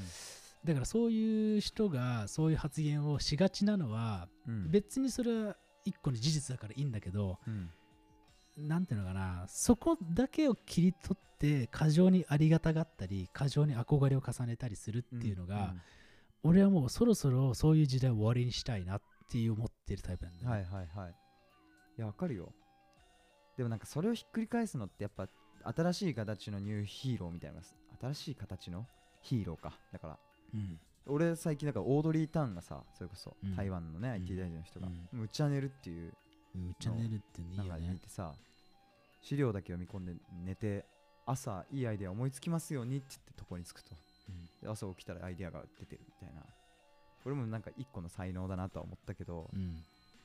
Speaker 2: だからそういう人がそういう発言をしがちなのは、
Speaker 3: うん
Speaker 2: 別にそれは一個の事実だからいいんだけど、
Speaker 3: うん
Speaker 2: なんていうのかなそこだけを切り取って過剰にありがたがったり過剰に憧れを重ねたりするっていうのが、俺はもうそろそろそういう時代を終わりにしたいなっていう思ってるタイプなんだよね、
Speaker 3: はいはいはい。いや、わかるよ。でもなんかそれをひっくり返すのってやっぱ新しい形のニューヒーローみたいな。新しい形のヒーローか。だから、
Speaker 2: うん
Speaker 3: 俺最近なんかオードリー・タンがさ、それこそ
Speaker 2: うん
Speaker 3: 台湾のね、
Speaker 2: ん
Speaker 3: IT 大臣の人が
Speaker 2: うん、
Speaker 3: むちゃ寝るっていう、
Speaker 2: むっちゃ寝るっていい
Speaker 3: なん
Speaker 2: よ
Speaker 3: か見
Speaker 2: ね
Speaker 3: てさ、資料だけ読み込んで寝て、朝いいアイデア思いつきますようにって言ってとこに着くと。
Speaker 2: うん
Speaker 3: で朝起きたらアイデアが出てるみたいな。これもなんか一個の才能だなとは思ったけど、
Speaker 2: うん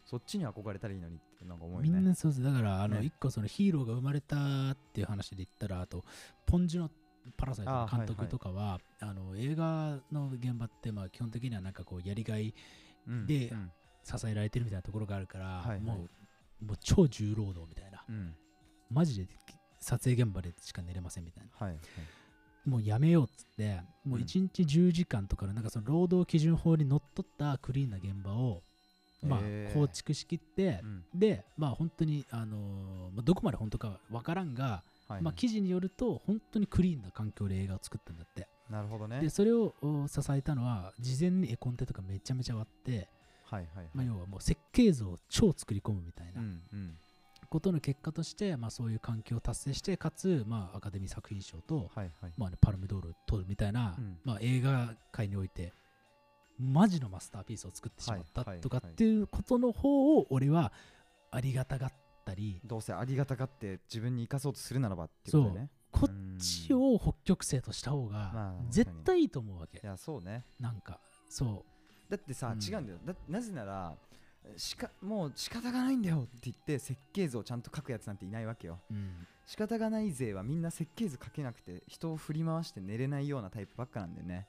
Speaker 3: そっちに憧れたらいいのにってなんか思うよ
Speaker 2: み
Speaker 3: ね。
Speaker 2: んなそうですだからあの
Speaker 3: ね
Speaker 2: 一個そのヒーローが生まれたっていう話で言ったらあとポンジュのパラサイトの監督とかはあ、の映画の現場ってまあ基本的にはなんかこうやりがい
Speaker 3: うん
Speaker 2: で
Speaker 3: うん
Speaker 2: 支えられてるみたいなところがあるから、
Speaker 3: はいはい
Speaker 2: もうもう超重労働みたいな
Speaker 3: うん
Speaker 2: マジで撮影現場でしか寝れませんみたいな
Speaker 3: はいはい
Speaker 2: もうやめようっつってもう
Speaker 3: うん
Speaker 2: 1日10時間とかのなんかその労働基準法にのっとったクリーンな現場を、ま
Speaker 3: へ
Speaker 2: あ、
Speaker 3: ー
Speaker 2: 構築しきって
Speaker 3: う、ん
Speaker 2: でまあ本当に、あのーまあ、どこまで本当かは分からんが、
Speaker 3: はい
Speaker 2: まあ、記事によると本当にクリーンな環境で映画を作ったんだって
Speaker 3: なるほどね
Speaker 2: でそれをお支えたのは事前に絵コンテとかめちゃめちゃ割って、
Speaker 3: はいはいはい
Speaker 2: まあ、要はもう設計図を超作り込むみたいな
Speaker 3: うんうん
Speaker 2: ことの結果として、まあ、そういう環境を達成してかつ、まあ、アカデミー作品賞と、
Speaker 3: はいはい
Speaker 2: まあね、パルムドールを取るみたいな、
Speaker 3: うん
Speaker 2: まあ、映画界においてマジのマスターピースを作ってしまった
Speaker 3: はい
Speaker 2: とか
Speaker 3: はいはい
Speaker 2: っていうことの方を俺はありがたがったり、
Speaker 3: どうせありがたがって自分に生かそうとするならばってい
Speaker 2: そうう
Speaker 3: ことだよね
Speaker 2: こっ
Speaker 3: っ
Speaker 2: ちを北極星とした方が
Speaker 3: まあ
Speaker 2: 絶対いいと思うわけ、
Speaker 3: いやそうね
Speaker 2: なんかそ
Speaker 3: だってさ
Speaker 2: うん
Speaker 3: 違うんだよだなぜならしかもう仕方がないんだよって言って設計図をちゃんと書くやつなんていないわけよ
Speaker 2: う、うん、
Speaker 3: 仕方がない勢はみんな設計図書けなくて人を振り回して寝れないようなタイプばっかなんだよね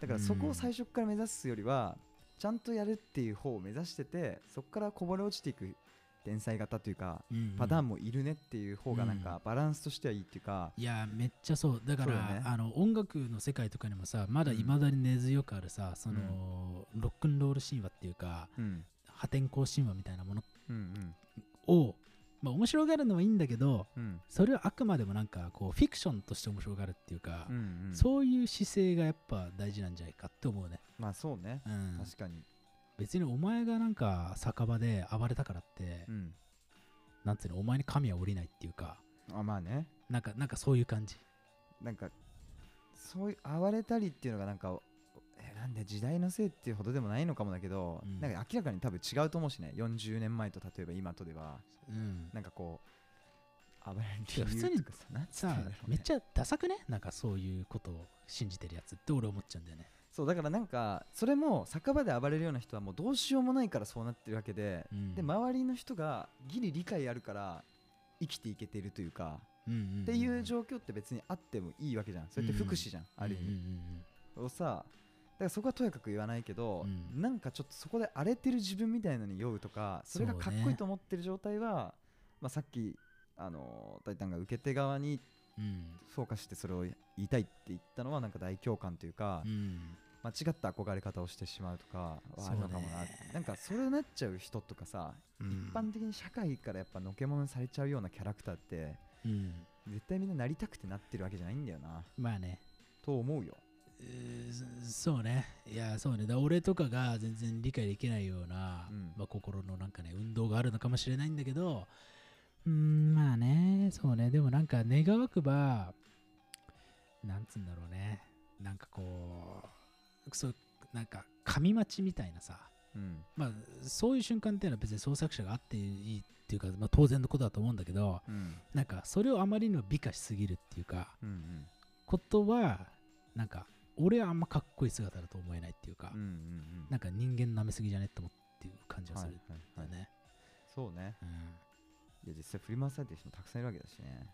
Speaker 3: だからそこを最初から目指すよりはちゃんとやるっていう方を目指しててそこからこぼれ落ちていく天才型というかパター
Speaker 2: ン
Speaker 3: ンもいるねっていう方がなんかバランスとしてはいいっていうか、
Speaker 2: いやめっちゃそうだから
Speaker 3: そうだね
Speaker 2: あの音楽の世界とかにもさまだいまだに根強くあるさ、そのロックンロール神話っていうか
Speaker 3: うん
Speaker 2: 破天荒神話みたいなもの
Speaker 3: うん
Speaker 2: を、まあ、面白がるのはいいんだけど
Speaker 3: うんうん
Speaker 2: それはあくまでもなんかこうフィクションとして面白がるっていうか、
Speaker 3: うんうん
Speaker 2: そういう姿勢がやっぱ大事なんじゃないかって思うね、
Speaker 3: まあそうね
Speaker 2: うん、
Speaker 3: 確かに、
Speaker 2: 別にお前がなんか酒場で暴れたからって、
Speaker 3: うん、
Speaker 2: なんていうのお前に神は降りないっていうか
Speaker 3: あまあね
Speaker 2: なんかなんかそういう感じ
Speaker 3: なんかそういう暴れたりっていうのがなんかえなんで時代のせいっていうほどでもないのかもだけど、
Speaker 2: うん
Speaker 3: なんか明らかに多分違うと思うしね40年前と例えば今とでは
Speaker 2: うん
Speaker 3: なんかこう暴れ
Speaker 2: いや
Speaker 3: る
Speaker 2: 普
Speaker 3: 理
Speaker 2: 通に
Speaker 3: 由とかさなんつった
Speaker 2: さ
Speaker 3: らいいん
Speaker 2: あ
Speaker 3: だろうね
Speaker 2: めっちゃダサくねなんかそういうことを信じてるやつって俺思っちゃうんだよね
Speaker 3: そうだからなんかそれも酒場で暴れるような人はもうどうしようもないからそうなってるわけで、
Speaker 2: うん
Speaker 3: で周りの人がギリ理解あるから生きていけてるというか、
Speaker 2: うんうんんん
Speaker 3: っていう状況って別にあってもいいわけじゃんそれって福祉じゃん、ある意
Speaker 2: うん
Speaker 3: 味、をさだからそこはとやかく言わないけど、
Speaker 2: うん
Speaker 3: なんかちょっとそこで荒れてる自分みたいのに酔うとかそれがかっこいいと思ってる状態は、まあ、さっきあの大胆が受け手側に
Speaker 2: うんうん
Speaker 3: フォーカスしてそれを言いたいって言ったのはなんか大共感というか、
Speaker 2: うんうん
Speaker 3: 間違った憧れ方をしてしまうとかはあるのかもな、
Speaker 2: そうね
Speaker 3: なんかそれになっちゃう人とかさ、
Speaker 2: うん
Speaker 3: 一般的に社会からやっぱのけものにされちゃうようなキャラクターって
Speaker 2: うん、
Speaker 3: 絶対みんななりたくてなってるわけじゃないんだよな
Speaker 2: まあね
Speaker 3: と思うよ
Speaker 2: うーそそうねいやそうねだから俺とかが全然理解できないような、
Speaker 3: うん
Speaker 2: まあ、心のなんかね運動があるのかもしれないんだけどうーんまあねそうねでもなんか願わくばなんつうんだろうねなんかこうそうなんか神待ちみたいなさ
Speaker 3: うん
Speaker 2: まあそういう瞬間っていうのは別に創作者があっていいっていうか、まあ、当然のことだと思うんだけど
Speaker 3: うん
Speaker 2: なんかそれをあまりにも美化しすぎるっていうか
Speaker 3: うんうん
Speaker 2: ことはなんか俺はあんまかっこいい姿だと思えないっていうか、
Speaker 3: うんうん
Speaker 2: なんか人間舐めすぎじゃねって思っていう感じがするん
Speaker 3: はい
Speaker 2: だ
Speaker 3: はい
Speaker 2: よ
Speaker 3: はい、
Speaker 2: ね、
Speaker 3: そうね
Speaker 2: うん
Speaker 3: いや実際振り回されてる人もたくさんいるわけだしね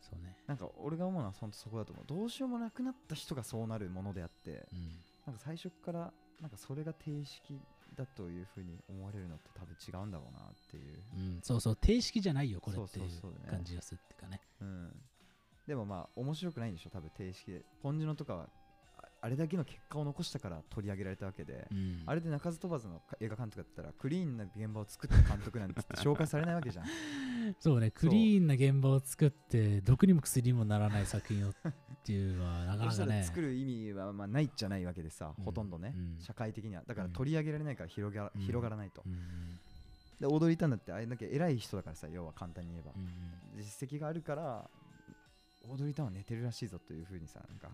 Speaker 2: そうね
Speaker 3: なんか俺が思うのはほんとそこだと思うどうしようもなくなった人がそうなるものであって
Speaker 2: うん
Speaker 3: なんか最初っからなんかそれが定式だというふうに思われるのって多分違うんだろうなっていう、
Speaker 2: うん、そうそう定式じゃないよこれっていう
Speaker 3: そうそうそうだね
Speaker 2: 感じがするっていうかね
Speaker 3: うん、でもまあ面白くないんでしょ多分定式でポンジュノとかはああれだけの結果を残したから取り上げられたわけで、
Speaker 2: うん
Speaker 3: あれで鳴かず飛ばずのか映画監督だったらクリーンな現場を作った監督なんて 紹介されないわけじゃん
Speaker 2: そうねクリーンな現場を作って毒にも薬にもならない作品をっていうのはなか
Speaker 3: そ
Speaker 2: な
Speaker 3: した
Speaker 2: からね
Speaker 3: 作る意味はまあないじゃないわけでさ、
Speaker 2: うん
Speaker 3: ほとんどね、
Speaker 2: うん
Speaker 3: 社会的にはだから
Speaker 2: うん
Speaker 3: 取り上げられないから広が,、
Speaker 2: うん
Speaker 3: 広がらないと
Speaker 2: う、ん
Speaker 3: で踊りたんだってあれだけ偉い人だからさ要は簡単に言えば
Speaker 2: う、ん
Speaker 3: 実績があるから踊りたんは寝てるらしいぞというふうにさなんか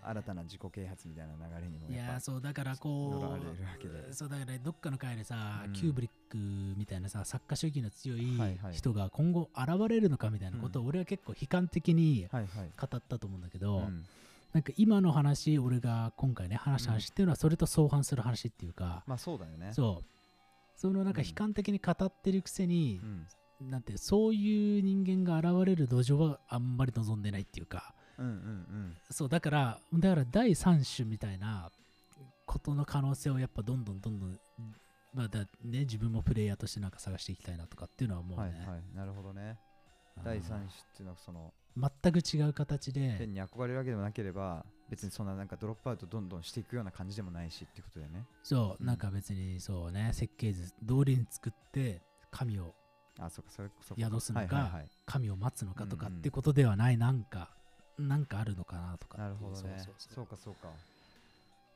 Speaker 3: 新たな自己啓発みたいな流れにも
Speaker 2: い
Speaker 3: やっぱ
Speaker 2: やーそうだからこ
Speaker 3: 乗られるわけ
Speaker 2: う
Speaker 3: で
Speaker 2: そうだからどっかの回でさ、
Speaker 3: うん
Speaker 2: キューブリックみたいなさ作家主義の強い
Speaker 3: はいはい
Speaker 2: 人が今後現れるのかみたいなことを俺は結構悲観的に
Speaker 3: はいはい
Speaker 2: 語ったと思うんだけど、
Speaker 3: うん
Speaker 2: なんか今の話俺が今回ね話した話っていうのはそれと相反する話っていうか、
Speaker 3: まあそうだよね
Speaker 2: そうそのなんか
Speaker 3: うん
Speaker 2: 悲観的に語ってるくせに
Speaker 3: う、ん
Speaker 2: なんてそういう人間が現れる土壌はあんまり望んでないっていうか
Speaker 3: うんうんうん
Speaker 2: そうだからだから第三種みたいなことの可能性をやっぱどんどんどんどんまあだね自分もプレイヤーとしてなんか探していきたいなとかっていうのはもうね、
Speaker 3: はいはいなるほどね
Speaker 2: あー
Speaker 3: 第三種っていうのはその
Speaker 2: 全く違う形で
Speaker 3: 変に憧れるわけでもなければ別にそんななんかドロップアウトどんどんしていくような感じでもないしってことだよね
Speaker 2: そううんなんか別にそうね設計図通りに作って神を
Speaker 3: あそうかそれそこ
Speaker 2: 宿すのか
Speaker 3: はいはいはい
Speaker 2: 神を待つのかとか
Speaker 3: う
Speaker 2: っ
Speaker 3: んうん
Speaker 2: てことではないなんか、なんかあるのかなとかってい
Speaker 3: な
Speaker 2: う
Speaker 3: るほどね
Speaker 2: そうそう
Speaker 3: そうかそうか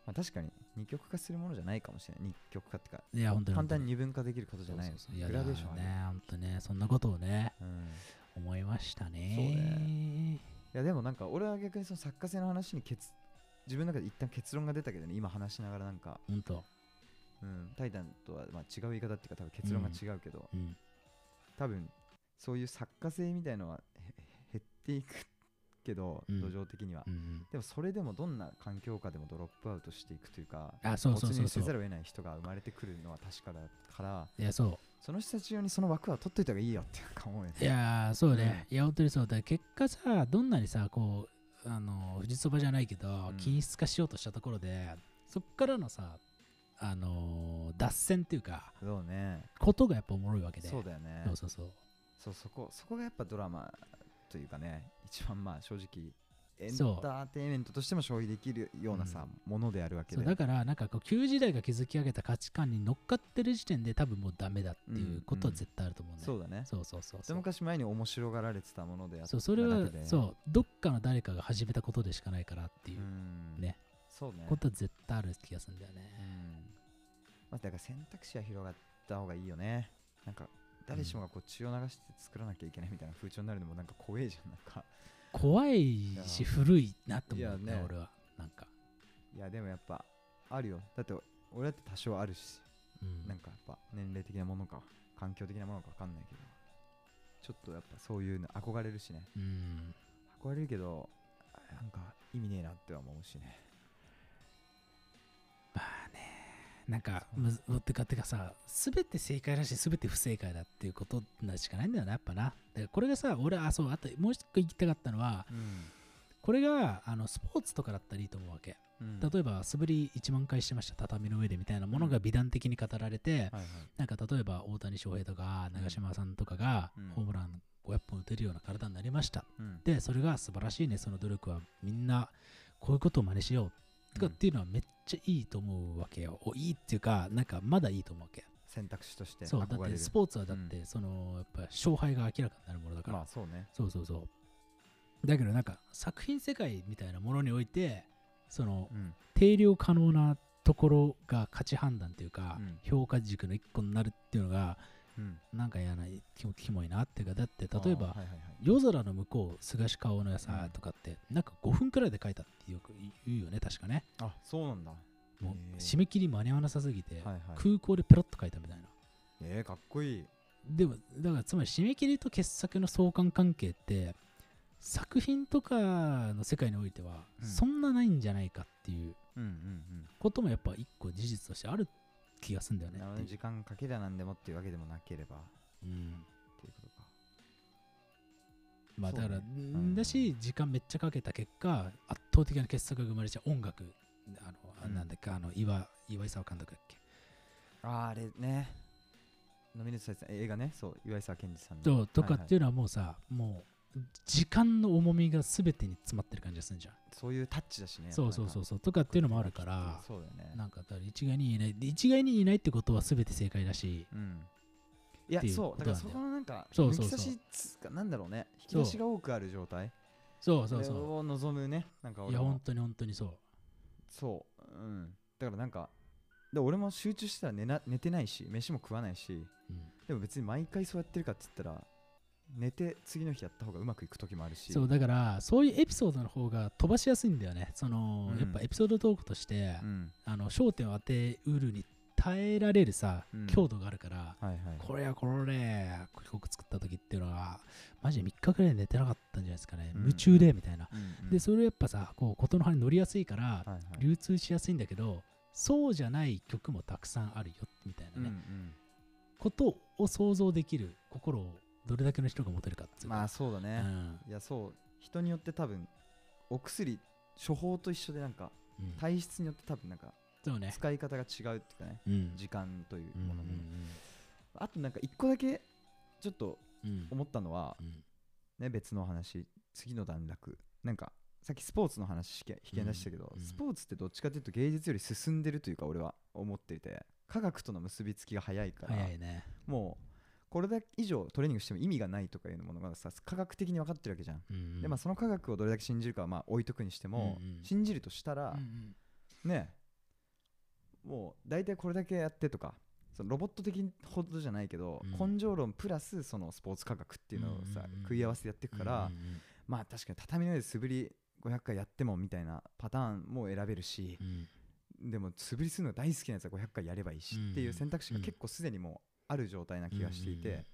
Speaker 3: まあ確かに二極化するものじゃないかもしれない二極化ってか
Speaker 2: いや本当に
Speaker 3: 簡単
Speaker 2: に
Speaker 3: に二分化できることじゃないよ
Speaker 2: や
Speaker 3: グラデーションあ
Speaker 2: だか
Speaker 3: るよ
Speaker 2: らね本当ねそんなことをね
Speaker 3: うん
Speaker 2: 思いましたね
Speaker 3: そうねいやでもなんか俺は逆にその作家性の話に結自分の中で一旦結論が出たけどね今話しながらなんか、
Speaker 2: 本当
Speaker 3: うん、タイタンとはまあ違う言い方っていうか多分結論が違うけど、
Speaker 2: うん
Speaker 3: 多分そういう作家性みたいのはへへ減っていくけど、
Speaker 2: うん
Speaker 3: 土壌的には、
Speaker 2: うんうん
Speaker 3: でもそれでもどんな環境下でもドロップアウトしていくというか
Speaker 2: あそうそうそう
Speaker 3: 没入
Speaker 2: そ
Speaker 3: せ
Speaker 2: う
Speaker 3: ざるを得ない人が生まれてくるのは確かだから
Speaker 2: いやそ
Speaker 3: その人たち用にその枠は取っといた方がいいよっていうか思うよね
Speaker 2: ういやーそうね、いや本当にそうだ結果さどんなにさこうあの富士そばじゃないけど、
Speaker 3: うん
Speaker 2: 均質化しようとしたところでそっからのさあのー脱線っていうか
Speaker 3: そうね
Speaker 2: ことがやっぱおもろいわけで
Speaker 3: そうだよね
Speaker 2: そうそうそう
Speaker 3: そうそこそこがやっぱドラマというかね一番まあ正直エンタ
Speaker 2: そう
Speaker 3: ーテインメントとしても消費できるようなさ、ものであるわけ
Speaker 2: そう
Speaker 3: で
Speaker 2: だからなんかこう旧時代が築き上げた価値観に乗っかってる時点で多分もうダメだっていうことは絶対あると思うんだ
Speaker 3: そ
Speaker 2: よ
Speaker 3: うだね
Speaker 2: そうそうそう
Speaker 3: 一
Speaker 2: そう
Speaker 3: 昔前に面白がられてたものであった
Speaker 2: そうそれは
Speaker 3: だけで
Speaker 2: そうどっかの誰かが始めたことでしかないからっていううんね
Speaker 3: そうね
Speaker 2: ことは絶対ある気がするんだよ
Speaker 3: う
Speaker 2: ね
Speaker 3: んまあ、だから選択肢は広がった方がいいよねなんか誰しもがこう血を流して作らなきゃいけないみたいな風潮になるのもなんか怖えじゃんなんか
Speaker 2: 怖いし
Speaker 3: いや
Speaker 2: 古いなと思う
Speaker 3: いや
Speaker 2: ね
Speaker 3: ね
Speaker 2: 俺はなんか
Speaker 3: いやでもやっぱあるよだって俺だって多少あるし
Speaker 2: うん
Speaker 3: なんかやっぱ年齢的なものか環境的なものか分かんないけどちょっとやっぱそういうの憧れるしね
Speaker 2: うん
Speaker 3: 憧れるけどなんか意味ねえなっては思うしね
Speaker 2: なんかむずてかてかさ全て正解だし全て不正解だっていうことなしかないんだよなやっぱなだからこれがさ俺あそうあともう一個言いたかったのは
Speaker 3: うん、
Speaker 2: これがあのスポーツとかだったらいいと思うわけ
Speaker 3: うん、
Speaker 2: 例えば素振り1万回してました畳の上でみたいなものが美談的に語られて、
Speaker 3: はいはい
Speaker 2: なんか例えば大谷翔平とか
Speaker 3: うん
Speaker 2: 長嶋さんとかが
Speaker 3: うん
Speaker 2: ホームラン500本打てるような体になりました、
Speaker 3: うん
Speaker 2: でそれが素晴らしいねその努力はみんなこういうことを真似しようとかっ
Speaker 3: うん
Speaker 2: ていうのはめっちゃいいと思うわけよ。おいいっていうか、なんかまだいいと思うわけ。
Speaker 3: 選択肢として
Speaker 2: そう、だ
Speaker 3: 憧
Speaker 2: っ
Speaker 3: れ
Speaker 2: て
Speaker 3: る
Speaker 2: スポーツはだって、その、やっぱ勝敗が明らかになるものだから。
Speaker 3: まあそうね
Speaker 2: そうそうそう。だけどなんか作品世界みたいなものにおいて、その
Speaker 3: うん
Speaker 2: 定量可能なところが価値判断というか、
Speaker 3: うん
Speaker 2: 評価軸の一個になるっていうのが、
Speaker 3: うん
Speaker 2: なんか嫌な、キモキモいなっていうか、だって例えば
Speaker 3: あー、はいはいはい
Speaker 2: 夜空の向こう、菅氏顔のやさ
Speaker 3: うん
Speaker 2: とかって、なんか5分くらいで書いたってよく言うよね、確かね。
Speaker 3: あそうなんだは
Speaker 2: も
Speaker 3: へ
Speaker 2: う
Speaker 3: ー
Speaker 2: 締め切り間に合わなさすぎて、
Speaker 3: いはい
Speaker 2: 空港でペロッと書いたみたいな。
Speaker 3: えー、かっこいい
Speaker 2: でも、だからつまり締め切りと傑作の相関関係って、作品とかの世界においては、
Speaker 3: うん
Speaker 2: そんなないんじゃないかっていう
Speaker 3: うんうん
Speaker 2: こともやっぱ一個事実としてある気がするんだ
Speaker 3: う
Speaker 2: よ
Speaker 3: ん
Speaker 2: ね
Speaker 3: なの
Speaker 2: っ
Speaker 3: で
Speaker 2: てい
Speaker 3: 時
Speaker 2: う。
Speaker 3: 間かけりゃなんでもっていうわけでもなければっ
Speaker 2: うん
Speaker 3: ていうことか
Speaker 2: まあ
Speaker 3: そう
Speaker 2: だか
Speaker 3: ね
Speaker 2: ら、
Speaker 3: ん
Speaker 2: だし、時間めっちゃかけた結果、圧倒的な傑作が生まれちゃう音楽、あの、あ
Speaker 3: うん
Speaker 2: なんだっけ、あの岩、岩井沢監督だっけ。
Speaker 3: あーあれねノミネートされてた映画ねそう岩井沢健二さんの
Speaker 2: ととか
Speaker 3: はいはい
Speaker 2: っていうのはもうさ、もう、時間の重みが全てに詰まってる感じがするじゃん。
Speaker 3: そういうタッチだしね
Speaker 2: そうそうそう
Speaker 3: っ
Speaker 2: そう。とかっていうのもあるから、
Speaker 3: そうだよね
Speaker 2: なんかだから一概に言えない。で一概に言えないってことは全て正解だし、
Speaker 3: うんいや
Speaker 2: っていう
Speaker 3: そうだから
Speaker 2: こ
Speaker 3: そ
Speaker 2: と
Speaker 3: このなんか
Speaker 2: そう
Speaker 3: 抜
Speaker 2: そう
Speaker 3: き
Speaker 2: そう
Speaker 3: 差しつかなんだろうね引き
Speaker 2: そう
Speaker 3: 出しが多くある状態
Speaker 2: そう
Speaker 3: そ
Speaker 2: そう
Speaker 3: れ
Speaker 2: そ
Speaker 3: を望むねなんか
Speaker 2: う。い
Speaker 3: 俺
Speaker 2: や、
Speaker 3: も
Speaker 2: 本当に本当にそう。
Speaker 3: そううんだからなんかで俺も集中したら寝な寝てないし飯も食わないし
Speaker 2: うん
Speaker 3: でも別に毎回そうやってるかって言ったら寝て次の日やった方がうまくいく時もあるし
Speaker 2: そうだからそういうエピソードの方が飛ばしやすいんだよねその、
Speaker 3: うん
Speaker 2: やっぱエピソードトークとして、
Speaker 3: うん
Speaker 2: あの焦点を当てうるに耐えられるさ、
Speaker 3: うん
Speaker 2: 強度があるから、
Speaker 3: はいはい
Speaker 2: これやこれこ国作った時っていうのはマジで3日くらい寝てなかったんじゃないですかね、
Speaker 3: うん
Speaker 2: 夢中でみたいな、
Speaker 3: うんうん
Speaker 2: でそれをやっぱさこうことの葉に乗りやすいから、
Speaker 3: はいはい
Speaker 2: 流通しやすいんだけどそうじゃない曲もたくさんあるよみたいな
Speaker 3: うん
Speaker 2: ね、
Speaker 3: うん
Speaker 2: ことを想像できる心をどれだけの人が持てるかっていうか
Speaker 3: まあそうだ
Speaker 2: う
Speaker 3: ね、
Speaker 2: ん
Speaker 3: いやそう人によって多分お薬処方と一緒でなんか
Speaker 2: うん
Speaker 3: 体質によって多分なんか
Speaker 2: そうね、
Speaker 3: 使い方が違うっていうかね
Speaker 2: うん
Speaker 3: 時間という
Speaker 2: うん
Speaker 3: ものも、あとなんか一個だけちょっと
Speaker 2: うんうん
Speaker 3: 思ったのは、
Speaker 2: うん
Speaker 3: ね、別のお話次の段落なんかさっきスポーツの話引き出したけど、
Speaker 2: うん
Speaker 3: スポーツってどっちかというと芸術より進んでるというか俺は思っていて科学との結びつきが早いから
Speaker 2: 早いね、
Speaker 3: もうこれだけ以上トレーニングしても意味がないとかいうものがさ科学的に分かってるわけじゃん
Speaker 2: うん
Speaker 3: でまあ、その科学をどれだけ信じるかはまあ置いとくにしても、
Speaker 2: うんうん
Speaker 3: 信じるとしたら、
Speaker 2: うん
Speaker 3: ねもう大体これだけやってとかそのロボット的ほどじゃないけど、
Speaker 2: うん
Speaker 3: 根性論プラスそのスポーツ科学っていうのをさ、
Speaker 2: うんうんうん
Speaker 3: 食い合わせてやっていく
Speaker 2: うん
Speaker 3: から、
Speaker 2: うんうん
Speaker 3: まあ確かに畳の上で素振り500回やってもみたいなパターンも選べるし
Speaker 2: う、ん
Speaker 3: でも素振りするの大好きなやつは500回やればいいしっていう選択肢が
Speaker 2: うん
Speaker 3: 結構すでにもうある状態な気がしていて、
Speaker 2: うんうんうん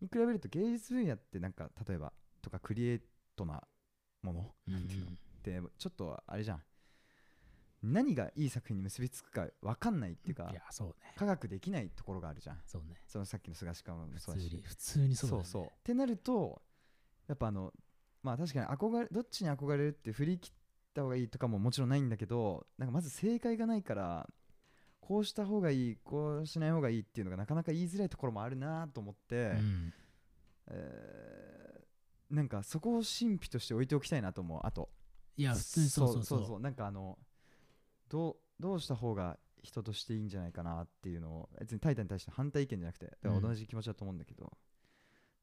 Speaker 3: に比べると芸術分野ってなんか例えばとかクリエイトなもの
Speaker 2: うん
Speaker 3: なんていうのってちょっとあれじゃん何がいい作品に結びつくか分かんないっていうか
Speaker 2: いやそうね
Speaker 3: 科学できないところがあるじゃん
Speaker 2: そうね
Speaker 3: そのさっきの菅氏かも
Speaker 2: 普
Speaker 3: そ
Speaker 2: 通
Speaker 3: うだ
Speaker 2: に
Speaker 3: し
Speaker 2: 普通にそうだ
Speaker 3: そ
Speaker 2: よ
Speaker 3: う
Speaker 2: ね
Speaker 3: そうってなるとやっぱあのまあ確かに憧れどっちに憧れるって振り切った方がいいとかももちろんないんだけどなんかまず正解がないからこうした方がいいこうしない方がいいっていうのがなかなか言いづらいところもあるなと思って、
Speaker 2: うん
Speaker 3: えーなんかそこを神秘として置いておきたいなと思うあと
Speaker 2: いや普通にそうそうそう
Speaker 3: なんかあのどうどうした方が人としていいんじゃないかなっていうのを別にタイタンに対して反対意見じゃなくてだから
Speaker 2: うん
Speaker 3: 同じ気持ちだと思うんだけど、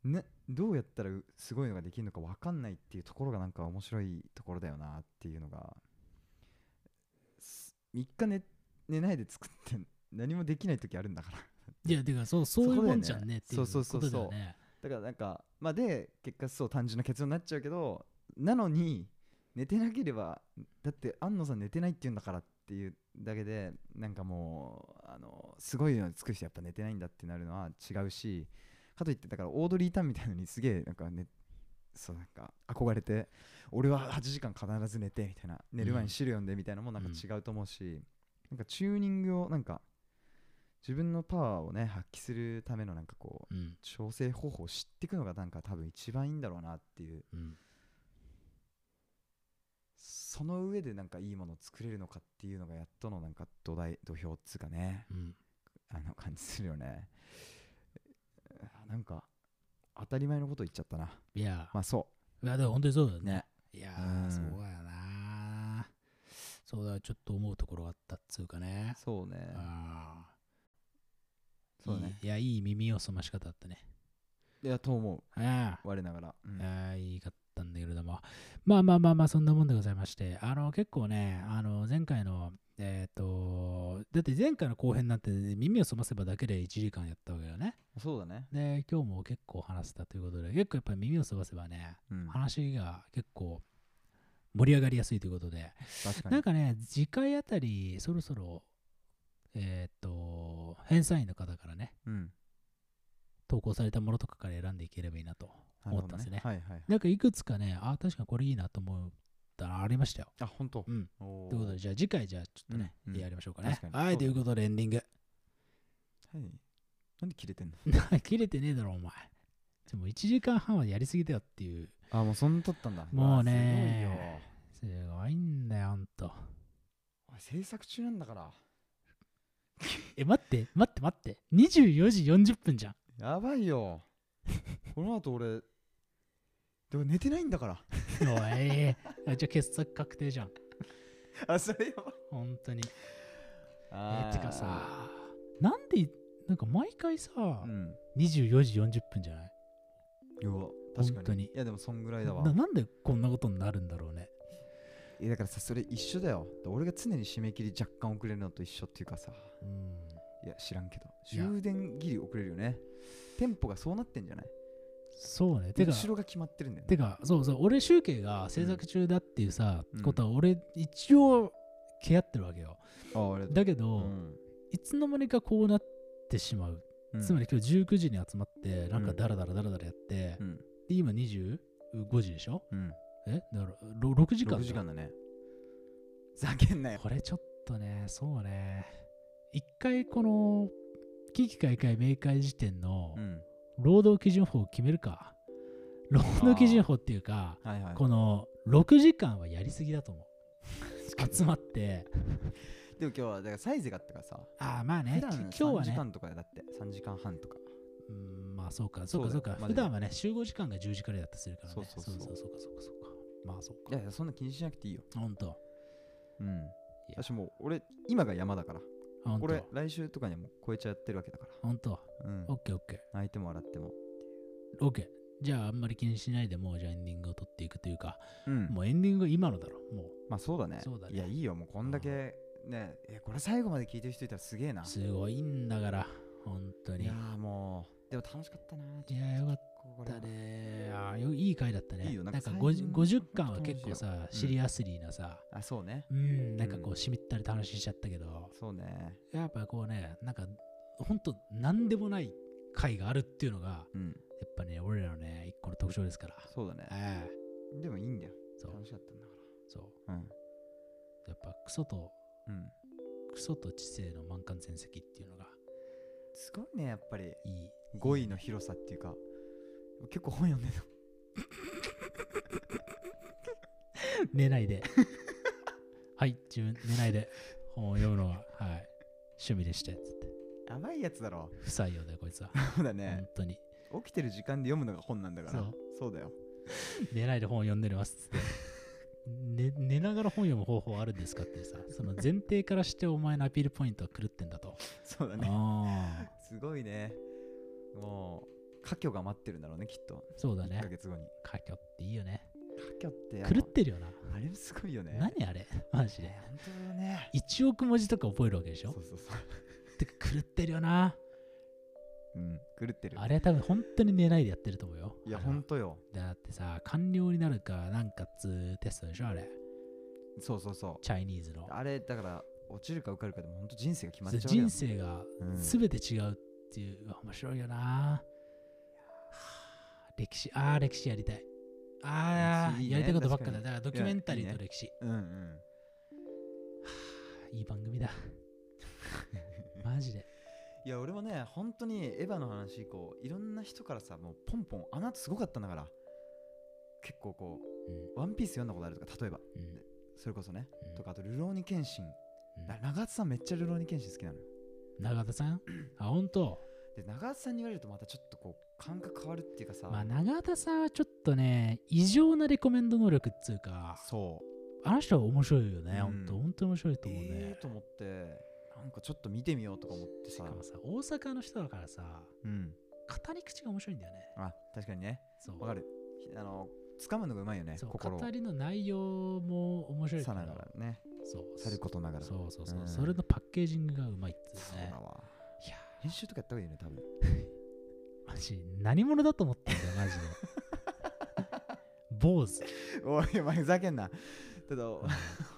Speaker 3: ね、どうやったらうすごいのができるのか分かんないっていうところがなんか面白いところだよなっていうのが3日寝寝ないで作って何もできない時あるんだから
Speaker 2: いやてかそうそういう
Speaker 3: そこだ
Speaker 2: も
Speaker 3: よね
Speaker 2: んじゃんねっていう
Speaker 3: そう
Speaker 2: こ
Speaker 3: そう
Speaker 2: と
Speaker 3: そう
Speaker 2: だ
Speaker 3: そう
Speaker 2: よね
Speaker 3: だからなんかまあで結果そう単純な結論になっちゃうけどなのに寝てなければだって安野さん寝てないって言うんだからっていうだけでなんかもうあのすごいの作る人やっぱ寝てないんだってなるのは違うしかといってだからオードリー・タンみたいのにすげえなんかねそうなんか憧れて俺は8時間必ず寝てみたいな寝る前に資料読んでみたいなのもなんか違うと思うし、なんかチューニングをなんか自分のパワーをね発揮するためのなんかこう
Speaker 2: うん
Speaker 3: 調整方法を知っていくのがなんか多分一番いいんだろうなっていう
Speaker 2: うん
Speaker 3: その上でなんかいいものを作れるのかっていうのがやっとのなんか土台土俵っつうかね
Speaker 2: うん
Speaker 3: あの感じするよねあなんか当たり前のこと言っちゃったない
Speaker 2: や
Speaker 3: まあそ
Speaker 2: いやでも本当にそうだよ
Speaker 3: う
Speaker 2: ね
Speaker 3: ね
Speaker 2: いや
Speaker 3: う
Speaker 2: ー
Speaker 3: ん
Speaker 2: そうやなそうだ、ちょっと思うところがあったっつうかね。
Speaker 3: そうね。
Speaker 2: ああ。
Speaker 3: そうね。
Speaker 2: いいいや、いい耳を澄まし方だったね。
Speaker 3: いや、と思
Speaker 2: あ
Speaker 3: う。我ながら。うん
Speaker 2: あ。ああ、いいかったんだけれども。まあまあまあまあ、そんなもんでございまして。あの、結構ね、あの、前回の、えっ、と、だって前回の後編なんて耳を澄ませばだけで1時間やったわけだよね。
Speaker 3: そうだね。
Speaker 2: で、今日も結構話せたということで、結構やっぱり耳を澄ませばね、
Speaker 3: うん。
Speaker 2: 話が結構盛り上がりやすいということで、
Speaker 3: 確か
Speaker 2: なん
Speaker 3: に。
Speaker 2: かね、次回あたり、そろそろ、えーっと、返済員の方からね、
Speaker 3: うん。
Speaker 2: 投稿されたものとかから選んでいければいいなと思ったんですね。
Speaker 3: なるほどはいはいはい。
Speaker 2: なんかいくつかね、あー、確かにこれいいなと思ったのありましたよ。
Speaker 3: あ、本当。
Speaker 2: うん。
Speaker 3: おー
Speaker 2: ということで、じゃあ次回、じゃあちょっとね、
Speaker 3: うんうん
Speaker 2: やりましょうかね
Speaker 3: 確。かに
Speaker 2: はい、
Speaker 3: そう
Speaker 2: と
Speaker 3: だ
Speaker 2: いう
Speaker 3: ね
Speaker 2: ことでエンディング。
Speaker 3: はい。なんで切れてんの
Speaker 2: 切れてねえだろ、お前。でも1時間半はやりすぎだよっていう。
Speaker 3: あ、もうそんな撮ったんだ。
Speaker 2: もう
Speaker 3: わあすごい
Speaker 2: ね
Speaker 3: よ。
Speaker 2: すごいんだよ、ほんと。
Speaker 3: おい制作中なんだから。
Speaker 2: え、待って、待って、待って。24時40分じゃん。
Speaker 3: やばいよ。この後俺、でも寝てないんだから。
Speaker 2: おい、あじゃあ傑作確定じゃん。
Speaker 3: あ、それやばい。
Speaker 2: 本当に。え
Speaker 3: あー
Speaker 2: てかさ、なんで、なんか毎回さ、
Speaker 3: うん。
Speaker 2: 24時40分じゃない
Speaker 3: いや確
Speaker 2: 本
Speaker 3: か
Speaker 2: 当
Speaker 3: に
Speaker 2: に
Speaker 3: いやでもそんぐらいだわ
Speaker 2: ななんでこんなことになるんだろうね。
Speaker 3: いやだからさそれ一緒だよ俺が常に締め切り若干遅れるのと一緒っていうかさ
Speaker 2: うん。
Speaker 3: いや知らんけど
Speaker 2: いや
Speaker 3: 終電ギリ遅れるよねテンポがそうなってんじゃない
Speaker 2: そうね。てか、
Speaker 3: 後ろが決まってるんだよね
Speaker 2: てか、そうそう、俺集計が制作中だっていうさ、
Speaker 3: うん
Speaker 2: ことは俺一応、ケアってるわけよ。
Speaker 3: ああれ
Speaker 2: だけど、
Speaker 3: うん
Speaker 2: いつの間にかこうなってしまう。
Speaker 3: うん
Speaker 2: つまり今日19時に集まって、なんか
Speaker 3: うん
Speaker 2: ダラダラダラダラやって、
Speaker 3: うん
Speaker 2: で、今25時でしょ
Speaker 3: うん
Speaker 2: えだからろ6時間
Speaker 3: 6
Speaker 2: だ
Speaker 3: 時間だねざけんなよ
Speaker 2: これちょっとねそうね一回この危機開会明快時点の
Speaker 3: うん
Speaker 2: 労働基準法を決めるか、労働基準法っていうか
Speaker 3: はいはい
Speaker 2: この6時間はやりすぎだと思う 集まって
Speaker 3: でも今日はだからサイズがあったからさ
Speaker 2: ああまあね
Speaker 3: 普
Speaker 2: 今
Speaker 3: 段
Speaker 2: 日は
Speaker 3: 3時
Speaker 2: ね
Speaker 3: 間とかだって3時間半とか
Speaker 2: うんまあそうかそうかそ
Speaker 3: そううだ
Speaker 2: か
Speaker 3: よまあ
Speaker 2: 普段はね集合時間が10時からだったりするからね
Speaker 3: そうそうそう
Speaker 2: そうそうかそうかそうかまあそう
Speaker 3: い
Speaker 2: か
Speaker 3: やいやそんな気にしなくていいよ
Speaker 2: ほんと
Speaker 3: うん
Speaker 2: いや
Speaker 3: 私もう俺今が山だから
Speaker 2: ほん
Speaker 3: これ
Speaker 2: と
Speaker 3: 来週とかにはもう超えちゃってるわけだから
Speaker 2: ほんと
Speaker 3: うん
Speaker 2: オッケーオッケー
Speaker 3: 泣いても笑っても
Speaker 2: OK。じゃあ、あんまり気にしないでもう、じゃあエンディングを取っていくというか、
Speaker 3: うん
Speaker 2: もうエンディングは今のだろ。も
Speaker 3: まあそうだね
Speaker 2: そうだね
Speaker 3: いやいいよもうこんだけねえこれ最後まで聞いてる人いたらすげえな
Speaker 2: う、すごいんだから、本当
Speaker 3: い
Speaker 2: に。い
Speaker 3: や
Speaker 2: や
Speaker 3: ーもうでも楽しかったなー
Speaker 2: ー、よかっ
Speaker 3: これ
Speaker 2: た
Speaker 3: は
Speaker 2: ねあーよいい回だったね。
Speaker 3: いいよ
Speaker 2: な
Speaker 3: なんん
Speaker 2: か
Speaker 3: か
Speaker 2: 50
Speaker 3: 最後
Speaker 2: 50巻は結構さ、
Speaker 3: うん
Speaker 2: シリアスリーなさ、
Speaker 3: あそうね
Speaker 2: うん、なんかこ
Speaker 3: う
Speaker 2: う、しみったり楽ししちゃったけど、
Speaker 3: そうね
Speaker 2: やっぱこうね、なんか、ほんと、なんでもない回があるっていうのが、
Speaker 3: うん
Speaker 2: やっぱね、俺らのね、一個の特徴ですから。
Speaker 3: そうだね
Speaker 2: ええ
Speaker 3: でもいいんだよ
Speaker 2: そう
Speaker 3: 楽、しかったんだか
Speaker 2: そう。
Speaker 3: らうん
Speaker 2: やっぱ、クソと、
Speaker 3: うん
Speaker 2: クソと知性の満貫全席っていうのが、
Speaker 3: すごいねやっぱり
Speaker 2: いい。
Speaker 3: 語彙の広さっていうか結構本読んでた
Speaker 2: 寝ないで。 はい、自分寝ないで本を読むのは、はい、趣味でして、つって。
Speaker 3: やばいやつ だろ
Speaker 2: 不採用だよ、こいつは。
Speaker 3: そうだ
Speaker 2: 本
Speaker 3: ね
Speaker 2: 当に。
Speaker 3: 起きてる時間で読むのが本なんだから
Speaker 2: そう
Speaker 3: そうだよ
Speaker 2: 寝ないで本を読んでます、つって。寝寝ながら本読む方法あるんですかってさ、その前提からしてお前のアピールポイントは狂ってんだと。
Speaker 3: そうだね
Speaker 2: ああ、
Speaker 3: すごいね。もう、佳境が待ってるんだろうね、きっと。
Speaker 2: そうだ
Speaker 3: 1ヶ
Speaker 2: ね。
Speaker 3: 月後に。
Speaker 2: かきょっていいよね。
Speaker 3: 佳境ってやっぱ
Speaker 2: 狂ってるよな。
Speaker 3: あれもすごいよね。
Speaker 2: 何あれマジで
Speaker 3: ね。本当だね。
Speaker 2: 1億文字とか覚えるわけでし
Speaker 3: そ
Speaker 2: ょ
Speaker 3: うそうそう。
Speaker 2: てか狂ってるよな。
Speaker 3: うん、狂ってる。
Speaker 2: あれ多分本当に寝ないでやってると思うよ。
Speaker 3: いや、
Speaker 2: あれは
Speaker 3: ほんとよ。
Speaker 2: だってさ、官僚になるか、なんかっつうテストでしょ、あれ。
Speaker 3: そうそうそ
Speaker 2: チャイニーズの
Speaker 3: う。。あれ、だから、落ちるか受かるかでも、ほんと人生が決まっちゃうわけだ
Speaker 2: 人生が
Speaker 3: うん
Speaker 2: 全て違うっていう、うわ面白いよな。はあ歴史、ああ、歴史やりたい。ああ、
Speaker 3: 歴史いいね
Speaker 2: やりたいことばっかだ。だ
Speaker 3: 確か
Speaker 2: か
Speaker 3: に
Speaker 2: らドキュメンタリーと
Speaker 3: いやいいね
Speaker 2: 歴史。
Speaker 3: うんうん。
Speaker 2: いい番組 だ。マジで。
Speaker 3: いや、俺もね、本当にエヴァの話以降、いろんな人からさ、もうポンポン、あの後すごかったんだから。結構こ
Speaker 2: うん
Speaker 3: う、ワンピース読んだことあるとか、例えば、
Speaker 2: うん
Speaker 3: それこそね。
Speaker 2: うん
Speaker 3: とか、あと、ルローニケンシン。
Speaker 2: うん
Speaker 3: だ長田さんめっちゃルローニケンシン好きなのよ。
Speaker 2: 永田 さんあ、本当。
Speaker 3: で長田さんに言われるとまたちょっとこう感覚変わるっていうかさ、
Speaker 2: まあ、永田さんはちょっとね、異常なレコメンド能力っつうか、
Speaker 3: そ
Speaker 2: あの人は面白いよね、
Speaker 3: うん
Speaker 2: 本当本当に面白いと思うね、
Speaker 3: えーと思ってなんかちょっと見てみようとか思って
Speaker 2: しか
Speaker 3: さ
Speaker 2: もさ大阪の人だからさ
Speaker 3: うん
Speaker 2: 語り口が面白いんだよね
Speaker 3: あ確かにね
Speaker 2: そう
Speaker 3: わかるあの掴むのがうまいよね
Speaker 2: そう
Speaker 3: 心を
Speaker 2: 語りの内容も面白い
Speaker 3: さ
Speaker 2: から
Speaker 3: ながらね
Speaker 2: そう
Speaker 3: さることながら
Speaker 2: そうそうそう、
Speaker 3: うん
Speaker 2: それのパッケージングがうまいっつ
Speaker 3: そう
Speaker 2: うね
Speaker 3: だわ
Speaker 2: いや
Speaker 3: 編集とかやった方がいいよね多分
Speaker 2: ーマジ何者だと思ったんだよマジで 坊主
Speaker 3: おい、お前ふざけんな。ただ、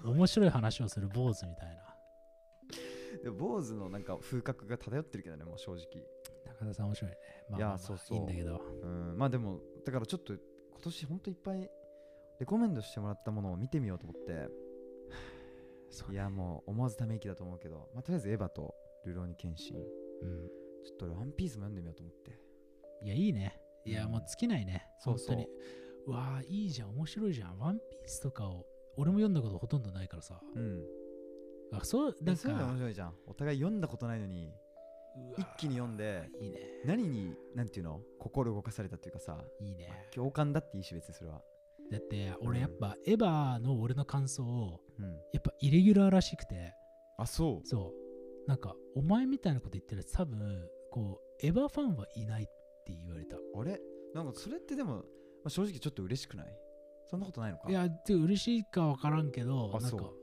Speaker 2: 面白い話をする坊主みたいな
Speaker 3: でも坊主のなんか風格が漂ってるけどね、もう正直。
Speaker 2: 高田さん面白いねまあ
Speaker 3: いや
Speaker 2: まあまあ
Speaker 3: そうそう
Speaker 2: いいんだけど
Speaker 3: うん、まあでも、だからちょっと今年ほんといっぱいレコメンドしてもらったものを見てみようと思って、
Speaker 2: そう
Speaker 3: い
Speaker 2: ね
Speaker 3: やもう思わずため息だと思うけど、まあとりあえずエヴァと流浪に剣心、ちょ
Speaker 2: うん
Speaker 3: っと俺ワンピースも読んでみようと思って。
Speaker 2: いやいいねいや
Speaker 3: うん
Speaker 2: もう尽きないね、
Speaker 3: そうそう
Speaker 2: 本当にうわあいいじゃん面白いじゃんワンピースとかを俺も読んだことほとんどないからさ
Speaker 3: うん。
Speaker 2: あそうなん
Speaker 3: そういうの面
Speaker 2: か
Speaker 3: 白いじゃん。お互い読んだことないのに、
Speaker 2: うわ
Speaker 3: 一気に読んで、
Speaker 2: いいね
Speaker 3: 何に、なんていうの、心動かされたっていうかさ、
Speaker 2: いいね
Speaker 3: まあ共感だっていいし、別にそれは。
Speaker 2: だって俺やっぱエヴァの俺の感想を
Speaker 3: うん。
Speaker 2: やっぱイレギュラーらしくて
Speaker 3: あ、そう。
Speaker 2: そうなんかお前みたいなこと言ってるやつ多分こうエヴァファンはいないって言われた
Speaker 3: あれなんかそれってでも、まあ正直ちょっと嬉しくないそんなことないのか
Speaker 2: いやてか嬉しいか分からんけど
Speaker 3: あ
Speaker 2: なん
Speaker 3: そ
Speaker 2: か
Speaker 3: う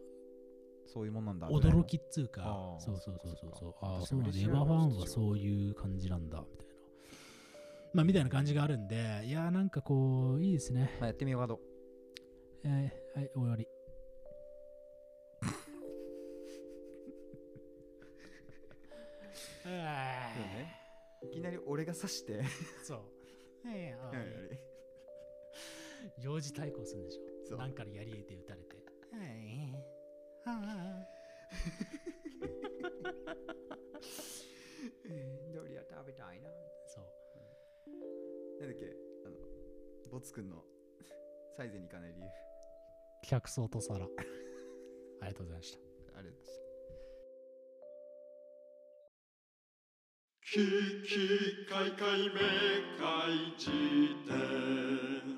Speaker 3: そういうもんなんだ
Speaker 2: 驚きっつう
Speaker 3: あ
Speaker 2: か
Speaker 3: ー
Speaker 2: そうそうそうそうそう
Speaker 3: そっか
Speaker 2: ああー
Speaker 3: 確
Speaker 2: そ
Speaker 3: か
Speaker 2: うな
Speaker 3: に
Speaker 2: んだエ
Speaker 3: 嬉しい
Speaker 2: ヴ
Speaker 3: よ
Speaker 2: ァファン
Speaker 3: ち
Speaker 2: は
Speaker 3: ょっと
Speaker 2: そういう感じなんだみたいなまあみたいな感じがあるんでいやーなんかこういいですね
Speaker 3: まあやってみようかと
Speaker 2: えーはい終わりあー
Speaker 3: いきなり俺が刺して
Speaker 2: そうえーあ
Speaker 3: あ
Speaker 2: ー
Speaker 3: れ
Speaker 2: 幼児対抗するんでし
Speaker 3: そ
Speaker 2: ょ
Speaker 3: う
Speaker 2: なんかの槍で撃たれてはいは
Speaker 3: ドリア食べたいなない
Speaker 2: そう
Speaker 3: だっけあのボツくんのサイゼに行かない理由
Speaker 2: 客層と皿 ありがとうございました
Speaker 3: あれです
Speaker 1: キキカイカイめかい辞典